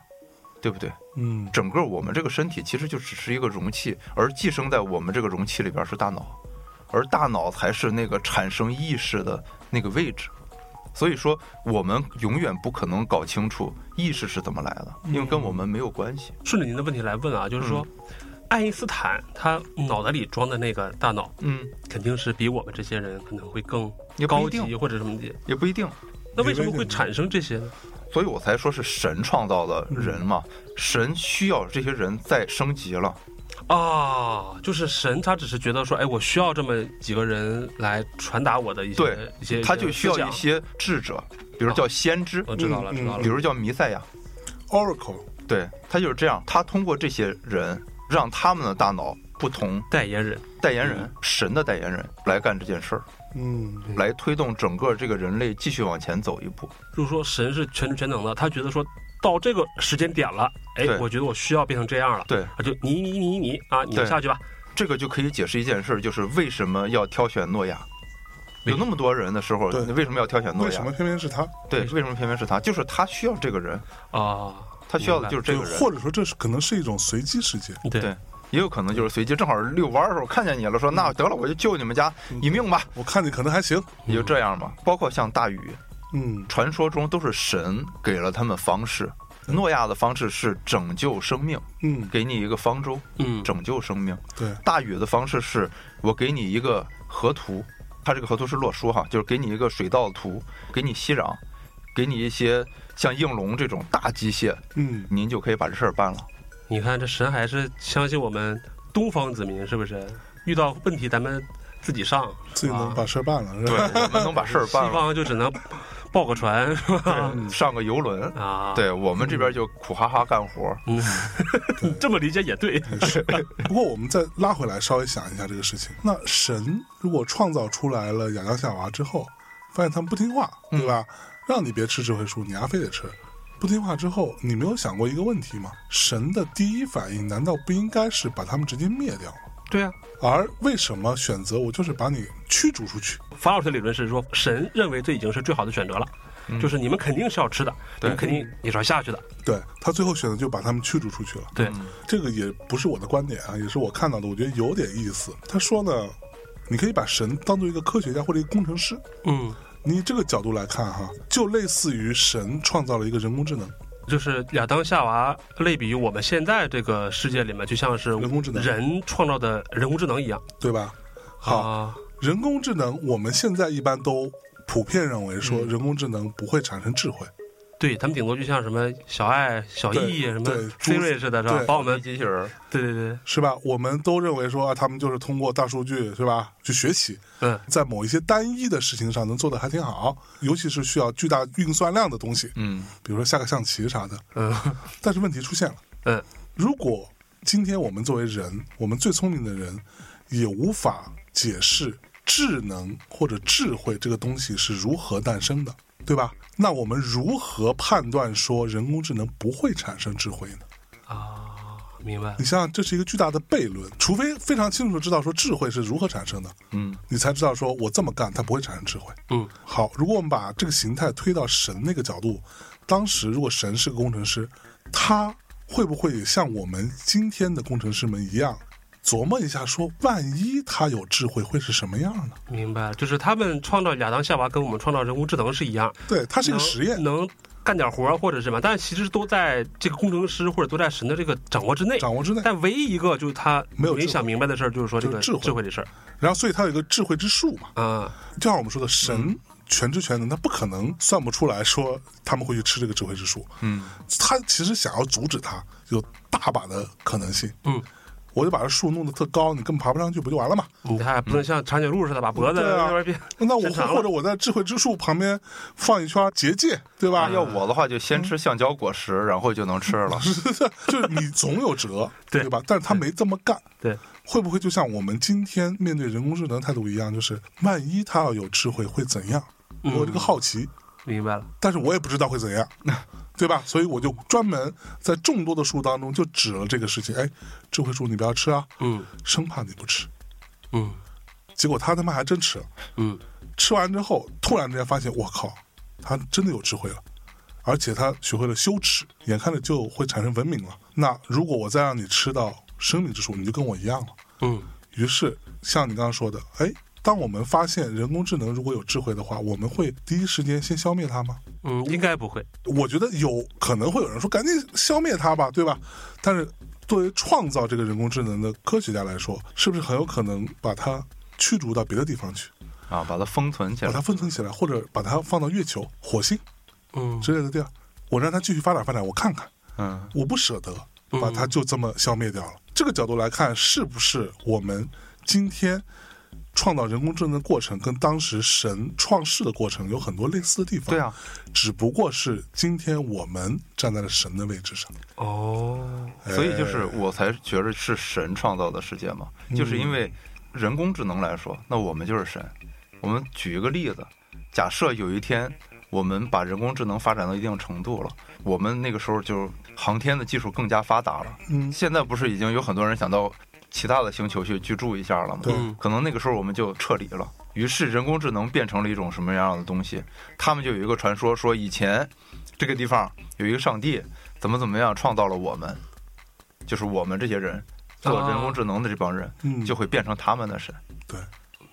C: 对不对？
A: 嗯，
C: 整个我们这个身体其实就只是一个容器，而寄生在我们这个容器里边是大脑，而大脑才是那个产生意识的那个位置。所以说，我们永远不可能搞清楚意识是怎么来的，
B: 嗯
C: 因为跟我们没有关系。
B: 顺着您的问题来问啊，就是说，爱因斯坦他脑袋里装的那个大脑，
C: 嗯，
B: 肯定是比我们这些人可能会更
C: 也不
B: 高
C: 一定
B: 级或者什么的。
C: 也不一定。
B: 那为什么会产生这些呢？
C: 所以我才说是神创造的人嘛，神需要这些人再升级了。
B: 啊，就是神他只是觉得说，哎，我需要这么几个人来传达我的一
C: 对
B: 些一些，
C: 他就需要
B: 思想
C: 一。些智者，比如叫先知，
B: 我知道了，
A: 嗯
B: 知道
C: 比
B: 了。
C: 如叫弥赛亚，
A: Oracle，
C: 对他就是这样，他通过这些人，让他们的大脑不同，
B: 代言人，
C: 代言人、神的代言人来干这件事儿，
A: 嗯，
C: 来推动整个这个人类继续往前走一步。
B: 就是说神是全知全能的，他觉得说到这个时间点了，哎
C: 对，
B: 我觉得我需要变成这样了，
C: 对，
B: 啊，就你你你你啊，你
C: 对
B: 下去吧，
C: 这个就可以解释一件事儿，就是为什么要挑选诺亚。有那么多人的时候，
A: 对
C: 你为什么要挑选诺
A: 为什么
C: 亚？
A: 偏偏是他？
C: 对，为什么偏偏是他？就是他需要这个人，
B: 啊，
C: 他需要的就是这
A: 对，
C: 个人。
A: 或者说这是可能是一种随机事件。
B: 对
C: 对，也有可能就是随机，正好遛弯儿的时候看见你了，说那得了，我就救你们家
A: 嗯
C: 一命吧，
A: 我看你可能还行。
C: 也就这样吧。包括像大禹，
A: 嗯
C: 传说中都是神给了他们方式。诺亚的方式是拯救生命，
A: 嗯，
C: 给你一个方舟，
B: 嗯
C: 拯救生命。
A: 对，
C: 大禹的方式是我给你一个河图，它这个河图是洛书哈，就是给你一个水稻图，给你熙壤，给你一些像应龙这种大机械，
A: 嗯，
C: 您就可以把这事儿办了。
B: 你看这神还是相信我们东方子民，是不是？遇到问题咱们自己上，
A: 自己能
B: 啊
A: 把事儿办了，是
C: 对，
A: 吧？
C: 我们能把事儿
B: 西
C: 办 [LAUGHS] 了，
B: 方就只能抱个
C: [LAUGHS]
B: 船，是吧？
C: 对上个游轮。
B: 啊，，
C: 对我们这边就苦哈哈干活儿，
B: 嗯，你这么理解也对，
A: [LAUGHS] 不过我们再拉回来，稍微想一下这个事情。那神如果创造出来了亚当夏娃之后，发现他们不听话，对吧？让你别吃智慧树，你丫非得吃。不听话之后，你没有想过一个问题吗？神的第一反应难道不应该是把他们直接灭掉吗？
C: 对啊呀、
A: 而为什么选择我就是把你驱逐出去？
B: 法老师的理论是说，神认为这已经是最好的选择了，
A: 嗯
B: 就是你们肯定是要吃的，你
C: 对
B: 们肯定也是要下去的。嗯
A: 对他最后选择就把他们驱逐出去了。
B: 对，
A: 这个也不是我的观点啊，也是我看到的，我觉得有点意思。他说呢，你可以把神当做一个科学家或者一个工程师，
B: 嗯，
A: 你以这个角度来看哈，就类似于神创造了一个人工智能，
B: 就是亚当夏娃类比于我们现在这个世界里面，就像是
A: 人工智能
B: 人创造的人工智能一样。
A: 对吧？好
B: 啊
A: 人工智能我们现在一般都普遍认为说人工智能不会产生智慧，
B: 对他们顶多就像什么小爱、小易
A: 对
B: 什么
A: 对
B: Siri 似的，是吧
A: 对？
B: 把我们
C: 机器人，
B: 对对对，
A: 是吧？我们都认为说啊他们就是通过大数据，是吧，去学习，
B: 嗯，
A: 在某一些单一的事情上能做得还挺好，尤其是需要巨大运算量的东西，
C: 嗯
A: 比如说下个象棋啥的。
B: 嗯
A: 但是问题出现了，
B: 嗯，
A: 如果今天我们作为人，我们最聪明的人，也无法解释智能或者智慧这个东西是如何诞生的，对吧？那我们如何判断说人工智能不会产生智慧呢？
B: 啊，明白了
A: 你。想想，这是一个巨大的悖论，除非非常清楚地知道说智慧是如何产生的，
C: 嗯
A: 你才知道说我这么干它不会产生智慧。
B: 嗯
A: 好，如果我们把这个形态推到神那个角度，当时如果神是个工程师，他会不会也像我们今天的工程师们一样，琢磨一下说，万一他有智慧会是什么样呢？
B: 明白了，就是他们创造亚当夏娃跟我们创造人工智能是一样，
A: 对，它是一个
B: 能
A: 实验，
B: 能干点活儿或者是什么，但是其实都在这个工程师或者都在神的这个掌握之内。
A: 掌握之内。
B: 但唯一一个就是他
A: 没有智慧
B: 想明白的事儿，就是说这个
A: 就是智慧
B: 这事儿
A: 然后，所以他有一个智慧之树嘛，
B: 啊，
A: 就像我们说的，神全知全能，他不可能算不出来说他们会去吃这个智慧之树。
C: 嗯
A: 他其实想要阻止他，有大把的可能性。
B: 嗯，
A: 我就把这树弄得特高，你根本爬不上去，不就完了吗？
B: 你还不能像长颈鹿似的把脖子
A: 嗯对啊
B: 那边变，
A: 那我
B: 伸长了
A: 或者我在智慧之树旁边放一圈结界，对
B: 哎
A: 吧？
C: 要我的话就先吃橡胶果实，然后就能吃了。
A: [LAUGHS] 就是你总有辙，
B: 对
A: 吧？但是他没这么干，
B: 对，
A: 会不会就像我们今天面对人工智能态度一样，就是万一他要有智慧会怎样？我有这
B: 嗯
A: 个好奇，
B: 明白了，
A: 但是我也不知道会怎样，
B: 嗯
A: 对吧？所以我就专门在众多的树当中就指了这个事情，哎，智慧树你不要吃啊，
B: 嗯
A: 生怕你不吃。
B: 嗯
A: 结果他他妈还真吃了，
B: 嗯，
A: 吃完之后，突然之间发现，我靠，他真的有智慧了，而且他学会了羞耻，眼看着就会产生文明了。那如果我再让你吃到生命之树，你就跟我一样了。
B: 嗯
A: 于是，像你刚刚说的，哎，当我们发现人工智能如果有智慧的话，我们会第一时间先消灭它吗？
B: 嗯，应该不会，
A: 我觉得有可能会有人说，赶紧消灭它吧，对吧？但是，作为创造这个人工智能的科学家来说，是不是很有可能把它驱逐到别的地方去？
C: 啊，把它封存起
A: 把
C: 来
A: 它。封存起来，或者把它放到月球、火星
B: 嗯
A: 之类的地儿，我让它继续发展发展，我看看，
C: 嗯
A: 我不舍得
B: 嗯
A: 把它就这么消灭掉了。这个角度来看，是不是我们今天创造人工智能的过程跟当时神创世的过程有很多类似的地方？
C: 对啊，
A: 只不过是今天我们站在了神的位置上。
B: 哦，
A: 哎
C: 所以就是我才觉得是神创造的世界嘛，
A: 嗯
C: 就是因为人工智能来说，那我们就是神。我们举一个例子，假设有一天我们把人工智能发展到一定程度了，我们那个时候就航天的技术更加发达了。
A: 嗯
C: 现在不是已经有很多人想到其他的星球去居住一下了吗？
A: 对
B: 嗯
C: 可能那个时候我们就撤离了。于是人工智能变成了一种什么样的东西？他们就有一个传说，说以前这个地方有一个上帝，怎么怎么样创造了我们，就是我们这些人做人工智能的这帮人，
A: 嗯，
C: 就会变成他们的神，
A: 对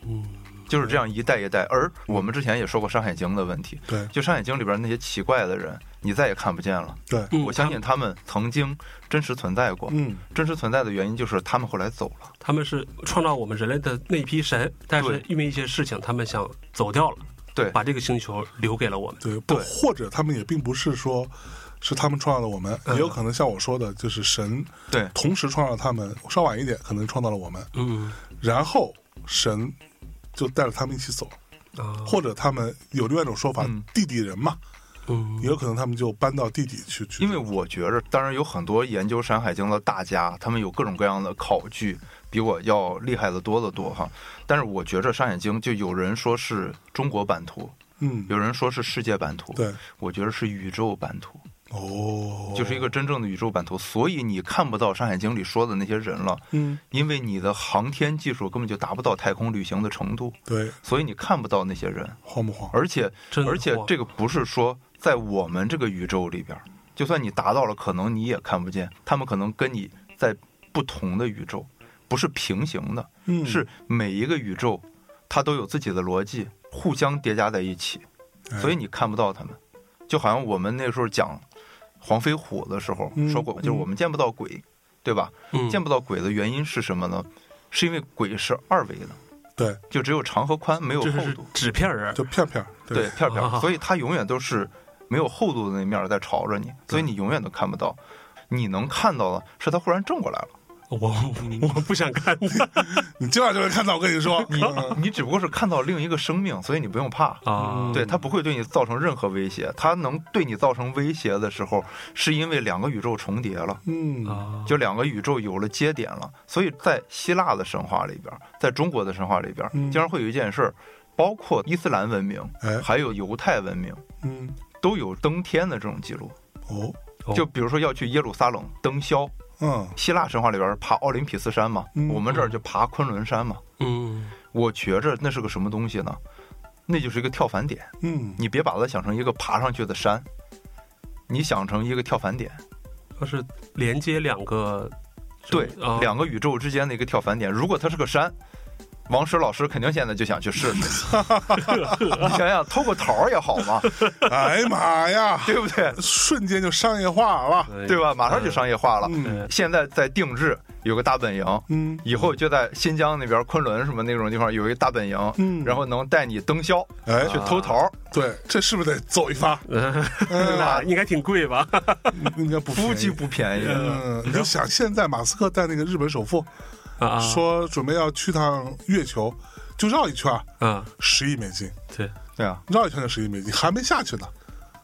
B: 嗯
C: 就是这样一代一代。而我们之前也说过《山海经》的问题，
A: 对
C: 就《山海经》里边那些奇怪的人，你再也看不见了。
A: 对，
B: 嗯，
C: 我相信他们曾经真实存在过，
A: 嗯，
C: 真实存在的原因就是他们后来走了。
B: 他们是创造我们人类的那批神，但是
C: 对
B: 因为一些事情，他们想走掉了，
C: 对，
B: 把这个星球留给了我们。
A: 对，不，
C: 对
A: 或者他们也并不是说。是他们创造了我们，也有可能像我说的，就是神
C: 嗯对，
A: 同时创造了他们，稍晚一点可能创造了我们，
B: 嗯
A: 然后神就带着他们一起走，
B: 啊，
A: 或者他们有另外一种说法，
C: 嗯
A: 地底人嘛，
B: 嗯
A: 也有可能他们就搬到地底去去。
C: 因为我觉着，当然有很多研究《山海经》的大家，他们有各种各样的考据，比我要厉害的多得多哈。但是我觉着《山海经》就有人说是中国版图，
A: 嗯，
C: 有人说是世界版图，
A: 对，
C: 我觉得是宇宙版图。
A: 哦，
C: 就是一个真正的宇宙版图。所以你看不到《山海经》里说的那些人了，
A: 嗯，
C: 因为你的航天技术根本就达不到太空旅行的程度，
A: 对，
C: 所以你看不到那些人。
A: 慌不慌？
C: 而且
B: 真
C: 而且
B: 晃
C: 这个不是说在我们这个宇宙里边儿，就算你达到了，可能你也看不见，他们可能跟你在不同的宇宙，不是平行的，
A: 嗯，
C: 是每一个宇宙它都有自己的逻辑，互相叠加在一起，
A: 哎，
C: 所以你看不到他们，就好像我们那时候讲黄飞虎的时候
A: 嗯
C: 说过，就是
A: 嗯
C: 我们见不到鬼，对吧？
B: 嗯，
C: 见不到鬼的原因是什么呢？是因为鬼是二维的，
A: 对，
C: 就只有长和宽，没有
B: 这
C: 厚
B: 是
C: 度。
B: 纸片啊人，
A: 就片片儿，
C: 对，片儿片
B: 啊
C: 儿，所以它永远都是没有厚度的那面儿在朝着你，所以你永远都看不到。你能看到的是它忽然正过来了，
B: 我
C: [LAUGHS]
B: 我不想看的
A: 你今晚就会看到，我跟你说， [LAUGHS]
C: 你
A: 嗯
C: [LAUGHS] 你只不过是看到另一个生命，所以你不用怕。
B: 啊，
C: [LAUGHS] 对，它不会对你造成任何威胁。它能对你造成威胁的时候，是因为两个宇宙重叠了，
A: 嗯，
B: 啊，
C: 就两个宇宙有了接点了。所以在希腊的神话里边，在中国的神话里边，
A: 嗯
C: 经常会有一件事儿，包括伊斯兰文明，
A: 哎，
C: 还有犹太文明，
A: 嗯，
C: 都有登天的这种记录。
A: 哦，
B: 哦
C: 就比如说要去耶路撒冷登霄，
A: 嗯，
C: 希腊神话里边爬奥林匹斯山嘛，
A: 嗯
C: 我们这儿就爬昆仑山嘛。
B: 嗯，
C: 我觉着那是个什么东西呢？那就是一个跳反点。 [LAUGHS]
A: 嗯，
C: 你别把它想成一个爬上去的山，你想成一个跳反点，
B: 它是连接两个，
C: 对，
B: 啊
C: 两个宇宙之间的一个跳反点。如果它是个山。王石老师肯定现在就想去试试，你想想，偷个桃儿也好嘛，
A: 哎呀妈呀，
C: 对不对？
A: 瞬间就商业化了，
B: 哎
C: 对吧？马上就商业化了。
A: 嗯
C: 现在在定制有个大本营，
A: 嗯
C: 以后就在新疆那边昆仑什么那种地方有一大本营，
A: 嗯，
C: 然后呃能带你登霄
A: 哎，
C: 去偷桃，
A: 对，这是不是得走一发？
C: [LAUGHS]
B: 嗯，
A: 嗯，
B: 那应该挺贵吧？
A: 应该不
C: 估
A: 便宜
C: 计不便宜。
A: 嗯，你就想现在马斯克带那个日本首富
B: 啊，
A: 说准备要去趟月球，就绕一圈
B: 啊，
A: 十亿美金，
B: 对，
C: 对啊，
A: 绕一圈就十亿美金，还没下去呢，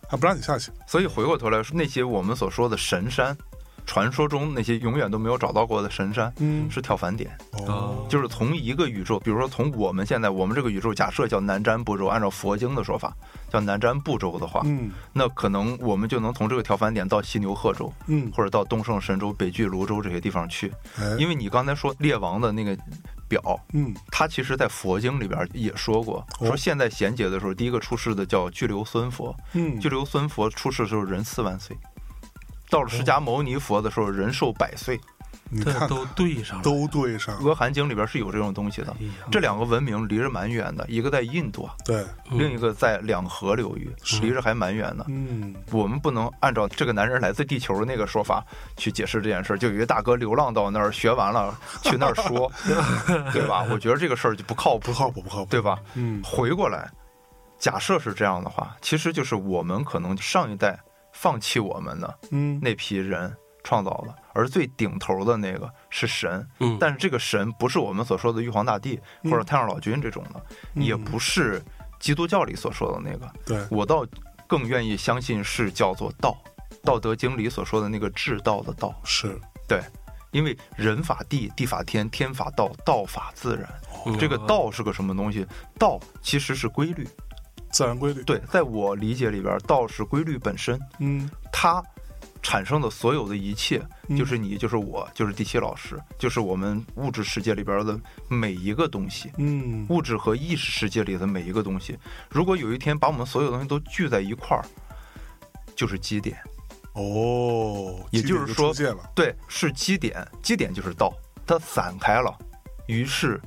A: 还不让你下去。
C: 所以回过头来说，那些我们所说的神山，传说中那些永远都没有找到过的神山，
A: 嗯，
C: 是跳反点，
A: 哦，
C: 就是从一个宇宙，比如说从我们现在我们这个宇宙，假设叫南瞻部洲，按照佛经的说法叫南瞻部洲的话，
A: 嗯
C: 那可能我们就能从这个跳反点到犀牛贺州，
A: 嗯，
C: 或者到东胜神州、北距泸州这些地方去，
A: 哎，
C: 因为你刚才说列王的那个表。
A: 嗯
C: 他其实，在佛经里边也说过，
A: 哦
C: 说现在贤劫的时候，第一个出世的叫拘留孙佛。
A: 嗯，
C: 拘留孙佛出世的时候人四万岁，到了释迦牟尼佛的时候人寿百岁。
A: 你
B: 这
A: 看
B: 都对上了，
A: 都对上，
C: 《阿含经》里边是有这种东西的
B: 哎。呀
C: 这两个文明离着蛮远的，一个在印度，啊
A: 对，
B: 嗯
C: 另一个在两河流域，离着还蛮远的。
A: 嗯
C: 我们不能按照这个男人来自地球的那个说法去解释这件事儿，就有一个大哥流浪到那儿学完了去那儿说，对吧？我觉得这个事儿就不靠谱
A: 不，靠谱不靠谱，
C: 对吧？
A: 嗯
C: 回过来，假设是这样的话，其实就是我们可能上一代放弃我们的
A: 嗯，
C: 那批人创造的，而最顶头的那个是神，
B: 嗯，
C: 但是这个神不是我们所说的玉皇大帝
A: 嗯
C: 或者太上老君这种的，
A: 嗯
C: 也不是基督教里所说的那个，
B: 嗯
A: 对，
C: 我倒更愿意相信是叫做道，《道德经》里所说的那个至道的道，
A: 是
C: 对。因为人法地，地法天，天法道，道法自然。
B: 嗯
C: 这个道是个什么东西？道其实是规律，
A: 自然规律，
C: 对，在我理解里边儿，道是规律本身，
A: 嗯
C: 它产生的所有的一切，
A: 嗯
C: 就是你，就是我，就是第七老师，就是我们物质世界里边儿的每一个东西，
A: 嗯
C: 物质和意识世界里的每一个东西。如果有一天把我们所有东西都聚在一块儿，就是基点，
A: 哦，
C: 也
A: 基点
C: 就是
A: 出
C: 说
A: 现了，
C: 对，是基点，基点就是道，它散开了，于是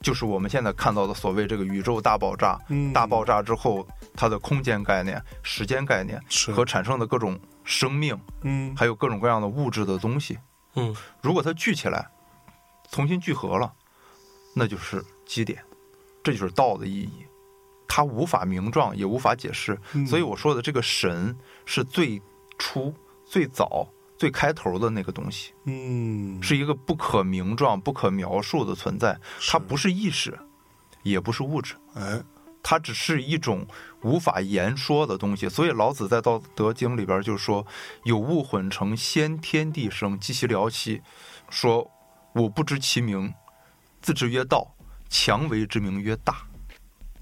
C: 就是我们现在看到的所谓这个宇宙大爆炸。
A: 嗯，
C: 大爆炸之后，它的空间概念、时间概念
A: 是
C: 和产生的各种生命，
A: 嗯
C: 还有各种各样的物质的东西，
B: 嗯
C: 如果它聚起来，重新聚合了，那就是基点，这就是道的意义。它无法名状，也无法解释，
A: 嗯
C: 所以我说的这个神是最初、最早、最开头的那个东西，
A: 嗯
C: 是一个不可名状、不可描述的存在。它不是意识，也不是物质，
A: 哎
C: 它只是一种无法言说的东西。所以老子在《道德经》里边就说：“有物混成，先天地生，寂其寥兮。”说我不知其名，自知曰道，强为之名曰大。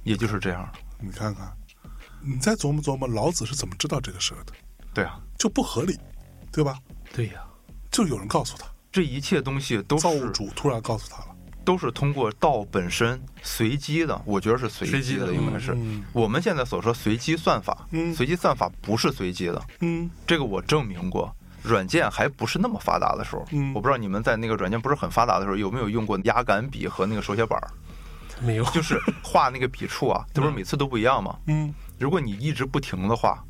C: 也就是这样，
A: 你看看，你再琢磨琢磨，老子是怎么知道这个事儿的？
C: 对啊，
A: 就不合理，对吧？
B: 对呀、
A: 就有人告诉他，
C: 这一切东西都
A: 造物
C: 是
A: 主突然告诉他了，
C: 都是通过道本身随机的，我觉得是随
B: 随
C: 机
B: 机
C: 的，
B: 的
C: 应该是
A: 嗯
C: 我们现在所说随机算法
A: 嗯。
C: 随机算法不是随机的，
A: 嗯
C: 这个我证明过。软件还不是那么发达的时候，
A: 嗯
C: 我不知道你们在那个软件不是很发达的时候有没有用过压杆笔和那个手写板儿，
B: 没有，
C: 就是画那个笔触啊，这不是每次都不一样吗？
A: 嗯
C: 如果你一直不停的画，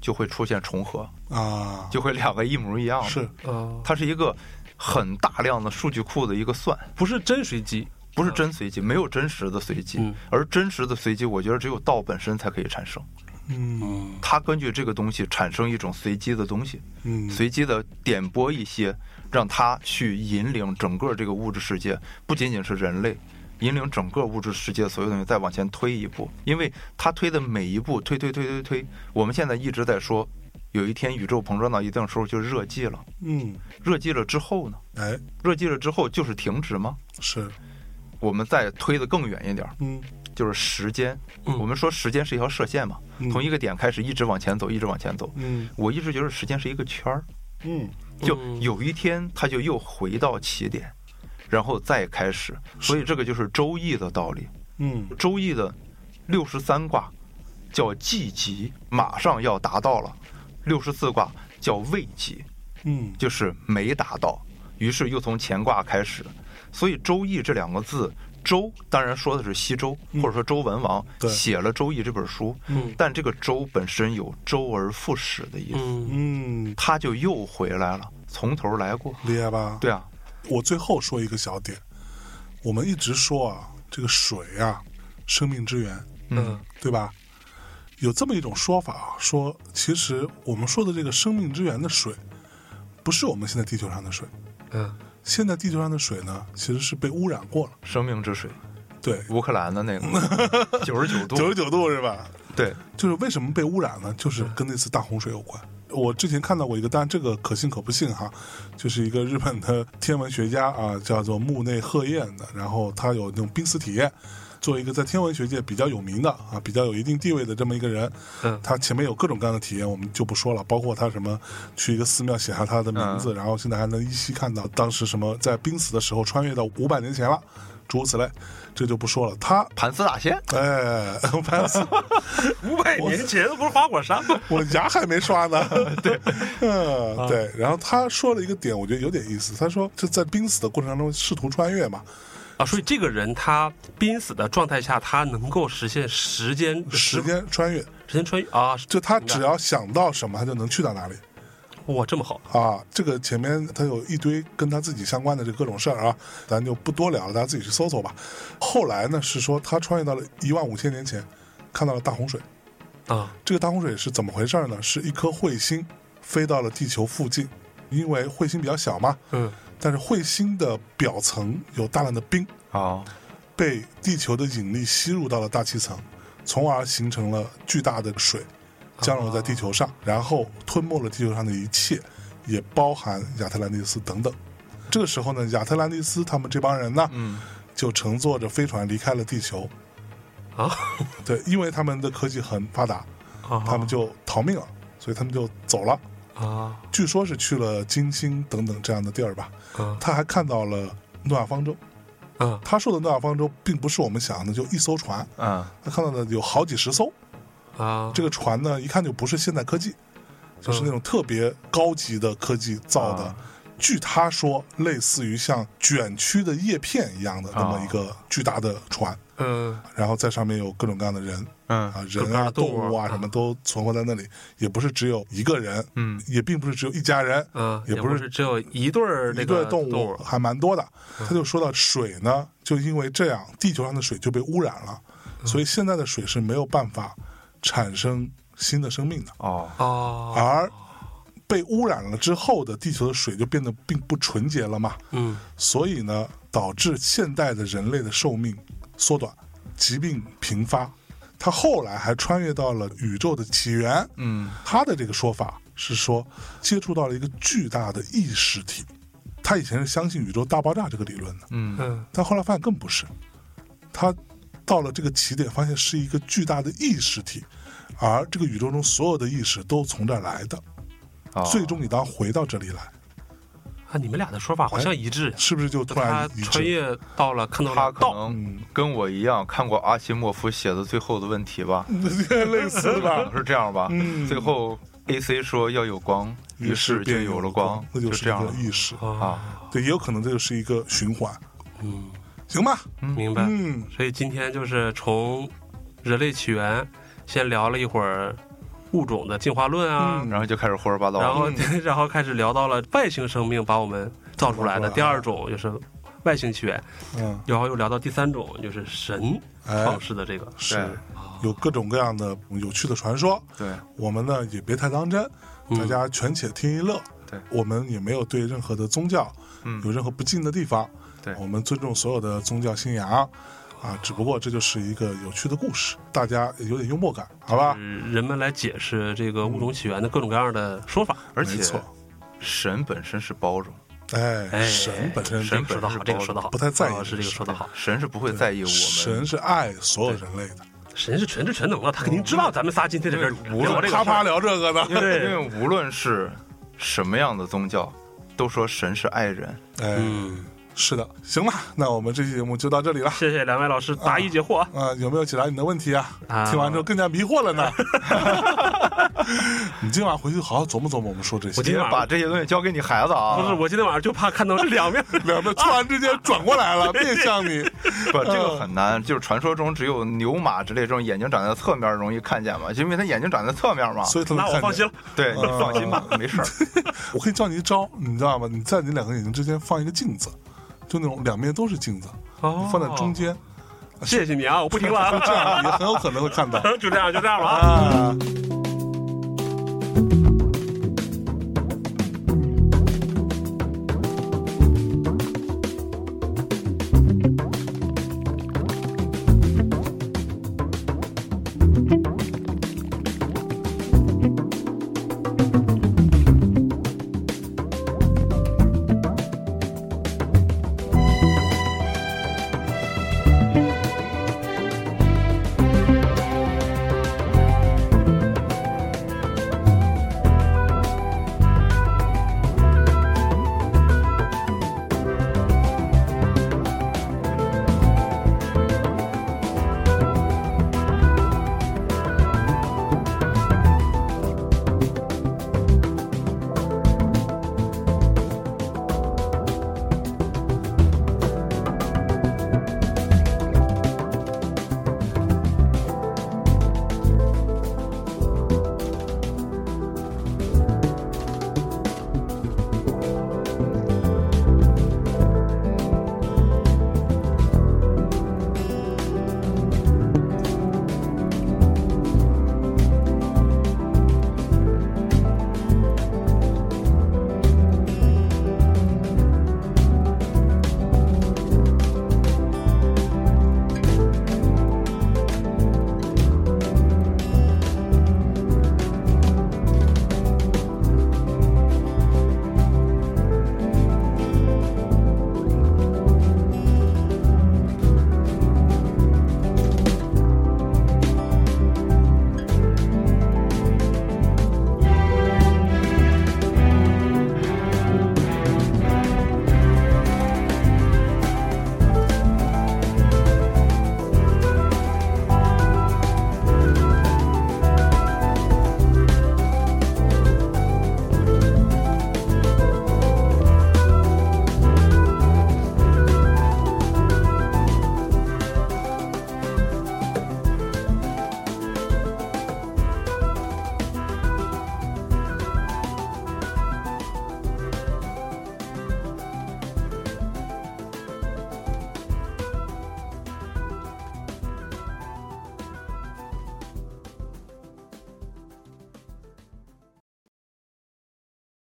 C: 就会出现重合，
A: 啊，
C: 就会两个一模一样的。
A: 是，
B: 呃，
C: 它是一个很大量的数据库的一个算，
B: 不是真随机，
C: 不是真随机，没有真实的随机。
B: 嗯
C: 而真实的随机，我觉得只有道本身才可以产生。
A: 嗯
B: 嗯，
C: 它根据这个东西产生一种随机的东西，
A: 嗯，
C: 随机的点拨一些，让它去引领整个这个物质世界，不仅仅是人类。引领整个物质世界所有东西再往前推一步，因为它推的每一步推推推推推，我们现在一直在说，有一天宇宙膨胀到一定时候就热寂了，
A: 嗯，
C: 热寂了之后呢？
A: 哎，
C: 热寂了之后就是停止吗？
A: 是，
C: 我们再推得更远一点儿，
A: 嗯，
C: 就是时间。
B: 嗯
C: 我们说时间是一条射线嘛，
A: 嗯
C: 从一个点开始一直往前走，一直往前走。
A: 嗯
C: 我一直觉得时间是一个圈儿，
A: 嗯，
C: 就
B: 嗯
C: 有一天它就又回到起点，然后再开始。所以这个就是《周易》的道理，
A: 嗯
C: 《周易》的六十三卦叫既极，马上要达到了；六十四卦叫未极，
A: 嗯
C: 就是没达到，于是又从乾卦开始。所以《周易》这两个字，周当然说的是西周，
A: 嗯
C: 或者说周文王
A: 对
C: 写了《周易》这本书，
B: 嗯
C: 但这个周本身有周而复始的意思，
B: 嗯
A: 嗯，
C: 他就又回来了，从头来过。
A: 厉害吧？
C: 对啊，
A: 我最后说一个小点，我们一直说啊，这个水啊，生命之源，
C: 嗯
A: 对吧？有这么一种说法啊，说其实我们说的这个生命之源的水，不是我们现在地球上的水。
B: 嗯
A: 现在地球上的水呢，其实是被污染过了。
C: 生命之水，
A: 对，
C: 乌克兰的那
A: [LAUGHS]
C: 个九十九度，
A: 九十九度是吧？
C: 对，
A: 就是为什么被污染呢？就是跟那次大洪水有关。我之前看到过一个，当然这个可信可不信哈，就是一个日本的天文学家啊，叫做木内鹤彦的，然后他有那种濒死体验，作为一个在天文学界比较有名的啊，比较有一定地位的这么一个人，
B: 嗯
A: 他前面有各种各样的体验，我们就不说了，包括他什么去一个寺庙写下他的名字，然后现在还能依稀看到当时什么在濒死的时候穿越到五百年前了，诸如此类，这就不说了。他
C: 盘丝大仙，
A: 哎， [LAUGHS] 潘斯。
B: 五百年前不是花果山吗？
A: 我牙还没刷呢。对，嗯，对。然后他说了一个点，我觉得有点意思。他说就在濒死的过程当中试图穿越嘛，
B: 啊，所以这个人他濒死的状态下，他能够实现时间
A: 时间穿越，
B: 时间穿越啊！
A: 就他只要想到什么，他就能去到哪里
B: 哇，这么好，
A: 啊。这个前面他有一堆跟他自己相关的这各种事儿啊，咱就不多聊了，大家自己去搜搜吧。后来呢，是说他穿越到了一万五千年前，看到了大洪水。
B: 啊，
A: 这个大洪水是怎么回事儿呢？是一颗彗星飞到了地球附近，因为彗星比较小嘛，
B: 嗯
A: 但是彗星的表层有大量的冰，
C: 哦，
A: 被地球的引力吸入到了大气层，从而形成了巨大的水，降落在地球上，然后吞没了地球上的一切，也包含亚特兰蒂斯等等。这个时候呢，亚特兰蒂斯他们这帮人呢，
C: 嗯，
A: 就乘坐着飞船离开了地球。
B: 啊
A: 对，因为他们的科技很发达，
B: 啊，
A: 他们就逃命了，所以他们就走了。
B: 啊
A: 据说是去了金星等等这样的地儿吧。
B: 啊
A: 他还看到了诺亚方舟。
B: 啊
A: 他说的诺亚方舟，并不是我们想的就一艘船，
C: 嗯，
A: 他看到的有好几十艘。
B: 啊，
A: 这个船呢，一看就不是现代科技，就是那种特别高级的科技造的
C: 啊。
A: 据他说，类似于像卷曲的叶片一样的那么
B: 啊
A: 一个巨大的船，
B: 嗯
A: 然后在上面有各种各样的人啊
C: 嗯，，
A: 人
B: 各种各样
A: 啊、
B: 的
A: 动
B: 动物啊
A: 物啊，什么都存活在那里，也不是只有一个人，
C: 嗯，
A: 也并不是只有一家人，
B: 啊，
A: 也
B: 也
A: 不
B: 不
A: 是
B: 是只有一对儿那
A: 一对
B: 个
A: 动物
B: 物
A: 还蛮多的。他就说到水呢，就因为这样，地球上的水就被污染了，所以现在的水是没有办法产生新的生命的。
C: 哦，
B: 哦，
A: 而被污染了之后的地球的水就变得并不纯洁了嘛，
B: 嗯
A: 所以呢，导致现代的人类的寿命缩短，疾病频发。他后来还穿越到了宇宙的起源，
C: 嗯，
A: 他的这个说法是说接触到了一个巨大的意识体。他以前是相信宇宙大爆炸这个理论的，
C: 嗯，
B: 嗯
A: 但后来发现更不是。他到了这个起点，发现是一个巨大的意识体，而这个宇宙中所有的意识都从这儿来的。
C: 啊
A: 最终你当回到这里来，
B: 啊，你们俩的说法好像一致，
A: 是不是哎就突
B: 他
A: 然一
B: 穿
A: 致？
B: 越到了看到
C: 他
B: 了
C: 可
B: 道，
A: 嗯
C: 能跟我一样看过阿西莫夫写的《最后的问题》吧，
A: 类似 [LAUGHS]
C: 可
A: 吧
C: 能？是这样吧。
A: 啊嗯
C: 最后 A C 说要有光，于是就
A: 便
C: 有了光，
A: 那
C: 就
A: 就是
C: 这
A: 一
C: 样
A: 个
C: 了
A: 意
B: 哦
A: 识。
C: 啊。
A: 对，也有可能这就是一个循环，
B: 嗯，
A: 行吧？
B: 明白。
A: 嗯，
B: 所以今天就是从人类起源先聊了一会儿物种的进化论啊，
A: 嗯
C: 然后就开始胡说八道
B: 然
C: 了。
B: 后然后开始聊到了外星生命把我们造出来
A: 造出来
B: 的
A: 啊
B: 第二种就是外星起源，
A: 嗯，
B: 然后又聊到第三种就是神
A: 哎
B: 创，世的这个，
A: 是有各种各样的有趣的传说，
C: 对，
A: 我们呢也别太当真，
B: 嗯
A: 大家权且听一乐。
C: 对
A: 我们也没有对任何的宗教
C: 嗯
A: 有任何不敬的地方，
C: 对
A: 我们尊重所有的宗教信仰啊，只不过这就是一个有趣的故事，大家有点幽默感，好吧？
B: 嗯人们来解释这个物种起源的各种各样的说法。
C: 而
A: 没
C: 且
A: 错，
C: 神本身是包容，
A: 哎，
B: 哎
A: 神本身
B: 这
C: 神
B: 个说得好，这个说得好，
A: 不太在意
B: 张老师这个说得好，
C: 神是不会在意我们
A: 神。是爱所有人类的，
B: 神是全知全能的，他肯定
A: 嗯
B: 知道咱们仨今天在这
C: 对
B: 儿
C: 无论
B: 聊这个事
A: 啪
B: 儿
A: 啪聊这个呢，
C: 因为 [LAUGHS] 因为无论是什么样的宗教，都说神是爱人。
A: 哎，
B: 嗯，
A: 是的，行吧，那我们这期节目就到这里了。
B: 谢谢两位老师答疑解惑啊。
A: 啊、有没有解答你的问题啊？
B: 啊
A: 听完之后更加迷惑了呢。 [LAUGHS] 你今晚回去好好琢磨琢磨我们说这些
B: 我。今
C: 因
B: 天
C: 为把这些东西交给你孩子啊，
B: 不是，我今天晚上就怕看到这两面。
A: 两个突然之间转过来了，面向
B: [LAUGHS]
A: 你。
C: 不，这个很难。就是传说中只有牛马之类这种眼睛长在侧面容易看见嘛，因为它眼睛长在侧面嘛。
A: 所以嗯他能
B: 那我
A: 看
B: 放
A: 见
B: 心了。
C: 对，你放心吧，没事儿。
A: 我可以教你一招，你知道吗？你在你两个眼睛之间放一个镜子，就那种两面都是镜子，
B: 哦
A: 你放在中，间，
B: 谢谢你啊，我不听了
A: 这
B: 啊，
A: 样你很有可能会看到
B: [LAUGHS] 就这样，就这样了啊。
A: 啊。